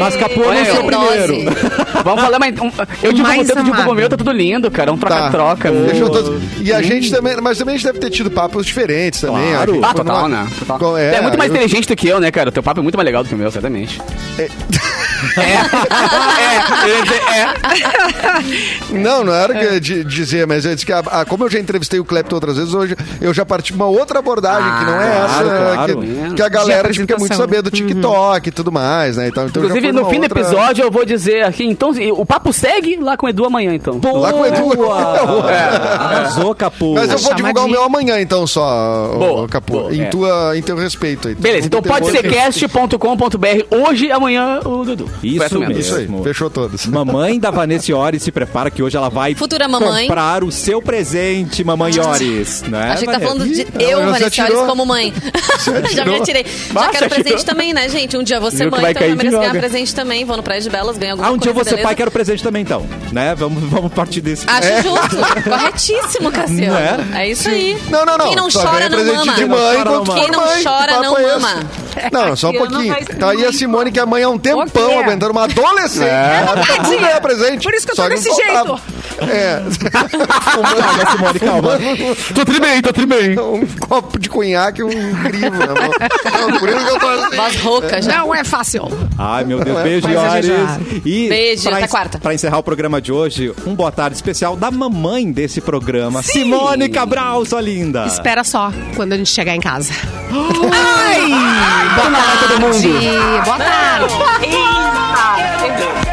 Speaker 1: Mas Capu
Speaker 3: né? Olha
Speaker 1: anunciou
Speaker 3: eu.
Speaker 1: É, primeiro.
Speaker 4: assim.
Speaker 3: Vamos falar mais. Um, eu digo
Speaker 2: Mais
Speaker 3: o tempo de
Speaker 2: amado.
Speaker 3: Google meu, tá tudo lindo, cara. Um troca-troca. Uhum. meu.
Speaker 5: Tá. Deixa eu todos- E a gente também, mas também a gente deve ter tido papos diferentes também.
Speaker 1: Claro.
Speaker 5: A gente
Speaker 3: Ah,
Speaker 5: foi
Speaker 3: total,
Speaker 5: numa-
Speaker 3: né? Total.
Speaker 5: Qual
Speaker 3: Tu É, muito mais
Speaker 5: eu-
Speaker 3: inteligente do que eu, né, cara? O teu papo é muito mais legal do que o meu, certamente. É, eu ia dizer, é.
Speaker 5: Não, não era o que eu ia di- dizer, mas eu disse que, a- a- como eu já entrevistei o Clepton outras vezes, hoje eu já parti pra uma outra abordagem, que não é
Speaker 3: Ah,
Speaker 1: claro,
Speaker 5: essa,
Speaker 1: claro.
Speaker 5: Que, que a galera tipo, quer muito
Speaker 2: apresentação.
Speaker 5: saber do TikTok e tudo mais, né? Então, então já
Speaker 3: Uhum. Inclusive,
Speaker 5: foi
Speaker 3: no
Speaker 5: uma
Speaker 3: fim do
Speaker 5: outra-
Speaker 3: episódio eu vou dizer aqui, então, o papo segue lá com o Edu amanhã, então.
Speaker 5: Lá com o Edu. é.
Speaker 1: Boa! Arrasou, Capu.
Speaker 5: Mas eu vou divulgar o
Speaker 2: Chamadinha.
Speaker 5: meu amanhã, então, só, ô,
Speaker 3: Boa,
Speaker 5: Capu.
Speaker 3: boa,
Speaker 5: em,
Speaker 3: é.
Speaker 5: tua, em teu respeito aí. tá?
Speaker 3: Beleza, então
Speaker 5: Não tem
Speaker 3: pode ser
Speaker 5: outro-
Speaker 3: cast.com.br hoje e amanhã o Dudu.
Speaker 1: Isso
Speaker 3: Foi essa
Speaker 1: mesmo.
Speaker 5: Isso aí, fechou todas.
Speaker 1: Mamãe da Vanessa Iores se prepara que hoje ela vai
Speaker 4: Futura mamãe.
Speaker 1: comprar o seu presente, mamãe Iores. Né,
Speaker 4: Achei que tá
Speaker 1: Vanessa?
Speaker 4: falando de
Speaker 5: Ih,
Speaker 4: eu,
Speaker 5: ela já se
Speaker 4: Vanessa Alves,
Speaker 5: atirou.
Speaker 4: como mãe. já me
Speaker 5: atirou.
Speaker 4: atirei.
Speaker 3: Bah,
Speaker 4: já
Speaker 3: se
Speaker 4: quero
Speaker 3: atirou.
Speaker 4: presente também, né, gente? Um dia você
Speaker 3: Viu que
Speaker 4: mãe,
Speaker 3: vai
Speaker 4: então eu
Speaker 3: cair,
Speaker 4: mereço ganhar
Speaker 3: joga.
Speaker 4: presente também. Vou no Praia de Belas, ganho alguma
Speaker 1: Ah, um dia
Speaker 4: coisa,
Speaker 1: você
Speaker 4: beleza? Ah,
Speaker 1: pai quero presente também, então. Né? Vamos, vamos partir desse.
Speaker 4: Acho
Speaker 5: É.
Speaker 4: justo. Corretíssimo, Cassiano.
Speaker 1: Não
Speaker 4: É? isso aí.
Speaker 5: Né? Não, não, não.
Speaker 4: Quem não
Speaker 5: Só
Speaker 4: chora
Speaker 5: ganha
Speaker 4: não
Speaker 5: presente
Speaker 4: mama.
Speaker 5: de mãe
Speaker 1: Quem não
Speaker 5: quando for
Speaker 4: chora, não
Speaker 5: mãe.
Speaker 4: mama. Não
Speaker 5: Que papo é esse?
Speaker 4: mama.
Speaker 5: Não, só um
Speaker 6: Cassiano
Speaker 5: pouquinho.
Speaker 6: vai ser
Speaker 5: Tá aí a
Speaker 6: muito.
Speaker 5: Simone que amanhã é um tempão
Speaker 2: quê?
Speaker 5: aguentando uma adolescente. É.
Speaker 2: tadinha.
Speaker 5: ganhar presente.
Speaker 2: Por isso que eu
Speaker 5: Só
Speaker 2: tô
Speaker 5: não
Speaker 2: desse
Speaker 5: faltava. É.
Speaker 1: Calma,
Speaker 4: tá.
Speaker 1: Simone, calma.
Speaker 3: Tô tremendo, tô tremendo.
Speaker 5: um copo de cunhaque e um crivo. na mão. Não, por isso que eu tô assim.
Speaker 4: Voz rouca já.
Speaker 2: Não é fácil.
Speaker 1: Ai, meu Deus, beijo,
Speaker 2: Mas É, a
Speaker 1: Iores.
Speaker 2: gente
Speaker 1: E
Speaker 4: Beijo,
Speaker 1: pra
Speaker 4: até
Speaker 1: en-
Speaker 4: quarta.
Speaker 1: Pra encerrar o programa de hoje, um boa tarde especial da mamãe desse programa, Simone Cabral, sua linda.
Speaker 2: Espera só quando a gente chegar em casa.
Speaker 1: Tá
Speaker 3: Ai! Boa tarde, todo mundo.
Speaker 2: Ah, Boa tarde.
Speaker 6: Eita!